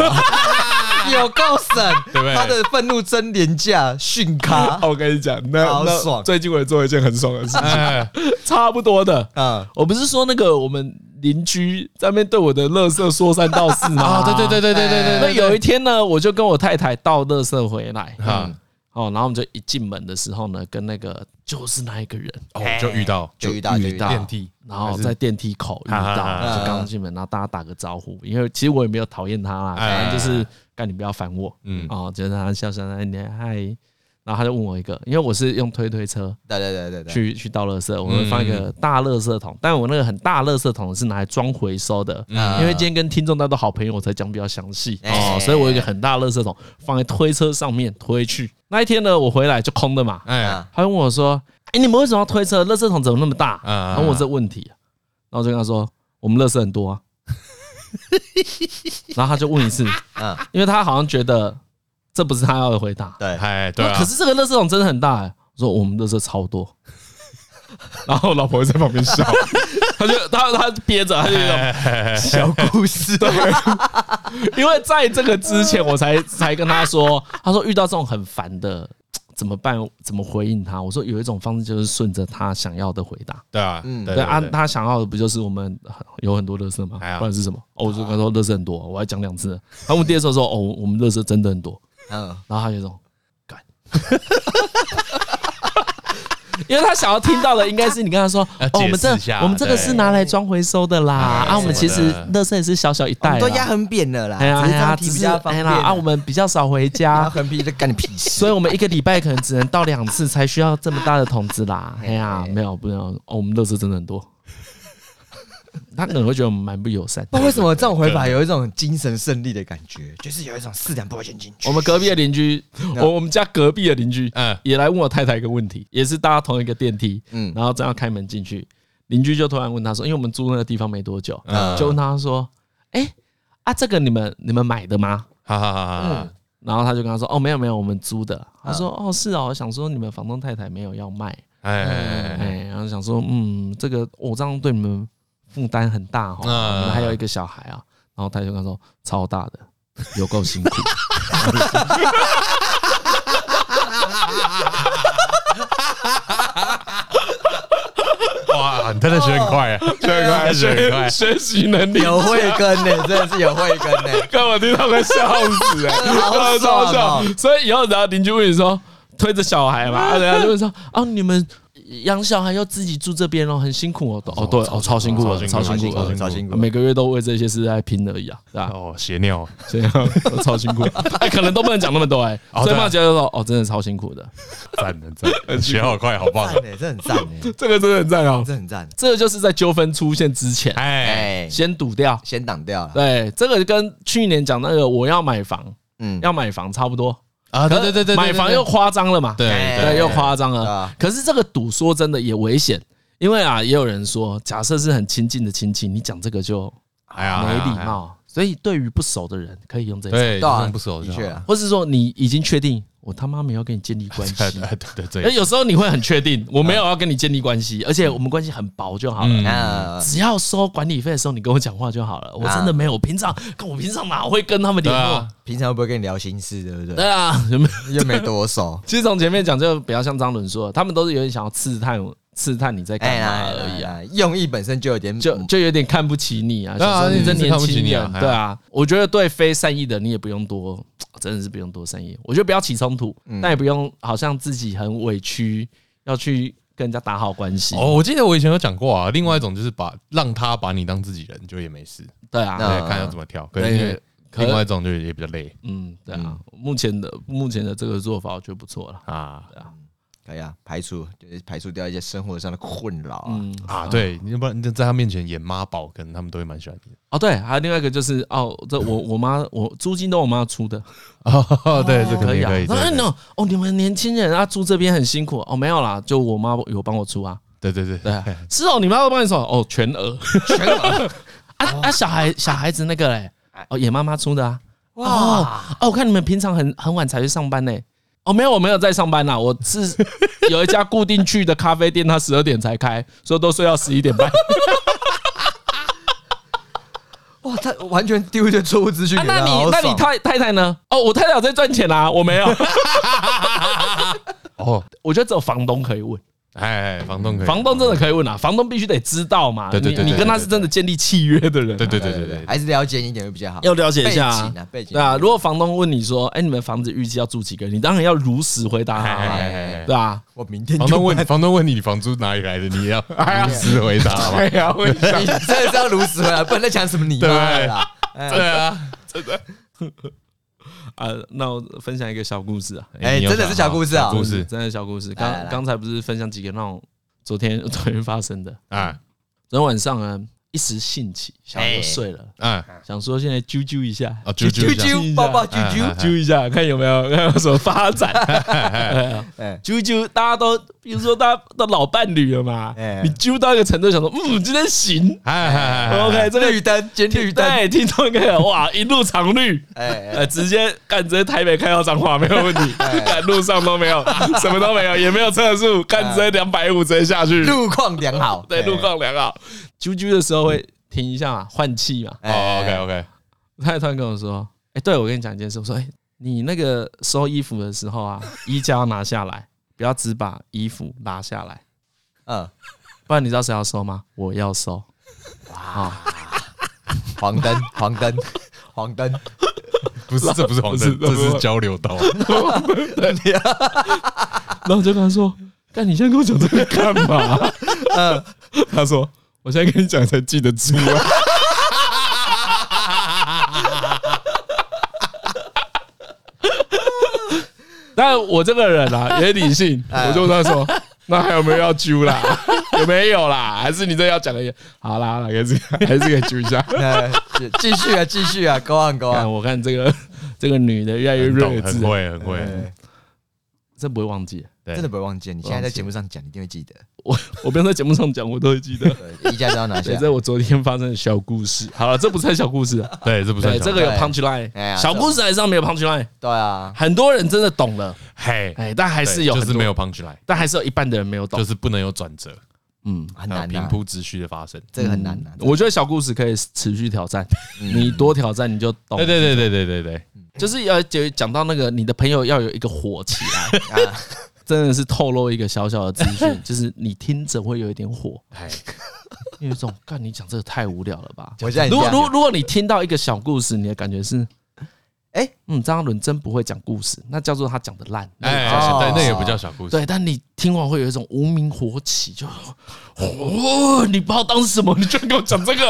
Speaker 3: <laughs> 有够省，
Speaker 2: 对不对
Speaker 3: 他的愤怒真廉价，训咖
Speaker 1: 啊 <laughs> 我跟你讲，那
Speaker 3: 好
Speaker 1: 那
Speaker 3: 爽
Speaker 1: 最近我也做了一件很爽的事情，
Speaker 2: 哎，
Speaker 1: 差不多的。
Speaker 3: 啊！
Speaker 1: 我哦不是说那个我们邻居在那边对我的垃圾说三道四
Speaker 2: <laughs>
Speaker 1: 吗？
Speaker 2: 啊，对对对对对对对
Speaker 1: 那
Speaker 2: 对，
Speaker 1: 有一天呢，我就跟我太太倒垃圾回来，
Speaker 2: 啊，
Speaker 1: 哦，然后我们就一进门的时候呢，跟那个就是那一个人，
Speaker 2: 哦，就遇到
Speaker 3: 就遇到就遇到
Speaker 2: 电梯，
Speaker 1: 然后在电梯口遇到，
Speaker 2: 还是啊
Speaker 1: 就刚进门，然后大家打个招呼，因为其实我也没有讨厌他啦，
Speaker 2: 哎
Speaker 1: 反正就是干你不要烦我，
Speaker 2: 嗯
Speaker 1: 哦，就是他笑笑哎你嗨，然后他就问我一个，因为我是用推推车
Speaker 3: 对对对对对，
Speaker 1: 去去倒垃圾，我们放一
Speaker 2: 嗯
Speaker 1: 个大垃圾桶，但我那个很大垃圾桶是拿来装回收的，
Speaker 2: 嗯啊
Speaker 1: 因为今天跟听众大家都好朋友，我才讲比较详细
Speaker 3: 哎
Speaker 1: 哦，所以我有一个很大垃圾桶放在推车上面推去。那一天呢，我回来就空的嘛，
Speaker 2: 哎
Speaker 3: 啊，
Speaker 1: 他问我说：“哎、你们为什么要推车？垃圾桶怎么那么大？”
Speaker 2: 嗯
Speaker 1: 然后我这问题，啊然后我就跟他说：“我们垃圾很多啊。”然后他就问一次，
Speaker 3: 嗯，
Speaker 1: 因为他好像觉得这不是他要的回答。哦
Speaker 3: 对，
Speaker 2: 哎，对啊，
Speaker 1: 可是这个垃圾桶真的很大、欸，我说我们垃圾超
Speaker 2: <laughs>
Speaker 1: 多。然后我老婆在旁边笑，他就他他憋
Speaker 2: 哎
Speaker 1: 着，他就有一种
Speaker 3: 小故事，
Speaker 1: <laughs> 因为在这个之前，我才才跟他说，他说遇到这种很烦的怎么办？怎么回应他？我说有一种方式就是顺着他想要的回答。
Speaker 2: 对啊，
Speaker 3: 嗯
Speaker 2: 对
Speaker 1: 对啊，
Speaker 2: 对
Speaker 1: 他想要的不就是我们有很多乐色吗？
Speaker 2: 哎呀
Speaker 1: 不然是什么？哦，我就跟他说乐色很多，我还讲两次。然后我们第二次说哦，我们乐色真的很多。
Speaker 3: 嗯，
Speaker 1: 然后他就这种干， <laughs> 因为他想要听到的应该是你跟他说
Speaker 2: <laughs> 要
Speaker 1: 哦，我们这
Speaker 2: 解释一下
Speaker 1: 我们这个是拿来装回收的啦，
Speaker 2: 对
Speaker 1: 啊，我们其
Speaker 2: 什么
Speaker 1: 实
Speaker 2: 的
Speaker 1: 乐色也是小小一
Speaker 3: 我
Speaker 1: 袋
Speaker 3: 们
Speaker 1: 啦，
Speaker 3: 都压很扁了啦，
Speaker 1: 哎呀
Speaker 3: 只
Speaker 1: 哎
Speaker 3: 是这
Speaker 1: 呀，
Speaker 3: 样提
Speaker 1: 只
Speaker 3: 比
Speaker 1: 是
Speaker 3: 较方
Speaker 1: 哎
Speaker 3: 便
Speaker 1: 呀啊，我们比较少回
Speaker 3: 压
Speaker 1: 家，
Speaker 3: <laughs> 横批就干你屁事，
Speaker 1: 所以我们一个礼拜可能只能倒两次，才需要这么大的桶子啦。哎呀，没有不有，哦，我们乐色真的很多。 <laughs> 他可能会觉得我们蛮不友善。
Speaker 3: 那为什么这种回法有一种精神胜利的感觉？就是有一种四两拨千斤。
Speaker 1: 我们隔壁的邻
Speaker 3: <laughs>
Speaker 1: 居，
Speaker 3: 啊
Speaker 1: 我我们家隔壁的邻居，
Speaker 2: 嗯
Speaker 1: 也来问我太太一个问题，也是搭同一个电梯，
Speaker 3: 嗯
Speaker 1: 然后正要开门进去，邻居就突然问他说，因为我们住那个地方没多久，
Speaker 3: 啊
Speaker 2: 嗯
Speaker 1: 就问他说，哎啊，这个你们你们买的吗？
Speaker 2: 哈哈哈哈哈，
Speaker 1: 然后他就跟他说：“哦，没有没有，我们租的。”他说：“哦，是哦，我想说你们房东太太没有要卖，
Speaker 2: 哎哎哎，
Speaker 1: 哎，然后想说，嗯，这个我、这样对你们负担很大哦，
Speaker 2: 嗯
Speaker 1: 你们还有一个小孩啊。”然后他就跟他说：“超大的，有够 <laughs> 辛苦。，
Speaker 2: 哇，你真的学很快啊，学很快，学很快
Speaker 1: 学习能力，
Speaker 3: 有慧根呢、真的是有慧根呢、 <laughs>
Speaker 1: 看我听到会笑死哎、
Speaker 3: 好爽哦
Speaker 1: 超笑。所以以后只要邻居问你说。推着小
Speaker 3: <laughs>
Speaker 1: 孩嘛，人家就会说啊，你们养小孩要自己住这边哦，很辛苦哦，哦，对，哦，超辛苦的，超辛苦的，
Speaker 3: 超辛苦
Speaker 1: 每个月都为这些事在拼而已啊，对吧？
Speaker 2: 哦，血尿，
Speaker 1: 所以超辛 <laughs> 苦，哎，可能都不能讲那么多哎，
Speaker 2: 哦
Speaker 1: 所以
Speaker 2: 对啊
Speaker 1: 骂姐就说哦，真的超辛苦的，
Speaker 2: 赞的赞，学好快，好棒啊
Speaker 3: 赞！欸，这很赞欸，
Speaker 1: 这个真的很赞哦，
Speaker 3: 这很赞。
Speaker 1: 这个就是在纠纷出现之前
Speaker 2: 哎，
Speaker 3: 哎，
Speaker 1: 先堵掉，
Speaker 3: 先挡掉了。
Speaker 1: 对，啊这个跟去年讲那个我要买房
Speaker 3: 嗯，
Speaker 1: 要买房差不多，
Speaker 2: 啊，对对对对，对
Speaker 1: 买房又夸张了嘛，
Speaker 2: 对
Speaker 3: 哎
Speaker 1: 对，又夸张
Speaker 3: 对
Speaker 1: 了
Speaker 3: 啊。
Speaker 1: 可是这个赌说真的也危险，因为啊，也有人说，假设是很亲近的亲戚，你讲这个就
Speaker 2: 哎呀，
Speaker 1: 没
Speaker 2: 哎呀
Speaker 1: 礼，貌，所以对于不熟的人可以用这
Speaker 2: 哎呀
Speaker 1: 个，
Speaker 2: 对，
Speaker 3: 对啊
Speaker 2: 不熟就
Speaker 3: 的
Speaker 2: 好，
Speaker 3: 确啊，
Speaker 1: 或是说你已经确定我他妈没有跟你建立关
Speaker 2: <laughs> 对
Speaker 1: 系。
Speaker 2: 对对对
Speaker 1: 那
Speaker 2: 对，
Speaker 1: 有时候你会很确定，我没有要跟你建立关系，而且我们关系很薄就好了。
Speaker 3: 那
Speaker 1: 只要收管理费的时候，你跟我讲话就好了。我真的没有，我平常跟我平常哪会跟他们
Speaker 2: 对
Speaker 1: 联络
Speaker 2: 啊？，
Speaker 3: 平常会不会跟你聊心事，对不
Speaker 1: 对 <laughs>
Speaker 3: 对？
Speaker 1: 啊，有没有？
Speaker 3: 又没多少。
Speaker 1: 其实从前面讲，就比较像张伦说的，他们都是有点想要刺探、刺探你在 <laughs> 干
Speaker 3: 哎
Speaker 1: 嘛
Speaker 3: 啦
Speaker 1: 而已啊，
Speaker 3: 啦用意本身就有点嗯
Speaker 1: 就就有点看不起你啊，
Speaker 2: 嗯对啊
Speaker 1: 想说你这
Speaker 2: 一直
Speaker 1: 年
Speaker 2: 看不起
Speaker 1: 轻
Speaker 2: 你啊
Speaker 1: 人，
Speaker 2: 哎呀
Speaker 1: 对啊，我觉得对非善意的你也不用多，真的是不用多善意，我觉得不要起冲突，
Speaker 2: 嗯
Speaker 1: 但也不用好像自己很委屈要去跟人家打好关系，
Speaker 2: 哦，我记得我以前有讲过啊，另外一种就是把让他把你当自己人，就也没事，
Speaker 1: 对啊，
Speaker 3: 那
Speaker 2: 对，看要怎么跳。可
Speaker 1: 对
Speaker 2: 是
Speaker 1: 可
Speaker 2: 另外一种就也比较累
Speaker 1: 嗯，对啊，目前的目前的这个做法我觉得不错了，
Speaker 2: 啊
Speaker 3: 可以啊，排除就是排除掉一些生活上的困扰啊。
Speaker 1: 嗯
Speaker 2: 啊，对，你要不然你就在他面前演妈宝，可能他们都会蛮喜欢你的。 <laughs>
Speaker 1: 哦对，还有另外一个就是哦，这我我妈我租金都我妈出的。
Speaker 2: 哦，对，这
Speaker 1: 可
Speaker 2: 肯
Speaker 1: 以
Speaker 2: 定
Speaker 1: 啊
Speaker 2: 可以。，
Speaker 1: 那
Speaker 2: 对
Speaker 1: 那哦，你们年轻人啊，住这边很辛苦哦，没有啦，就我妈有帮我出啊，
Speaker 2: 对对对
Speaker 1: 对
Speaker 2: 对，
Speaker 1: 啊，是哦，你妈会帮你说哦，全额
Speaker 3: 全
Speaker 1: <laughs>
Speaker 3: 额
Speaker 1: 啊啊，小孩小孩子那个嘞，哦，也妈妈出的啊，哇哦，哦我看你们平常很很晚才去上班呢，哦，没有，我没有在上班啦，我是有一家固定去的咖啡店，它十二点才开，所以都睡到十一点半，
Speaker 3: 哇，他完全丢一堆错误资讯
Speaker 1: 啊
Speaker 3: 给他。
Speaker 1: 那 <laughs> 你
Speaker 3: 好
Speaker 1: 那
Speaker 3: 爽
Speaker 1: 你太太太呢？哦，我太太有在赚钱啊，我没有，
Speaker 2: <laughs>
Speaker 1: <laughs>
Speaker 2: 哦，
Speaker 1: 我觉得只有房东可以问。
Speaker 2: 哎，哎房东可以，
Speaker 1: 房东真的可以问啊，房东必须得知道嘛。
Speaker 2: 对对对
Speaker 1: 你你
Speaker 2: 对
Speaker 1: 跟
Speaker 2: 对
Speaker 1: 他是真的建立契约的人啊、
Speaker 2: 对对对
Speaker 3: 对
Speaker 2: 对
Speaker 3: 对，
Speaker 2: 对，
Speaker 3: 还是了解一点会比较好。
Speaker 1: 要了解一下
Speaker 3: 背景啊背景
Speaker 1: 对啊，如果房东问你说，哎，你们房子预计要住几个人？你当然要如实回答
Speaker 2: 哎哎
Speaker 1: 他嘛，
Speaker 2: 哎哎哎
Speaker 1: 对啊。
Speaker 3: 我明天就
Speaker 2: 房东问，房东问你，你房租哪里来的？你要 <laughs> 如实回答
Speaker 1: <laughs>
Speaker 2: 好吧？
Speaker 1: 呀、啊，我也想
Speaker 3: 你 <laughs> 真的是要如实回来，不然在讲什么你妈的啦。
Speaker 2: 对啊，
Speaker 1: 啊，那我分享一个小故事啊，
Speaker 3: 哎
Speaker 2: 你有
Speaker 3: 真的是小故事啊
Speaker 2: 小故事
Speaker 1: 真的小故事。
Speaker 3: 来
Speaker 1: 刚
Speaker 3: 来来
Speaker 1: 刚才不是分享几个那种昨天 <laughs> 昨天发生的，
Speaker 2: 啊
Speaker 1: 昨天晚上呢一时兴起，小孩
Speaker 3: 哎
Speaker 1: 都睡了，
Speaker 2: 啊
Speaker 1: 想说现在啾啾一下，
Speaker 2: 啊！啾
Speaker 3: 啾
Speaker 2: 啾啾，
Speaker 3: 啾，抱抱啾啾，
Speaker 1: 啾一下，看有没有看有什么发展。对啊
Speaker 3: 哎，
Speaker 1: 啾啾，大家都比如说大家的老伴侣了嘛，
Speaker 3: 哎
Speaker 1: 你啾到一个程度，想说嗯，今天行
Speaker 2: 哎哎哎
Speaker 1: ，OK，这个
Speaker 3: 绿灯，捡绿灯，
Speaker 1: 对，听众应该有哇，一路长绿。
Speaker 3: 哎哎
Speaker 1: 呃，直接干，直接台北开到彰化没有问题，干路上都没有，什么都没有，也没有测速，干直接两百五直接下去，
Speaker 3: 路哎况良好，
Speaker 1: 对，路况良好。啾啾的时候会停一下嘛，换气嘛。
Speaker 3: 哎。
Speaker 2: 哦
Speaker 3: 哎
Speaker 2: ，OK OK，
Speaker 1: 他突然跟我说：“哎、对我跟你讲一件事，我说，哎、你那个收衣服的时候啊，衣架要拿下来，不要只把衣服拉下来，
Speaker 3: 嗯，
Speaker 1: 不然你知道谁要收吗？我要收。”
Speaker 3: 黄 <laughs> 灯，黄灯，黄 <laughs> 灯，
Speaker 2: 不是，这不是黄灯，
Speaker 1: 不是
Speaker 2: 这
Speaker 1: 不是
Speaker 2: 是交流道。啊
Speaker 1: <laughs> 然后我就跟他说：“干，你现在跟我讲这个干 <laughs> 嘛？”嗯他说：“我现在跟你讲才记得住啊。” <laughs> 但我这个人啊，也理性，我就跟他说：“那还有没有要揪 <laughs> 啦？有没有啦？还是你这要讲的也好啦，还是还是可以揪 <laughs> 一下。”
Speaker 3: 哎继续啊，继续啊，Go on，Go
Speaker 1: 看，
Speaker 3: on，
Speaker 1: 我看这个这个女的越来越
Speaker 2: 很懂
Speaker 1: 睿
Speaker 2: 很
Speaker 1: 智，
Speaker 2: 会，很会。
Speaker 3: 哎
Speaker 1: 这不会忘记。
Speaker 2: 对
Speaker 3: 真的不会忘记，你现在在节目上讲，你一定会记得。
Speaker 1: 我我不用在节目上讲，我都会记
Speaker 2: <laughs> 啊
Speaker 1: 得。
Speaker 3: 对，衣架都要拿下
Speaker 1: 对，。这是我昨天发生的小故事。 <laughs> 好了，这不算小故事了，
Speaker 2: 对，这不算
Speaker 1: 对，
Speaker 2: 小
Speaker 1: 这个有
Speaker 3: 对
Speaker 1: punch line，、
Speaker 3: 哎呀
Speaker 1: 小故事还是上面有 punch line，
Speaker 3: 对啊，
Speaker 1: 很多人真的懂了，
Speaker 2: 嘿，
Speaker 1: 哎，但还
Speaker 2: 还
Speaker 1: 是有很
Speaker 2: 就
Speaker 1: 多
Speaker 2: 是没有，punch line，
Speaker 1: 但还是有一半的人没有懂。
Speaker 2: 就是不能有转折，
Speaker 1: 嗯，
Speaker 3: 很
Speaker 2: 还有
Speaker 3: 难
Speaker 2: 平
Speaker 3: 啊，
Speaker 2: 铺嗯直叙的发生。
Speaker 3: 这个很难啊。
Speaker 1: 我觉得小故事可以持续挑战，你多挑战你就懂。
Speaker 2: 嗯对对对对对对对，
Speaker 1: 就是要就讲到那个你的朋友要有一个火起来，
Speaker 3: 啊
Speaker 1: 真的是透露一个小小的资
Speaker 2: <laughs>
Speaker 1: 讯，就是你听着会有一点火，
Speaker 2: 哎，
Speaker 1: 因为这种干你讲这个太无聊了吧？
Speaker 2: <laughs>
Speaker 3: 我现在已
Speaker 1: 如
Speaker 3: 经
Speaker 1: 果如果如果你听到一个小故事，你的感觉是，
Speaker 3: 哎，
Speaker 1: 嗯，张嘉伦真不会讲故事，那叫做他讲的烂。
Speaker 2: 哎，
Speaker 1: <laughs> 那个
Speaker 3: 哦
Speaker 2: 对，那也不叫小故事，
Speaker 1: 对，但你听完会有一种无名火起，就哦，你不知道当时什么，你居然给我讲这
Speaker 3: <laughs>
Speaker 1: 个，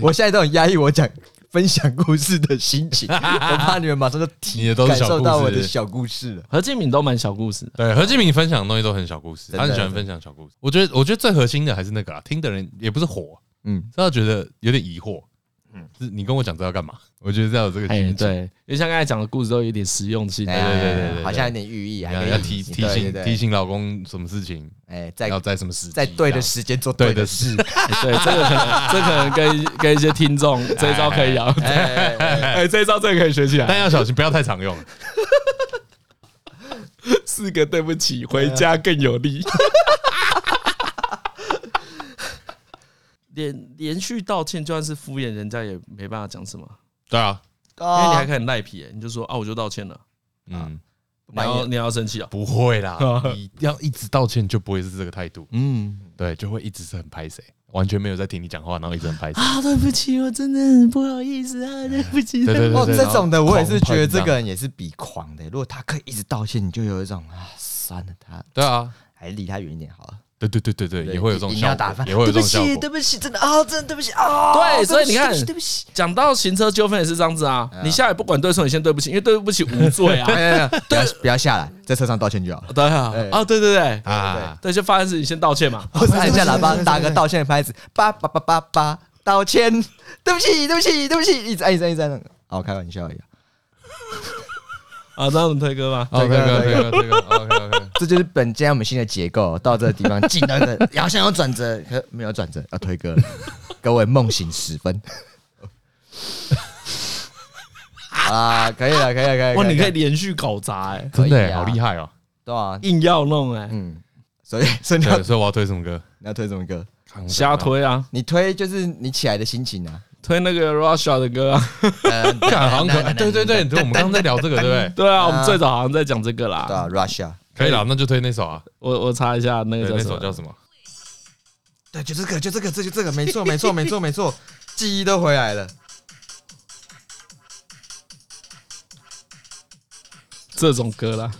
Speaker 3: 我现在都很压抑，我讲分享故事的心
Speaker 2: <laughs>
Speaker 3: 情，我怕你们马上就体
Speaker 2: 你的都是
Speaker 3: 感
Speaker 2: 小故事
Speaker 3: 受到我的小故事了。
Speaker 1: 何建敏都蛮小故事的。
Speaker 2: 对，何敬明分享的东西都很小故事，
Speaker 3: 真
Speaker 2: 他
Speaker 3: 的
Speaker 2: 很喜欢分享小故事。我觉得，我觉得最核心的还是那个啦，听的人也不是火，
Speaker 3: 嗯，
Speaker 2: 是要觉得有点疑惑，嗯，是你跟我讲这要干嘛？我觉得要有这个
Speaker 1: 哎，
Speaker 2: 心情，
Speaker 1: 对，因为像刚才讲的故事都有一点实用性。
Speaker 3: 哎
Speaker 2: 对对对对
Speaker 3: 好像有点寓意，还
Speaker 2: 要
Speaker 3: 可以
Speaker 2: 要提提
Speaker 3: 对对
Speaker 2: 醒
Speaker 3: 对
Speaker 2: 提醒老公什么事情，
Speaker 3: 哎，在
Speaker 2: 要在什么时机
Speaker 3: 在对的
Speaker 2: 这样
Speaker 3: 时间做
Speaker 2: 对
Speaker 3: 的
Speaker 2: 的
Speaker 3: 事。
Speaker 1: 对，这个可能这可能跟跟一些听
Speaker 3: <laughs>
Speaker 1: 众这一招可以聊，
Speaker 3: 哎 <laughs> 哎哎
Speaker 1: 哎，这一招真的可以学起
Speaker 2: <laughs>
Speaker 1: 来。
Speaker 2: 但要小心，不要太常用。
Speaker 1: 四个对不起，回家更有力。连连续道歉，就算是敷衍人家，也没办法讲什么，
Speaker 2: 对啊，
Speaker 1: 因为你还
Speaker 3: 哦
Speaker 1: 可以很赖皮、欸，你就说啊，我就道歉了，
Speaker 2: 嗯，
Speaker 1: 然后你还要生气啊、
Speaker 2: 不会
Speaker 3: <laughs>
Speaker 2: 啦，你要一直道歉就不会是这个态度，
Speaker 3: 嗯，
Speaker 2: 对，就会一直是很拍谁，完全没有在听你讲话，然后一直很拍谁。
Speaker 1: 啊，对不起，我真的很不好意思 <laughs> 啊，对不起。
Speaker 2: 对对对
Speaker 3: 哦，
Speaker 2: 对，
Speaker 3: 这种的我也是觉得这
Speaker 2: 然后狂喷
Speaker 3: 个人也是比狂的。如果他可以一直道歉，你就有一种啊，算了，他
Speaker 2: 这样对啊，
Speaker 3: 还离他远一点好了。
Speaker 2: 对对对对对，
Speaker 3: 对
Speaker 2: 也会有这种
Speaker 3: 一定
Speaker 2: 效
Speaker 3: 要打
Speaker 2: 果，
Speaker 3: 翻，
Speaker 2: 也会有这
Speaker 3: 对
Speaker 2: 种
Speaker 3: 不
Speaker 2: 效
Speaker 3: 起，
Speaker 2: 果
Speaker 3: 对。不起，真的啊，真的对不起啊。
Speaker 1: 对
Speaker 3: 对
Speaker 1: 所以
Speaker 3: 不起
Speaker 1: 你看
Speaker 3: 对不起对不起，
Speaker 1: 讲到行车纠纷也是这样子啊，你下来不管对错，你先对不起，因为对不起无罪 <laughs> 啊。
Speaker 3: 哎 <laughs> 哎哎不要不要下来，在车上道歉就好 <laughs> 了。
Speaker 1: 对啊，啊，对对对，
Speaker 2: 啊，
Speaker 1: 对，就发生事情先道歉嘛。
Speaker 3: 或是按一下喇叭，打个道歉的拍子，叭叭叭叭叭，道歉，对不起，对不起，对不起，一直按，一直按，一直按。哦，我开玩笑而已啊，
Speaker 1: 啊，这样推歌吗？
Speaker 2: 哦，这
Speaker 3: 这个
Speaker 2: 个这个这个，OK OK，
Speaker 3: 这就是本今天我们新的结构，到这个地方进到一个，然后想要转折，可没有转折，要推歌了。各位梦醒时分。啊，可以了，可以了，可以了。
Speaker 1: 哇，你可以
Speaker 3: 了
Speaker 1: 连续搞砸哎、
Speaker 3: <laughs> 可
Speaker 2: <laughs>
Speaker 3: 以
Speaker 2: 真的耶
Speaker 3: 啊
Speaker 2: 好厉害
Speaker 3: <laughs>
Speaker 2: 哦。
Speaker 3: 对啊，
Speaker 1: 硬要弄哎、
Speaker 3: 嗯，所以所以你要
Speaker 2: 对，所以我要推什么歌？
Speaker 3: 你要推什么歌？
Speaker 1: 瞎，推啊，
Speaker 3: 你推就是你起来的心情啊。呃
Speaker 1: 推那个 Russia 的歌啊。 <laughs>
Speaker 3: <laughs>
Speaker 2: 干好像可，哎对对对，对我们刚刚在聊这个，对不对？
Speaker 1: 对啊，我们最早好像在讲这个
Speaker 3: 对
Speaker 1: 啦。
Speaker 3: 啊，Russia，
Speaker 2: 可以了，那就推那首啊，
Speaker 1: 我我查一下那
Speaker 2: 对
Speaker 1: 个
Speaker 2: 那
Speaker 1: 叫什
Speaker 2: 首
Speaker 1: 么？
Speaker 2: 叫什么？
Speaker 3: 对，就这个，就这个，这就这个，没错，没错，没错，没错，记忆都回来了。
Speaker 1: 这种歌啦。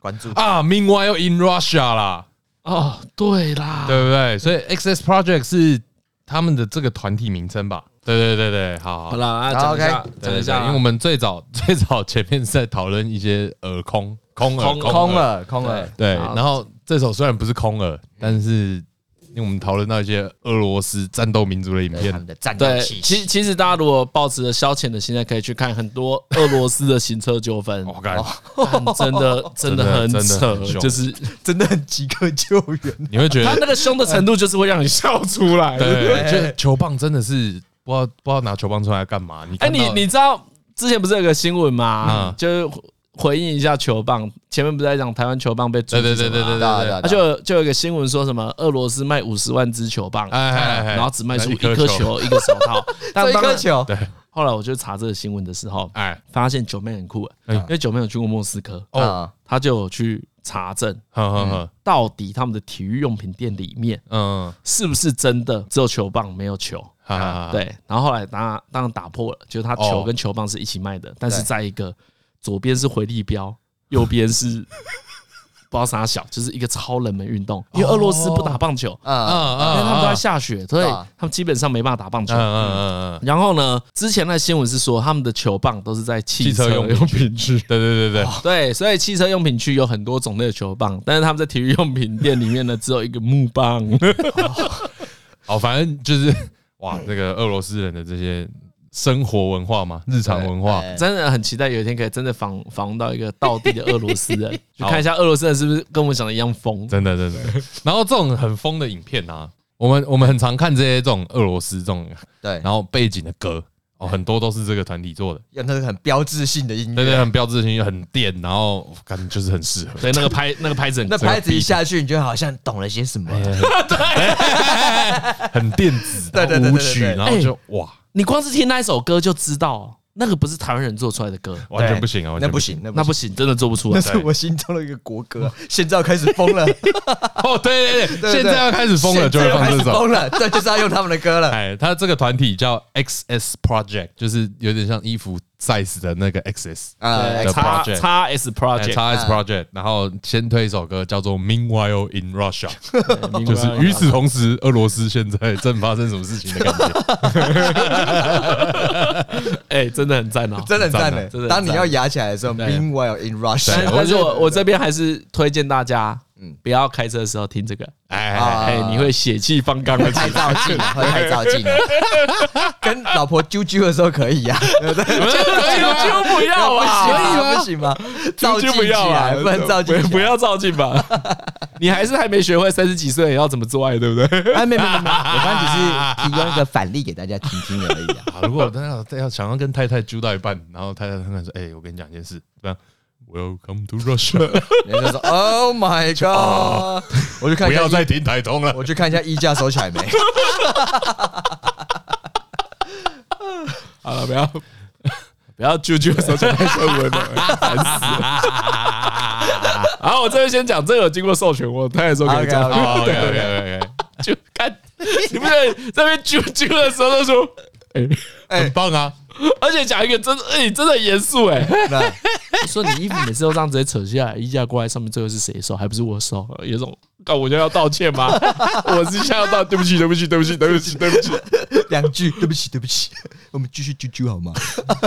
Speaker 3: 关注
Speaker 2: 啊，Meanwhile in Russia 啦，
Speaker 1: 哦，对啦，
Speaker 2: 对不对？所以 XS Project 是他们的这个团体名称吧？对对对对，好
Speaker 1: 好
Speaker 2: 好。
Speaker 1: 啦，啊讲
Speaker 3: 好
Speaker 1: 一下
Speaker 3: OK，
Speaker 2: 对
Speaker 1: 讲
Speaker 2: 对
Speaker 1: 一
Speaker 2: 对，
Speaker 1: 下，
Speaker 2: 因为我们最早 <laughs> 最早前面是在讨论一些耳空空耳
Speaker 1: 空
Speaker 3: 空
Speaker 2: 耳，
Speaker 3: 了，空了，
Speaker 2: 对。
Speaker 1: 好嗯
Speaker 2: 然后这首虽然不是空耳，但是因为我们讨论到一些俄罗斯战斗民族的影
Speaker 3: 对他
Speaker 2: 片，
Speaker 3: 们的战斗
Speaker 1: 对，
Speaker 3: 气
Speaker 1: 其
Speaker 3: 息。
Speaker 1: 其实大家如果抱持着消遣的心态，可以去看很多俄罗斯的行车纠纷，
Speaker 2: 我
Speaker 1: <laughs>
Speaker 2: 感
Speaker 1: 但真的真的很
Speaker 2: 哦真的
Speaker 1: 扯
Speaker 2: 真的很，凶
Speaker 1: 就是
Speaker 3: 真的很即刻救援。
Speaker 2: 你会觉
Speaker 1: 他
Speaker 2: 得
Speaker 1: <laughs> 那个凶的程度，就是会让你笑出来。
Speaker 2: 对，就是球棒真的是不知道不知道拿球棒出来干嘛？你
Speaker 1: 哎，
Speaker 2: 看
Speaker 1: 你
Speaker 2: 到
Speaker 1: 你知道之前不是有个新闻吗
Speaker 2: 嗯？
Speaker 1: 就是回应一下球棒，前面不是在讲台湾球棒被
Speaker 2: 对对对对对对对，
Speaker 3: 对啊
Speaker 1: 他啊就就有一个新闻说什么俄罗斯卖五十万支球棒，啊
Speaker 2: 哎哎哎
Speaker 1: 然后只卖出
Speaker 2: 一
Speaker 1: 一
Speaker 2: 颗
Speaker 1: 颗
Speaker 2: 球
Speaker 1: 球一个手
Speaker 2: <laughs>
Speaker 1: 套，但
Speaker 3: 这一
Speaker 1: 当
Speaker 3: 颗
Speaker 1: 然
Speaker 3: 球，
Speaker 2: 对，
Speaker 1: 后来我就查这个新闻的时候，
Speaker 2: 哎
Speaker 1: 发现九妹很酷，啊
Speaker 2: 哎
Speaker 1: 因为九妹有去过莫斯科，
Speaker 2: 哦，
Speaker 3: 啊，
Speaker 1: 她就有去查证
Speaker 2: 呵呵呵，
Speaker 1: 到底他们的体育用品店里面
Speaker 2: 嗯，
Speaker 1: 是不是真的只有球棒没有球。
Speaker 2: 哈哈，哈，
Speaker 1: 对，然后后来当然当然打破了，就是他球跟球棒是一起卖的，但是在一个左边是回力镖，右边是 <laughs> 不知道啥小，就是一个超冷门运动，因为俄罗斯不打棒球，
Speaker 2: 嗯
Speaker 3: 啊，
Speaker 2: 嗯
Speaker 1: 因为他们都在
Speaker 2: 嗯
Speaker 1: 下雪，所以
Speaker 3: 啊
Speaker 1: 他们基本上没办法打棒球
Speaker 2: 嗯。嗯嗯嗯，
Speaker 1: 然后呢，之前那新闻是说他们的球棒都是在汽
Speaker 2: 汽车
Speaker 1: 车
Speaker 2: 用
Speaker 1: 用
Speaker 2: 品
Speaker 1: 品区，
Speaker 2: <laughs> 对对对对，
Speaker 1: 对，所以汽车用品区有很多种类的球棒，但是他们在体育用品店里面呢，只有一个木棒。
Speaker 2: 哦，反正就是哇，这个俄罗斯人的这些生活文化嘛，日常文化，
Speaker 3: 哎
Speaker 1: 真的很期待有一天可以真的访访问到一个道地的俄罗斯 <laughs> 人，去看一下俄罗斯人是不是跟我们想的一样疯。
Speaker 2: <laughs> 真的真的。然后这种很疯的影片啊，我们我们很常看这些这种俄罗斯这种，
Speaker 3: 对，
Speaker 2: 然后背景的歌哦，很多都是这个团体做的，
Speaker 3: 用那个很标志性的音
Speaker 2: 对对，
Speaker 3: 乐，
Speaker 2: 很标志性，很电，然后感觉就是很适合。
Speaker 1: 对，那个拍那个拍子 <laughs> 很
Speaker 3: 那拍子一下去，你就好像懂了些什么。
Speaker 2: 很电子，
Speaker 3: <laughs> 对对对对对
Speaker 2: 舞曲，
Speaker 3: 对
Speaker 2: 然后就哇，
Speaker 1: 你光是听那一首歌就知道，那个不是台湾人做出来的歌，
Speaker 2: 完全不行啊，完
Speaker 3: 那
Speaker 2: 全
Speaker 3: 不。行，那
Speaker 1: <laughs> 那
Speaker 3: 不
Speaker 1: 不
Speaker 3: 行，
Speaker 1: 行，真的做不出
Speaker 3: 那
Speaker 1: 来。
Speaker 3: 是我心中的一个国歌。现在要开始疯了，
Speaker 2: 哦，对对对，
Speaker 3: 对
Speaker 2: 现在要开始疯了，就
Speaker 3: 现在
Speaker 2: 会
Speaker 3: 要
Speaker 2: 放
Speaker 3: 开始
Speaker 2: 这首。
Speaker 3: 疯了，对，就是要用他们的歌了。
Speaker 2: 哎，他这个团体叫 XS Project，就是有点像衣服 size 的那个 Xs
Speaker 3: 啊
Speaker 2: 对
Speaker 1: 对，叉
Speaker 2: project
Speaker 1: 叉 S
Speaker 2: 哎
Speaker 1: project，
Speaker 2: x S Project，然后先推一首歌叫做 Meanwhile in Russia，就是与此同时，俄罗斯现在正发生什么事情的感觉。
Speaker 1: 哎， <laughs> 真的很赞哦。
Speaker 3: 真的很赞
Speaker 1: 真的很
Speaker 3: 的。
Speaker 1: 赞
Speaker 3: 当你要压起来的时候
Speaker 1: 对
Speaker 3: ，Meanwhile in Russia，
Speaker 1: 但但是我我这边还是推荐大家，嗯，不要开车的时候听这个，
Speaker 2: 哎哎，
Speaker 3: 啊
Speaker 1: 哎，你会血气方 <laughs> 刚的起来。
Speaker 3: 太照镜了，会太照镜了。跟老婆啾啾的时候可以呀，对不对？
Speaker 1: 就不要啊！
Speaker 3: 不行吗？不行吗？照
Speaker 1: 就
Speaker 3: 镜
Speaker 1: 不
Speaker 3: 起
Speaker 1: 要
Speaker 3: 来，
Speaker 1: 啊，
Speaker 3: 不能照镜起来。
Speaker 1: 不要照镜吧。 <laughs> 你还是还没学会三十几岁也要怎么做爱，对不对？ <laughs>
Speaker 3: 哎，没没没没，我刚只是提供一个反例给大家听听而已啊。
Speaker 2: 啊如果他要要想要跟太太揪到一半，然后太太突然说：“哎，我跟你讲一件事，这样 Welcome to Russia，
Speaker 3: 人家 <laughs> 说 Oh my God，我去
Speaker 2: 哦
Speaker 3: 看
Speaker 2: 不
Speaker 3: 一下
Speaker 2: 要再
Speaker 3: 衣，
Speaker 2: 听台通了。
Speaker 3: 我去看一下衣架收起
Speaker 2: <laughs>
Speaker 3: 来没？
Speaker 1: 好了，不要 <laughs> 不要啾啾的时候就太深温了，烦死了。然后我这边先讲，这个有经过授权，我太太说可以讲
Speaker 3: OK，OK，OK。
Speaker 2: o k OK OK，
Speaker 1: <laughs> 就看你不觉得这边啾啾的时候就说， <laughs> 哎，
Speaker 3: 哎
Speaker 2: 很，棒啊！
Speaker 1: 而且讲一个真的，哎，真的很严肃哎。
Speaker 3: 那
Speaker 1: 说 <laughs> 你衣服每次都这样直接扯下来，衣架过来，上面最后是谁收？还不是我收？有种，干我就要道歉吗？ <laughs> 我是想要道，对不起，对不起，对不起，对不起，对不起。
Speaker 3: 两句，对不起，对不起，我们继续啾啾好
Speaker 2: <laughs>
Speaker 3: 吗？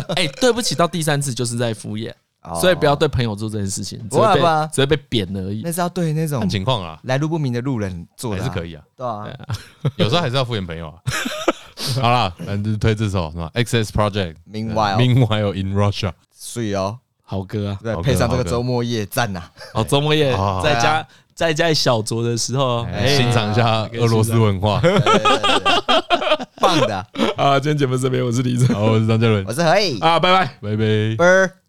Speaker 1: <laughs> 哎，对不起，到第三次就是在敷衍，所以不要对朋友做这件事情，只
Speaker 3: 不会
Speaker 1: 哦会被
Speaker 3: 不会
Speaker 1: 只会被扁而已
Speaker 3: 那。是要对那种
Speaker 2: 看情况啊，
Speaker 3: 来路不明的路人做
Speaker 2: 还
Speaker 3: 的，
Speaker 2: 是可，以啊。
Speaker 3: 对啊，
Speaker 2: 有时候还是要敷衍朋友啊。好啦，那就推这首什么 XS Project。
Speaker 3: Meanwhile，
Speaker 2: Meanwhile in Russia，
Speaker 3: 所以哦，
Speaker 1: 好歌啊！
Speaker 3: 对
Speaker 2: 好，歌
Speaker 3: 配上这
Speaker 2: 好
Speaker 3: 个
Speaker 2: 歌
Speaker 3: 周末夜，啊赞呐！
Speaker 1: 哦，周末夜
Speaker 2: 哦
Speaker 1: 在家在家小酌的时候，哎
Speaker 2: 欣赏一下俄罗斯文化。
Speaker 3: 对对对对对棒的，
Speaker 1: 啊！今天节目这边，我是李子
Speaker 2: 好，我是张嘉伦
Speaker 3: <laughs> 我，是何以，
Speaker 1: 啊，拜拜。
Speaker 2: 拜拜。
Speaker 3: 啵儿。